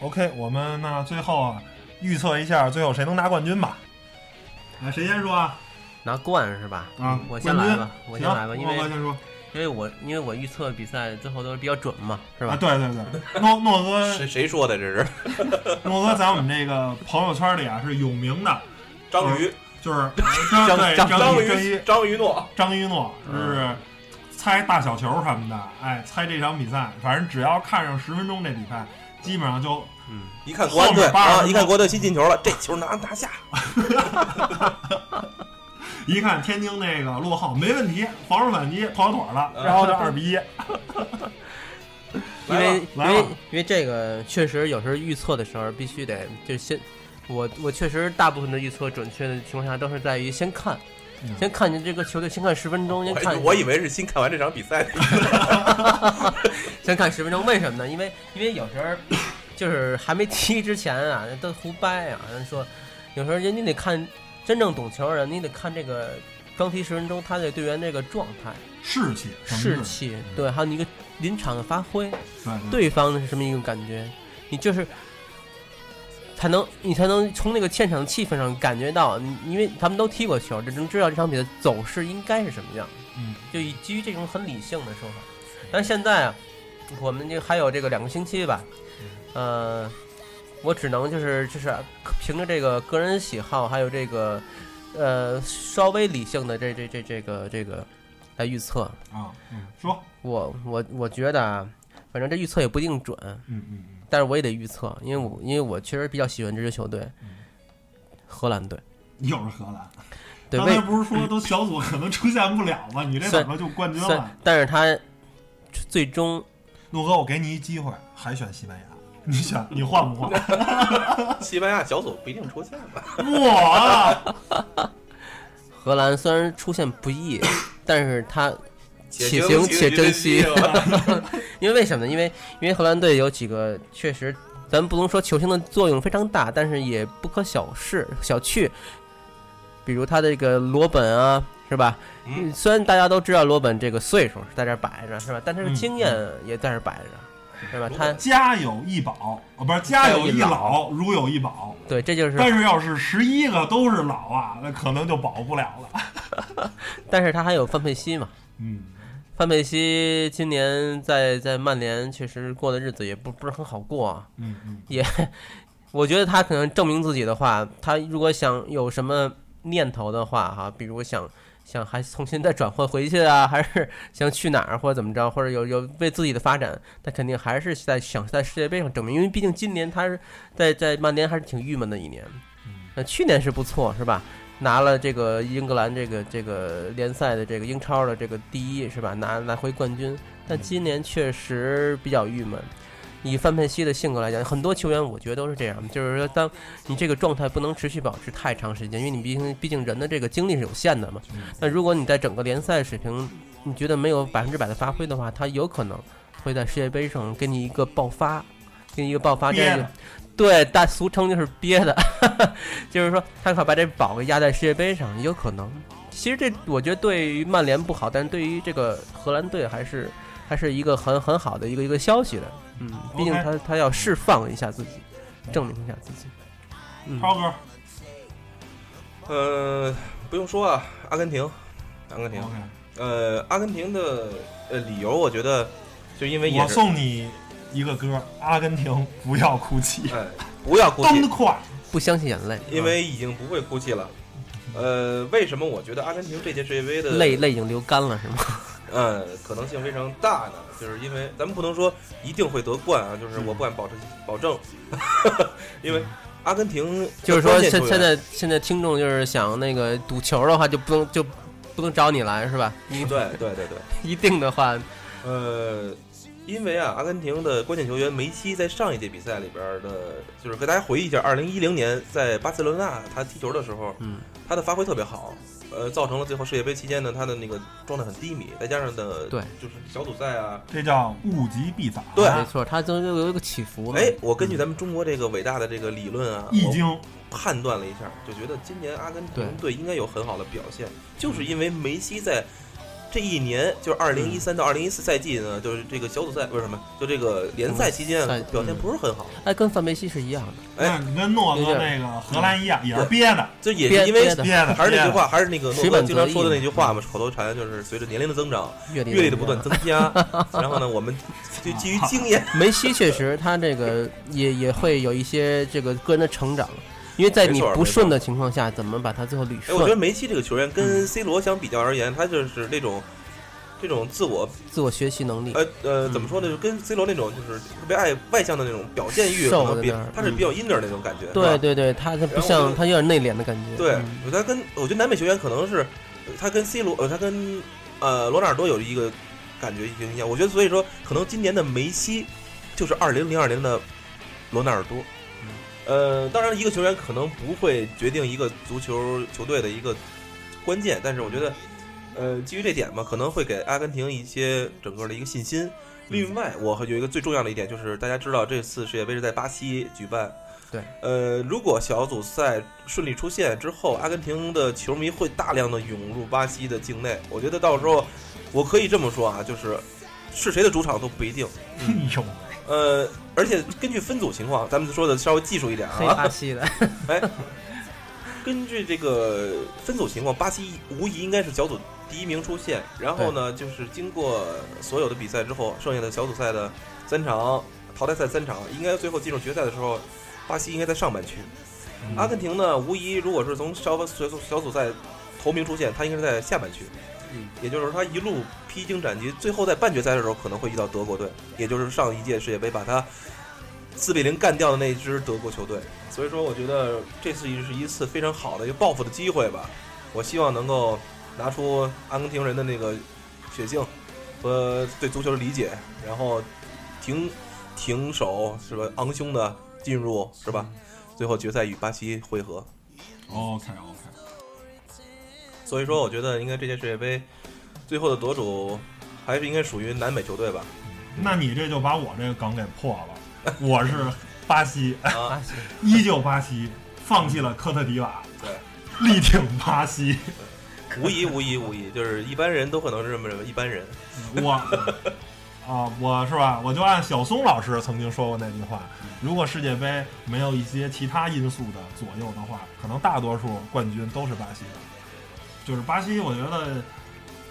[SPEAKER 1] OK，我们那最后啊，预测一下最后谁能拿冠军吧。啊，谁先说啊？
[SPEAKER 3] 拿冠是吧？
[SPEAKER 1] 啊
[SPEAKER 3] 嗯我先
[SPEAKER 1] 冠
[SPEAKER 3] 来
[SPEAKER 1] 军
[SPEAKER 3] 吧，我先
[SPEAKER 1] 行，
[SPEAKER 3] 来吧，因为
[SPEAKER 1] 我先说
[SPEAKER 3] 因为我因为我预测比赛最后都是比较准嘛，是
[SPEAKER 1] 啊，
[SPEAKER 3] 吧？
[SPEAKER 1] 对对对，诺诺 哥
[SPEAKER 2] 谁谁说的？这是
[SPEAKER 1] 诺哥在我们这个朋友圈里啊是有名的，
[SPEAKER 2] 章鱼，
[SPEAKER 1] 就是张嗯对
[SPEAKER 3] 张
[SPEAKER 1] 张
[SPEAKER 2] 章
[SPEAKER 1] 一张一
[SPEAKER 2] 鱼，章鱼诺。
[SPEAKER 1] 张一诺是猜大小球什么的，哎，猜这场比赛，反正只要看上十分钟这比赛，基本上就
[SPEAKER 3] 嗯，
[SPEAKER 2] 一看国安队
[SPEAKER 1] 后面八
[SPEAKER 2] 啊，
[SPEAKER 1] 十
[SPEAKER 2] 一看国安队新进球了，这球拿拿下。
[SPEAKER 1] 一看天津那个落后没问题，防守反击跑妥了，
[SPEAKER 2] 嗯
[SPEAKER 1] 然后就二比一。
[SPEAKER 3] 因
[SPEAKER 2] 来
[SPEAKER 3] 为
[SPEAKER 2] 吧
[SPEAKER 3] 因
[SPEAKER 1] 来吧
[SPEAKER 3] 为因为这个确实有时候预测的时候必须得就先，我我确实大部分的预测准确的情况下都是在于先看
[SPEAKER 1] 嗯，
[SPEAKER 3] 先看见这个球队，先看十分钟，先
[SPEAKER 2] 哦我还
[SPEAKER 3] 看
[SPEAKER 2] 我以为是新看完这场比赛，
[SPEAKER 3] 先看十分钟，为什么呢？因为因为有时候 就是还没踢之前啊，都胡掰啊。人说有时候人你得看真正懂球的人，你得看这个刚踢十分钟他的队员这个状态、
[SPEAKER 1] 士气，
[SPEAKER 2] 嗯
[SPEAKER 1] 什么
[SPEAKER 3] 士，气，对，还有你一个临场的发挥，
[SPEAKER 1] 对对
[SPEAKER 3] 对方是什么一种感觉，你就是。才能你才能从那个现场的气氛上感觉到，你因为他们都踢过球，这能知道这场比赛走势应该是什么样。
[SPEAKER 1] 嗯，
[SPEAKER 3] 就以基于这种很理性的说法。但是现在啊，我们这还有这个两个星期吧，呃，我只能就是就是凭着这个个人喜好，还有这个呃稍微理性的这这这这个这个来预测。
[SPEAKER 1] 啊，嗯，说，
[SPEAKER 3] 我我我觉得啊，反正这预测也不一定准，
[SPEAKER 1] 嗯嗯嗯，
[SPEAKER 3] 但是我也得预测，因为我因为我确实比较喜欢这支球队
[SPEAKER 1] 嗯，
[SPEAKER 3] 荷兰队。
[SPEAKER 1] 又是荷兰。
[SPEAKER 3] 对，
[SPEAKER 1] 刚
[SPEAKER 3] 为
[SPEAKER 1] 才不是说都小组可能出现不了吗？你这怎么就冠军
[SPEAKER 3] 虽
[SPEAKER 1] 了
[SPEAKER 3] 然？但是他最终
[SPEAKER 1] 诺哥，我给你一机会，还选西班牙？ 你选，你换不换？
[SPEAKER 2] 西班牙小组不一定出现吧？
[SPEAKER 1] 我
[SPEAKER 3] 荷兰虽然出现不易，但是他且
[SPEAKER 2] 行
[SPEAKER 3] 行且珍惜
[SPEAKER 2] 珍 吧
[SPEAKER 3] 因为为什么呢？因为因为荷兰队有几个确实，咱不能说球星的作用非常大，但是也不可小视小觑。比如他的这个罗本啊，是吧？
[SPEAKER 2] 嗯，
[SPEAKER 3] 虽然大家都知道罗本这个岁数是在这儿摆着，是吧？但是
[SPEAKER 1] 嗯
[SPEAKER 3] 这个经验也在这儿摆着，是吧？
[SPEAKER 2] 罗
[SPEAKER 3] 他
[SPEAKER 2] 本
[SPEAKER 1] 家有一宝，哦，不是家有一老，如有一宝。
[SPEAKER 3] 对，这就是，
[SPEAKER 1] 但是要是十一个都是老啊，那可能就保不了了。
[SPEAKER 3] 但是他还有范佩西嘛。
[SPEAKER 1] 嗯，
[SPEAKER 3] 范佩西今年在在曼联确实过的日子也不不是很好过啊，
[SPEAKER 1] 嗯嗯，
[SPEAKER 3] 也，我觉得他可能证明自己的话，他如果想有什么念头的话，哈，比如想想还重新再转换回去啊，还是想去哪儿或者怎么着，或者有有为自己的发展，他肯定还是在想在世界杯上证明，因为毕竟今年他是在在曼联还是挺郁闷的一年，那去年是不错是吧？拿了这个英格兰这个这个联赛的这个英超的这个第一是吧？拿拿回冠军，但今年确实比较郁闷。以范佩西的性格来讲，很多球员我觉得都是这样，就是说，当你这个状态不能持续保持太长时间，因为你毕竟毕竟人的这个精力是有限的嘛。
[SPEAKER 1] 嗯
[SPEAKER 3] 那如果你在整个联赛水平，你觉得没有百分之百的发挥的话，他有可能会在世界杯上给你一个爆发，给你一个爆啊发，这
[SPEAKER 1] 憋
[SPEAKER 3] 样
[SPEAKER 1] 的
[SPEAKER 3] 就对，大俗称就是憋的， 就是说他可把这宝给压在世界杯上，有可能。其实这我觉得对于曼联不好，但是对于这个荷兰队还是还是一个很很好的一个一个消息的。嗯，毕竟
[SPEAKER 1] OK
[SPEAKER 3] 他他要释放一下自己，证明一下自己。嗯，
[SPEAKER 1] 超哥
[SPEAKER 2] 呃，不用说啊，阿根廷，阿根廷，
[SPEAKER 3] 哦
[SPEAKER 1] ，OK，
[SPEAKER 2] 呃，阿根廷的呃理由，我觉得就因为也
[SPEAKER 1] 我
[SPEAKER 2] 是，
[SPEAKER 1] 送你一个歌，《阿根廷不要哭泣》，
[SPEAKER 2] 哎，不要哭
[SPEAKER 1] 当
[SPEAKER 2] 泣，
[SPEAKER 1] 快，
[SPEAKER 3] 不相信眼泪，
[SPEAKER 2] 因为已经不会哭泣了。呃，为什么我觉得阿根廷这届世界杯的
[SPEAKER 3] 嗯泪泪已经流干了，是吗？
[SPEAKER 2] 呃，可能性非常大呢，就是因为咱们不能说一定会得冠啊，就是
[SPEAKER 3] 嗯
[SPEAKER 2] 我不敢保证保证， 因为阿根廷
[SPEAKER 3] 就是说
[SPEAKER 2] 关键
[SPEAKER 3] 现
[SPEAKER 2] 球员
[SPEAKER 3] 现在现在听众就是想那个赌球的话，就不能就不能找你来是吧？你
[SPEAKER 2] 对对对对，
[SPEAKER 3] 一 定的话，
[SPEAKER 2] 呃，因为啊，阿根廷的关键球员梅西在上一届比赛里边的，就是给大家回忆一下，二零一零年在巴塞罗那他踢球的时候，
[SPEAKER 3] 嗯，
[SPEAKER 2] 他的发挥特别好，呃，造成了最后世界杯期间呢，他的那个状态很低迷，再加上的
[SPEAKER 3] 对
[SPEAKER 2] 就是小组赛啊，
[SPEAKER 1] 这叫物极必啊反。
[SPEAKER 2] 对啊
[SPEAKER 3] 没错，他就有一个起伏嘛。
[SPEAKER 2] 哎，我根据咱们中国这个伟大的这个理论啊，
[SPEAKER 1] 易
[SPEAKER 2] 我
[SPEAKER 1] 经，
[SPEAKER 2] 判断了一下，就觉得今年阿根
[SPEAKER 3] 对嗯
[SPEAKER 2] 廷队应该有很好的表现，就是因为梅西在这一年，就是二零一三
[SPEAKER 3] 嗯
[SPEAKER 2] 到二零一四赛季呢，就是这个小组赛不是什么，就这个联赛期间
[SPEAKER 3] 嗯赛
[SPEAKER 2] 表现不是很好，
[SPEAKER 3] 哎，跟范佩西是一样的，
[SPEAKER 2] 哎
[SPEAKER 1] 那你跟诺哥那个荷兰一样，也是憋的，
[SPEAKER 2] 就也
[SPEAKER 3] 憋
[SPEAKER 2] 是因为
[SPEAKER 3] 憋的
[SPEAKER 1] 憋的。
[SPEAKER 2] 还是那句
[SPEAKER 1] 憋的，
[SPEAKER 2] 话，还是那个诺
[SPEAKER 3] 水
[SPEAKER 2] 哥
[SPEAKER 3] 本
[SPEAKER 2] 经常
[SPEAKER 3] 则嗯
[SPEAKER 2] 说的
[SPEAKER 3] 溢
[SPEAKER 2] 那句话嘛，口头禅就是随着年龄的增长，
[SPEAKER 3] 阅历
[SPEAKER 2] 阅历的不断增 加，然后呢，我们就基于经验，
[SPEAKER 3] 梅西确实，他这个也也会有一些这个个人的成长，因为在
[SPEAKER 2] 没
[SPEAKER 3] 你
[SPEAKER 2] 错
[SPEAKER 3] 不顺的情况下，怎么把它最后捋
[SPEAKER 2] 哎，我觉得
[SPEAKER 3] 顺？
[SPEAKER 2] 梅西这个球员跟 C 罗相比较而言，他就是那种。这种自我
[SPEAKER 3] 自我学习能力，
[SPEAKER 2] 呃呃，怎么说呢？就跟 C 罗那种就是特别爱外向的那种表现欲，可
[SPEAKER 3] 瘦
[SPEAKER 2] 能
[SPEAKER 3] 的
[SPEAKER 2] 比
[SPEAKER 3] 那儿
[SPEAKER 2] 他是
[SPEAKER 3] 嗯
[SPEAKER 2] 比较 inner 那种感觉。
[SPEAKER 3] 对
[SPEAKER 2] 是吧
[SPEAKER 3] 对对，他他
[SPEAKER 2] 然
[SPEAKER 3] 不
[SPEAKER 2] 后我
[SPEAKER 3] 像
[SPEAKER 2] 就
[SPEAKER 3] 他有点内敛的感觉。
[SPEAKER 2] 对
[SPEAKER 3] 嗯，
[SPEAKER 2] 我觉得他跟我觉得南美球员可能是呃他跟 C 罗，呃，他跟呃罗纳尔多有一个感觉影响。我觉得所以说，可能今年的梅西就是二零零二年的罗纳尔多。呃，当然，一个球员可能不会决定一个足球球队的一个关键，但是我觉得，呃，基于这点嘛，可能会给阿根廷一些整个的一个信心。另外，我还有一个最重要的一点就是，大家知道这次世界杯是在巴西举办。
[SPEAKER 3] 对，
[SPEAKER 2] 呃，如果小组赛顺利出线之后，阿根廷的球迷会大量的涌入巴西的境内。我觉得到时候，我可以这么说啊，就是是谁的主场都不一定。
[SPEAKER 1] 哎呦，
[SPEAKER 2] 呃，而且根据分组情况，咱们说的稍微技术一点
[SPEAKER 3] 黑
[SPEAKER 2] 啊，
[SPEAKER 3] 巴西 的，
[SPEAKER 2] 根据这个分组情况，巴西无疑应该是小组第一名出线。然后呢，就是经过所有的比赛之后，剩下的小组赛的三场、淘汰赛三场，应该最后进入决赛的时候，巴西应该在上半区。阿根廷呢，无疑如果是从小小组小组赛头名出线，他应该是在下半区。
[SPEAKER 3] 嗯，
[SPEAKER 2] 也就是说，他一路披荆斩棘，最后在半决赛的时候可能会遇到德国队，也就是上一届世界杯把他四比零干掉的那支德国球队。所以说，我觉得这次也是一次非常好的一个报复的机会吧。我希望能够拿出阿根廷人的那个血性和对足球的理解，然后停停手是吧？昂胸的进入是吧？
[SPEAKER 1] 嗯
[SPEAKER 2] 最后决赛与巴西会合。
[SPEAKER 1] OK OK，
[SPEAKER 2] 所以说，我觉得应该这届世界杯最后的得主还应该属于南美球队吧？
[SPEAKER 1] 那你这就把我这个梗给破了。我是巴西，
[SPEAKER 2] 啊，
[SPEAKER 3] 巴西
[SPEAKER 1] 依旧巴西，放弃了科特迪瓦，力挺巴西。
[SPEAKER 2] 无疑无疑无疑，就是一般人都可能是这么认为，一般人
[SPEAKER 1] 我啊，我是吧？我就按小松老师曾经说过那句话：如果世界杯没有一些其他因素的左右的话，可能大多数冠军都是巴西的。就是巴西，我觉得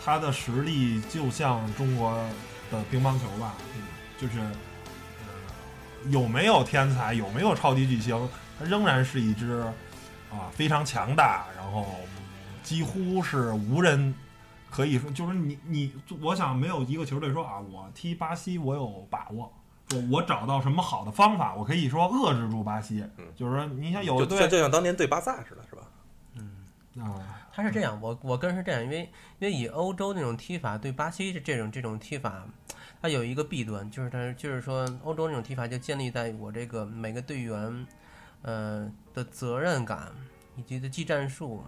[SPEAKER 1] 他的实力就像中国的乒乓球吧，
[SPEAKER 3] 嗯
[SPEAKER 1] 就是、呃、有没有天才，有没有超级巨星，它仍然是一支啊非常强大，然后几乎是无人可以说，就是你你，我想没有一个球队说啊，我踢巴西我有把握，我我找到什么好的方法，我可以说遏制住巴西。
[SPEAKER 2] 嗯
[SPEAKER 1] 就是说，你想有的
[SPEAKER 2] 就就
[SPEAKER 1] 队
[SPEAKER 2] 就像当年对巴萨似的，是吧？
[SPEAKER 1] 啊，
[SPEAKER 3] 他是这样，我我个人是这样，因为因为以欧洲那种踢法对巴西这这种这种踢法，它有一个弊端，就是它就是说欧洲那种踢法就建立在我这个每个队员，呃的责任感以及的技战术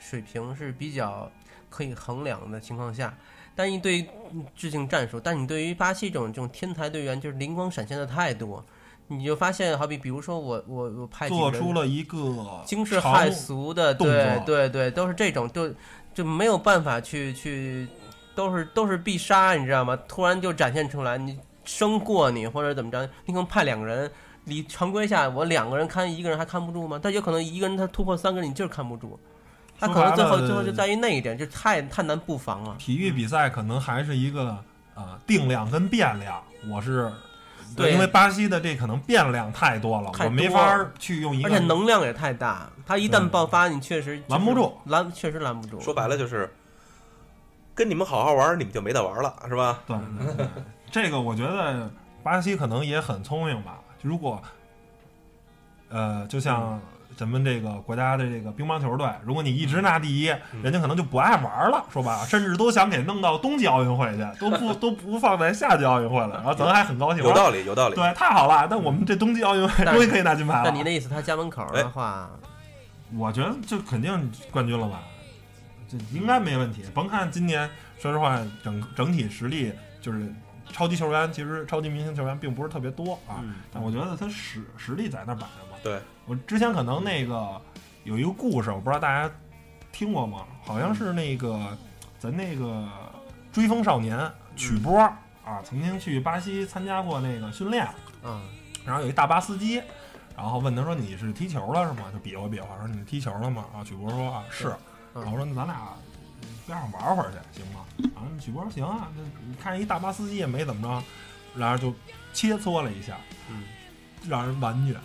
[SPEAKER 3] 水平是比较可以衡量的情况下。但你对嗯制定战术，但你对于巴西这种这种天才队员，就是灵光闪现的太多，你就发现，好比比如说我我我派几个
[SPEAKER 1] 做
[SPEAKER 3] 人
[SPEAKER 1] 出了一个
[SPEAKER 3] 惊世
[SPEAKER 1] 常
[SPEAKER 3] 骇俗的，
[SPEAKER 1] 动
[SPEAKER 3] 对
[SPEAKER 1] 作
[SPEAKER 3] 对对，都是这种，就就没有办法去去，都是都是必杀，你知道吗？突然就展现出来，你生过你或者怎么着，你可能派两个人，你常规下我两个人看一个人还看不住吗？但有可能一个人他突破三个人，你就是看不住，他可能最后
[SPEAKER 1] 说白了
[SPEAKER 3] 最后就在于那一点，就太太难布防了。
[SPEAKER 1] 体育比赛可能还是一个呃定量跟变量，我是
[SPEAKER 3] 对
[SPEAKER 1] 因为巴西的这可能变量太多了，
[SPEAKER 3] 太
[SPEAKER 1] 我没
[SPEAKER 3] 多
[SPEAKER 1] 法
[SPEAKER 3] 了
[SPEAKER 1] 儿去用一
[SPEAKER 3] 而
[SPEAKER 1] 个
[SPEAKER 3] 且能量也太大，他一旦
[SPEAKER 1] 对
[SPEAKER 3] 爆发，你确实就是
[SPEAKER 1] 拦不住，
[SPEAKER 3] 拦确实拦不住。
[SPEAKER 2] 说白了就是跟你们好好玩儿，你们就没得玩儿了，是吧？
[SPEAKER 1] 对对 对，这个我觉得巴西可能也很聪明吧。如果呃，就像咱们这个国家的这个乒乓球队，如果你一直拿第一，
[SPEAKER 3] 嗯
[SPEAKER 1] 人家可能就不爱玩了，说吧，甚至都想给弄到冬季奥运会去，都 不都不放在夏季奥运会了，然后咱还很高兴。
[SPEAKER 2] 有
[SPEAKER 1] 哇
[SPEAKER 2] 道理，有道理。
[SPEAKER 1] 对，太好了！那我们这冬季奥运会
[SPEAKER 3] 但
[SPEAKER 1] 终于可以拿金牌
[SPEAKER 3] 那你
[SPEAKER 1] 了。
[SPEAKER 3] 的意思，他家门口的
[SPEAKER 2] 哎
[SPEAKER 3] 话，
[SPEAKER 1] 我觉得就肯定冠军了吧，这应该没问题。甭看今年，说实话，整整体实力就是超级球员，其实超级明星球员并不是特别多啊。
[SPEAKER 3] 嗯，
[SPEAKER 1] 但我觉得他实实力在那摆着嘛。
[SPEAKER 2] 对，
[SPEAKER 1] 我之前可能那个有一个故事，我不知道大家听过吗？好像是那个咱那个《追风少年》曲波啊，曾经去巴西参加过那个训练，
[SPEAKER 3] 嗯，
[SPEAKER 1] 然后有一大巴司机，然后问他说：“你是踢球了是吗？”就比划比划说：“你踢球了吗？”啊，曲波说：“啊，是。”
[SPEAKER 3] 嗯
[SPEAKER 1] 然后说：“那咱俩边上玩会儿去，行吗？”啊，曲波说：“行啊。”那你看一大巴司机也没怎么着，然后就切磋了一下，
[SPEAKER 3] 嗯，
[SPEAKER 1] 让人完虐。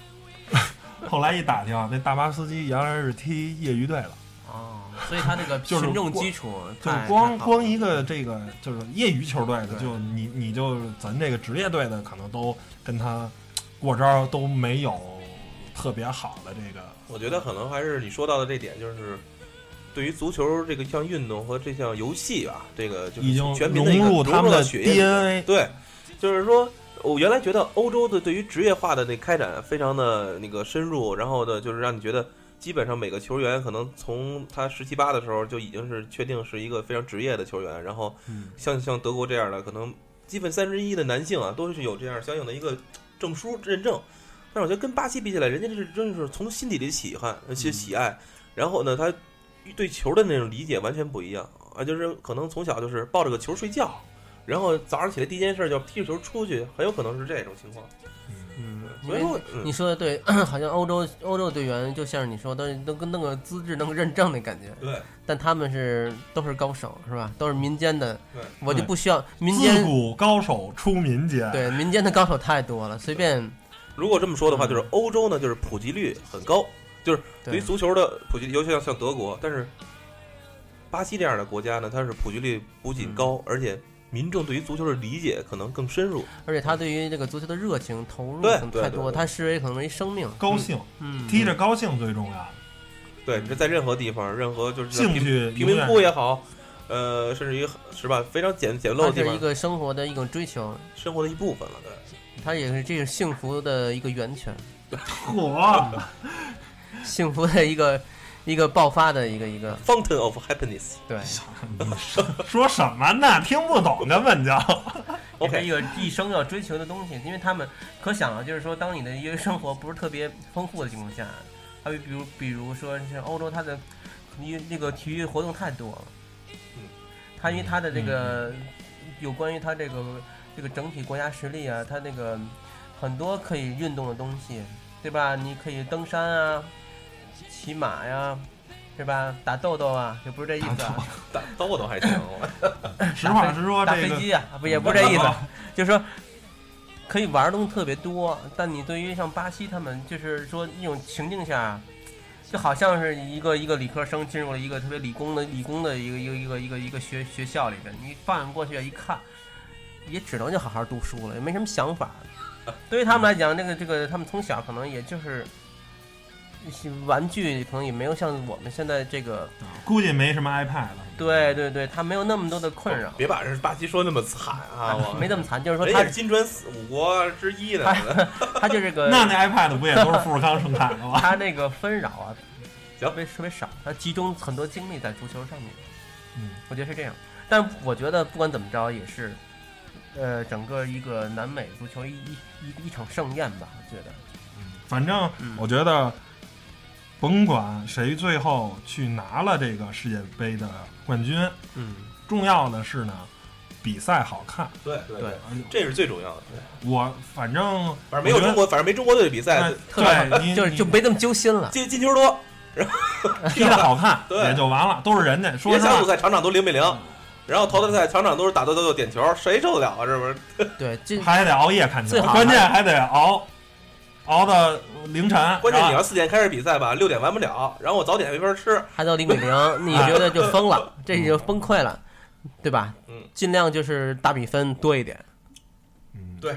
[SPEAKER 1] 后来一打听，那大巴司机原来是踢业余队的，
[SPEAKER 3] 哦，所以他这个
[SPEAKER 1] 就是
[SPEAKER 3] 群众
[SPEAKER 1] 光
[SPEAKER 3] 基础
[SPEAKER 1] 就是
[SPEAKER 3] 太，
[SPEAKER 2] 哎
[SPEAKER 3] 太
[SPEAKER 1] 光
[SPEAKER 3] 好
[SPEAKER 1] 光
[SPEAKER 3] 了
[SPEAKER 1] 一个这个就是业余球队的，
[SPEAKER 3] 对
[SPEAKER 1] 就你你就咱这个职业队的，可能都跟他过招都没有特别好的这个。
[SPEAKER 2] 我觉得可能还是你说到的这点，就是对于足球这个项运动和这项游戏吧，这个就是
[SPEAKER 1] 已经
[SPEAKER 2] 全民的一
[SPEAKER 1] 融
[SPEAKER 2] 个
[SPEAKER 1] 入他们
[SPEAKER 2] 到
[SPEAKER 1] 的
[SPEAKER 2] 血液里面
[SPEAKER 1] DNA，
[SPEAKER 2] 对，就是说我原来觉得欧洲的对于职业化的那开展非常的那个深入，然后呢，就是让你觉得基本上每个球员可能从他十七八的时候就已经是确定是一个非常职业的球员，然后
[SPEAKER 1] 嗯
[SPEAKER 2] 像像德国这样的，可能基本三十一的男性啊都是有这样相应的一个证书认证。但是我觉得跟巴西比起来，人家这是真是从心底里喜欢，而
[SPEAKER 3] 嗯
[SPEAKER 2] 且喜爱。然后呢，他对球的那种理解完全不一样啊，就是可能从小就是抱着个球睡觉，然后早上起来第一件事就踢着球出去，很有可能是这种情况。
[SPEAKER 3] 嗯，因
[SPEAKER 2] 所以
[SPEAKER 3] 为
[SPEAKER 2] 说，嗯
[SPEAKER 3] 你说的对， 好像欧洲欧洲队员就像是你说的，都跟弄个资质、弄个认证的感觉，
[SPEAKER 2] 对
[SPEAKER 3] 但他们是都是高手，是吧？都是民间的
[SPEAKER 2] 对，
[SPEAKER 3] 我就
[SPEAKER 1] 对
[SPEAKER 3] 不需要民
[SPEAKER 1] 自
[SPEAKER 3] 间，
[SPEAKER 1] 古高手出民间，
[SPEAKER 3] 对民间的高手太多了，随便
[SPEAKER 2] 如果这么说的话，就是欧洲呢，就是普及率很高，对于
[SPEAKER 3] 嗯对
[SPEAKER 2] 足球的普及，尤其像像德国，但是巴西这样的国家呢，它是普及率不仅高，
[SPEAKER 3] 嗯
[SPEAKER 2] 而且民众对于足球的理解可能更深入。
[SPEAKER 3] 而且他对于这个足球的热情投入
[SPEAKER 2] 对
[SPEAKER 3] 可能
[SPEAKER 2] 对
[SPEAKER 3] 太
[SPEAKER 2] 对
[SPEAKER 3] 多，
[SPEAKER 2] 对
[SPEAKER 3] 他视为可能为生命，
[SPEAKER 1] 高兴
[SPEAKER 3] 嗯，嗯
[SPEAKER 1] 踢着高兴最重要，
[SPEAKER 2] 对，这在任何地方，任何就是
[SPEAKER 1] 兴
[SPEAKER 2] 贫
[SPEAKER 1] 趣
[SPEAKER 2] 贫
[SPEAKER 1] 永
[SPEAKER 2] 嗯民
[SPEAKER 1] 远
[SPEAKER 2] 窟也好，呃，甚至于是吧，非常简简陋
[SPEAKER 3] 它
[SPEAKER 2] 的地
[SPEAKER 3] 啊是一
[SPEAKER 2] 方，
[SPEAKER 3] 个生活的一种追求，
[SPEAKER 2] 生活的一部分了。对，
[SPEAKER 3] 它也是这个幸福的一个源泉，
[SPEAKER 1] 火。
[SPEAKER 3] 幸福的一个一个爆发的一个一个
[SPEAKER 2] Fountain of Happiness。
[SPEAKER 3] 对，
[SPEAKER 1] 你说说什么呢？听不懂，根本就。
[SPEAKER 3] 也是
[SPEAKER 2] OK
[SPEAKER 3] 一个一生要追求的东西，因为他们可想啊，就是说，当你的业余生活不是特别丰富的情况下，还有比如比如说是欧洲，它的你那个体育活动太多了，
[SPEAKER 2] 嗯，
[SPEAKER 3] 它因为它的这个、有关于它这个这个整体国家实力啊，它那个很多可以运动的东西，对吧？你可以登山啊，骑马呀、是吧？打豆豆啊，就不是这意思啊。
[SPEAKER 2] 打豆豆还行，我
[SPEAKER 1] 实话实说，
[SPEAKER 3] 打
[SPEAKER 1] 这
[SPEAKER 3] 飞
[SPEAKER 1] 个嗯
[SPEAKER 3] 机啊，不也不是这意思，就是说可以玩的东西特别多，但你对于像巴西他们，就是说那种情境下，就好像是一个一个理科生进入了一个特别理工的理工的一个一个一个一个一个学学校里边，你放眼过去一看，也只能就好好读书了，也没什么想法。对于他们来讲，那个这个他们从小可能也就是一些玩具，可能也没有像我们现在这个，
[SPEAKER 1] 估计没什么 iPad 了。
[SPEAKER 3] 对对对，他没有那么多的 困扰。
[SPEAKER 2] 别把人巴西说那么惨啊！我
[SPEAKER 3] 没这么惨，就是说
[SPEAKER 2] 人
[SPEAKER 3] 他哎
[SPEAKER 2] 家是金砖四五国之一呢，
[SPEAKER 3] 他就这个，
[SPEAKER 1] 那那 iPad 不也都是富士康生产的吗？
[SPEAKER 3] 他那个纷扰啊，
[SPEAKER 2] 行
[SPEAKER 3] 特别特别少，他集中很多精力在足球上面。
[SPEAKER 1] 嗯，
[SPEAKER 3] 我觉得是这样。但我觉得不管怎么着，也是，呃，整个一个南美足球一一一一场盛宴吧，我觉得。
[SPEAKER 1] 反正
[SPEAKER 3] 嗯
[SPEAKER 1] 我觉得，甭管谁最后去拿了这个世界杯的冠军，
[SPEAKER 3] 嗯，
[SPEAKER 1] 重要的是呢，比赛好看。哎
[SPEAKER 2] 对对
[SPEAKER 3] 对，
[SPEAKER 2] 这是最重要的。
[SPEAKER 1] 我反正
[SPEAKER 2] 反正没有中国，反正没中国队的比赛
[SPEAKER 1] 哎，
[SPEAKER 3] 特别
[SPEAKER 1] 对
[SPEAKER 3] 好，
[SPEAKER 1] 你
[SPEAKER 3] 就是就没那么揪心了。
[SPEAKER 2] 进进球多，
[SPEAKER 1] 你踢的好看
[SPEAKER 2] 对
[SPEAKER 1] 也就完了，都是人家说
[SPEAKER 2] 别
[SPEAKER 1] 实
[SPEAKER 2] 小组
[SPEAKER 1] 话，
[SPEAKER 2] 赛场场都零比零，
[SPEAKER 3] 嗯
[SPEAKER 2] 然后淘汰赛场场都是打多多点球，谁受得了啊？是不是？
[SPEAKER 3] 对，这
[SPEAKER 1] 还得熬夜看球
[SPEAKER 3] 最，好
[SPEAKER 1] 关键还得熬熬到凌晨。
[SPEAKER 2] 关键你
[SPEAKER 1] 然
[SPEAKER 2] 要
[SPEAKER 1] 后
[SPEAKER 2] 四点开始比赛吧，六点完不了，然后我早点没法吃，
[SPEAKER 3] 还到零比 零，你觉得就疯了，
[SPEAKER 1] 嗯
[SPEAKER 3] 这你就崩溃了，对吧？
[SPEAKER 2] 嗯，
[SPEAKER 3] 尽量就是大比分多一点。
[SPEAKER 1] 嗯
[SPEAKER 2] 对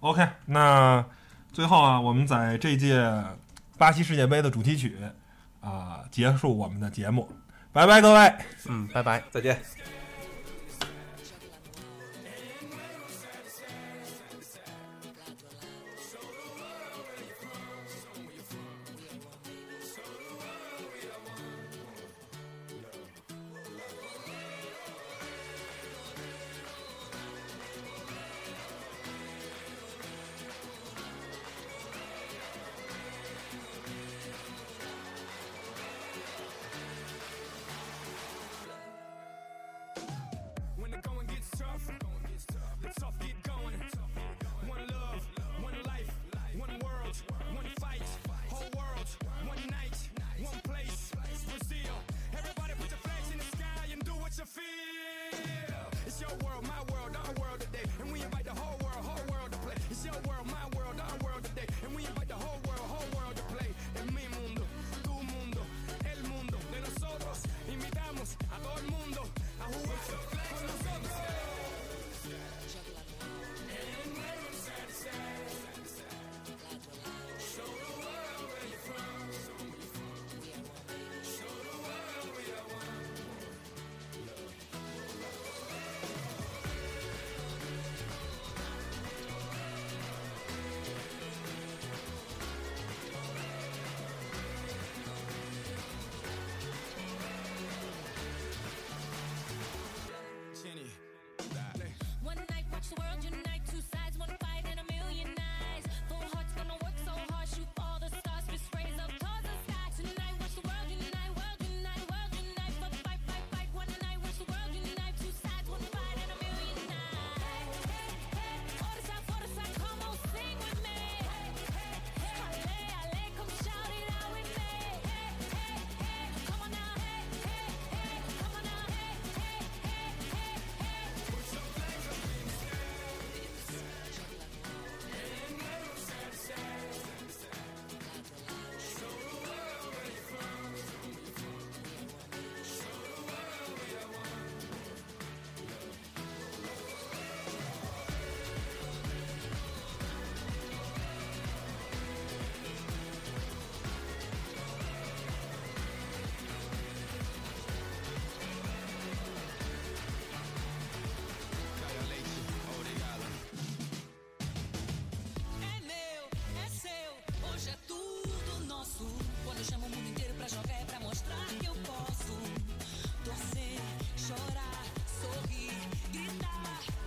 [SPEAKER 1] ，OK，那最后啊，我们在这届巴西世界杯的主题曲啊、结束我们的节目，拜拜各位。
[SPEAKER 3] 嗯，拜拜。
[SPEAKER 2] 再见。
[SPEAKER 6] Thank
[SPEAKER 4] É Chamo o mundo inteiro pra jogar, é pra mostrar que eu posso torcer, chorar, sorrir, gritar,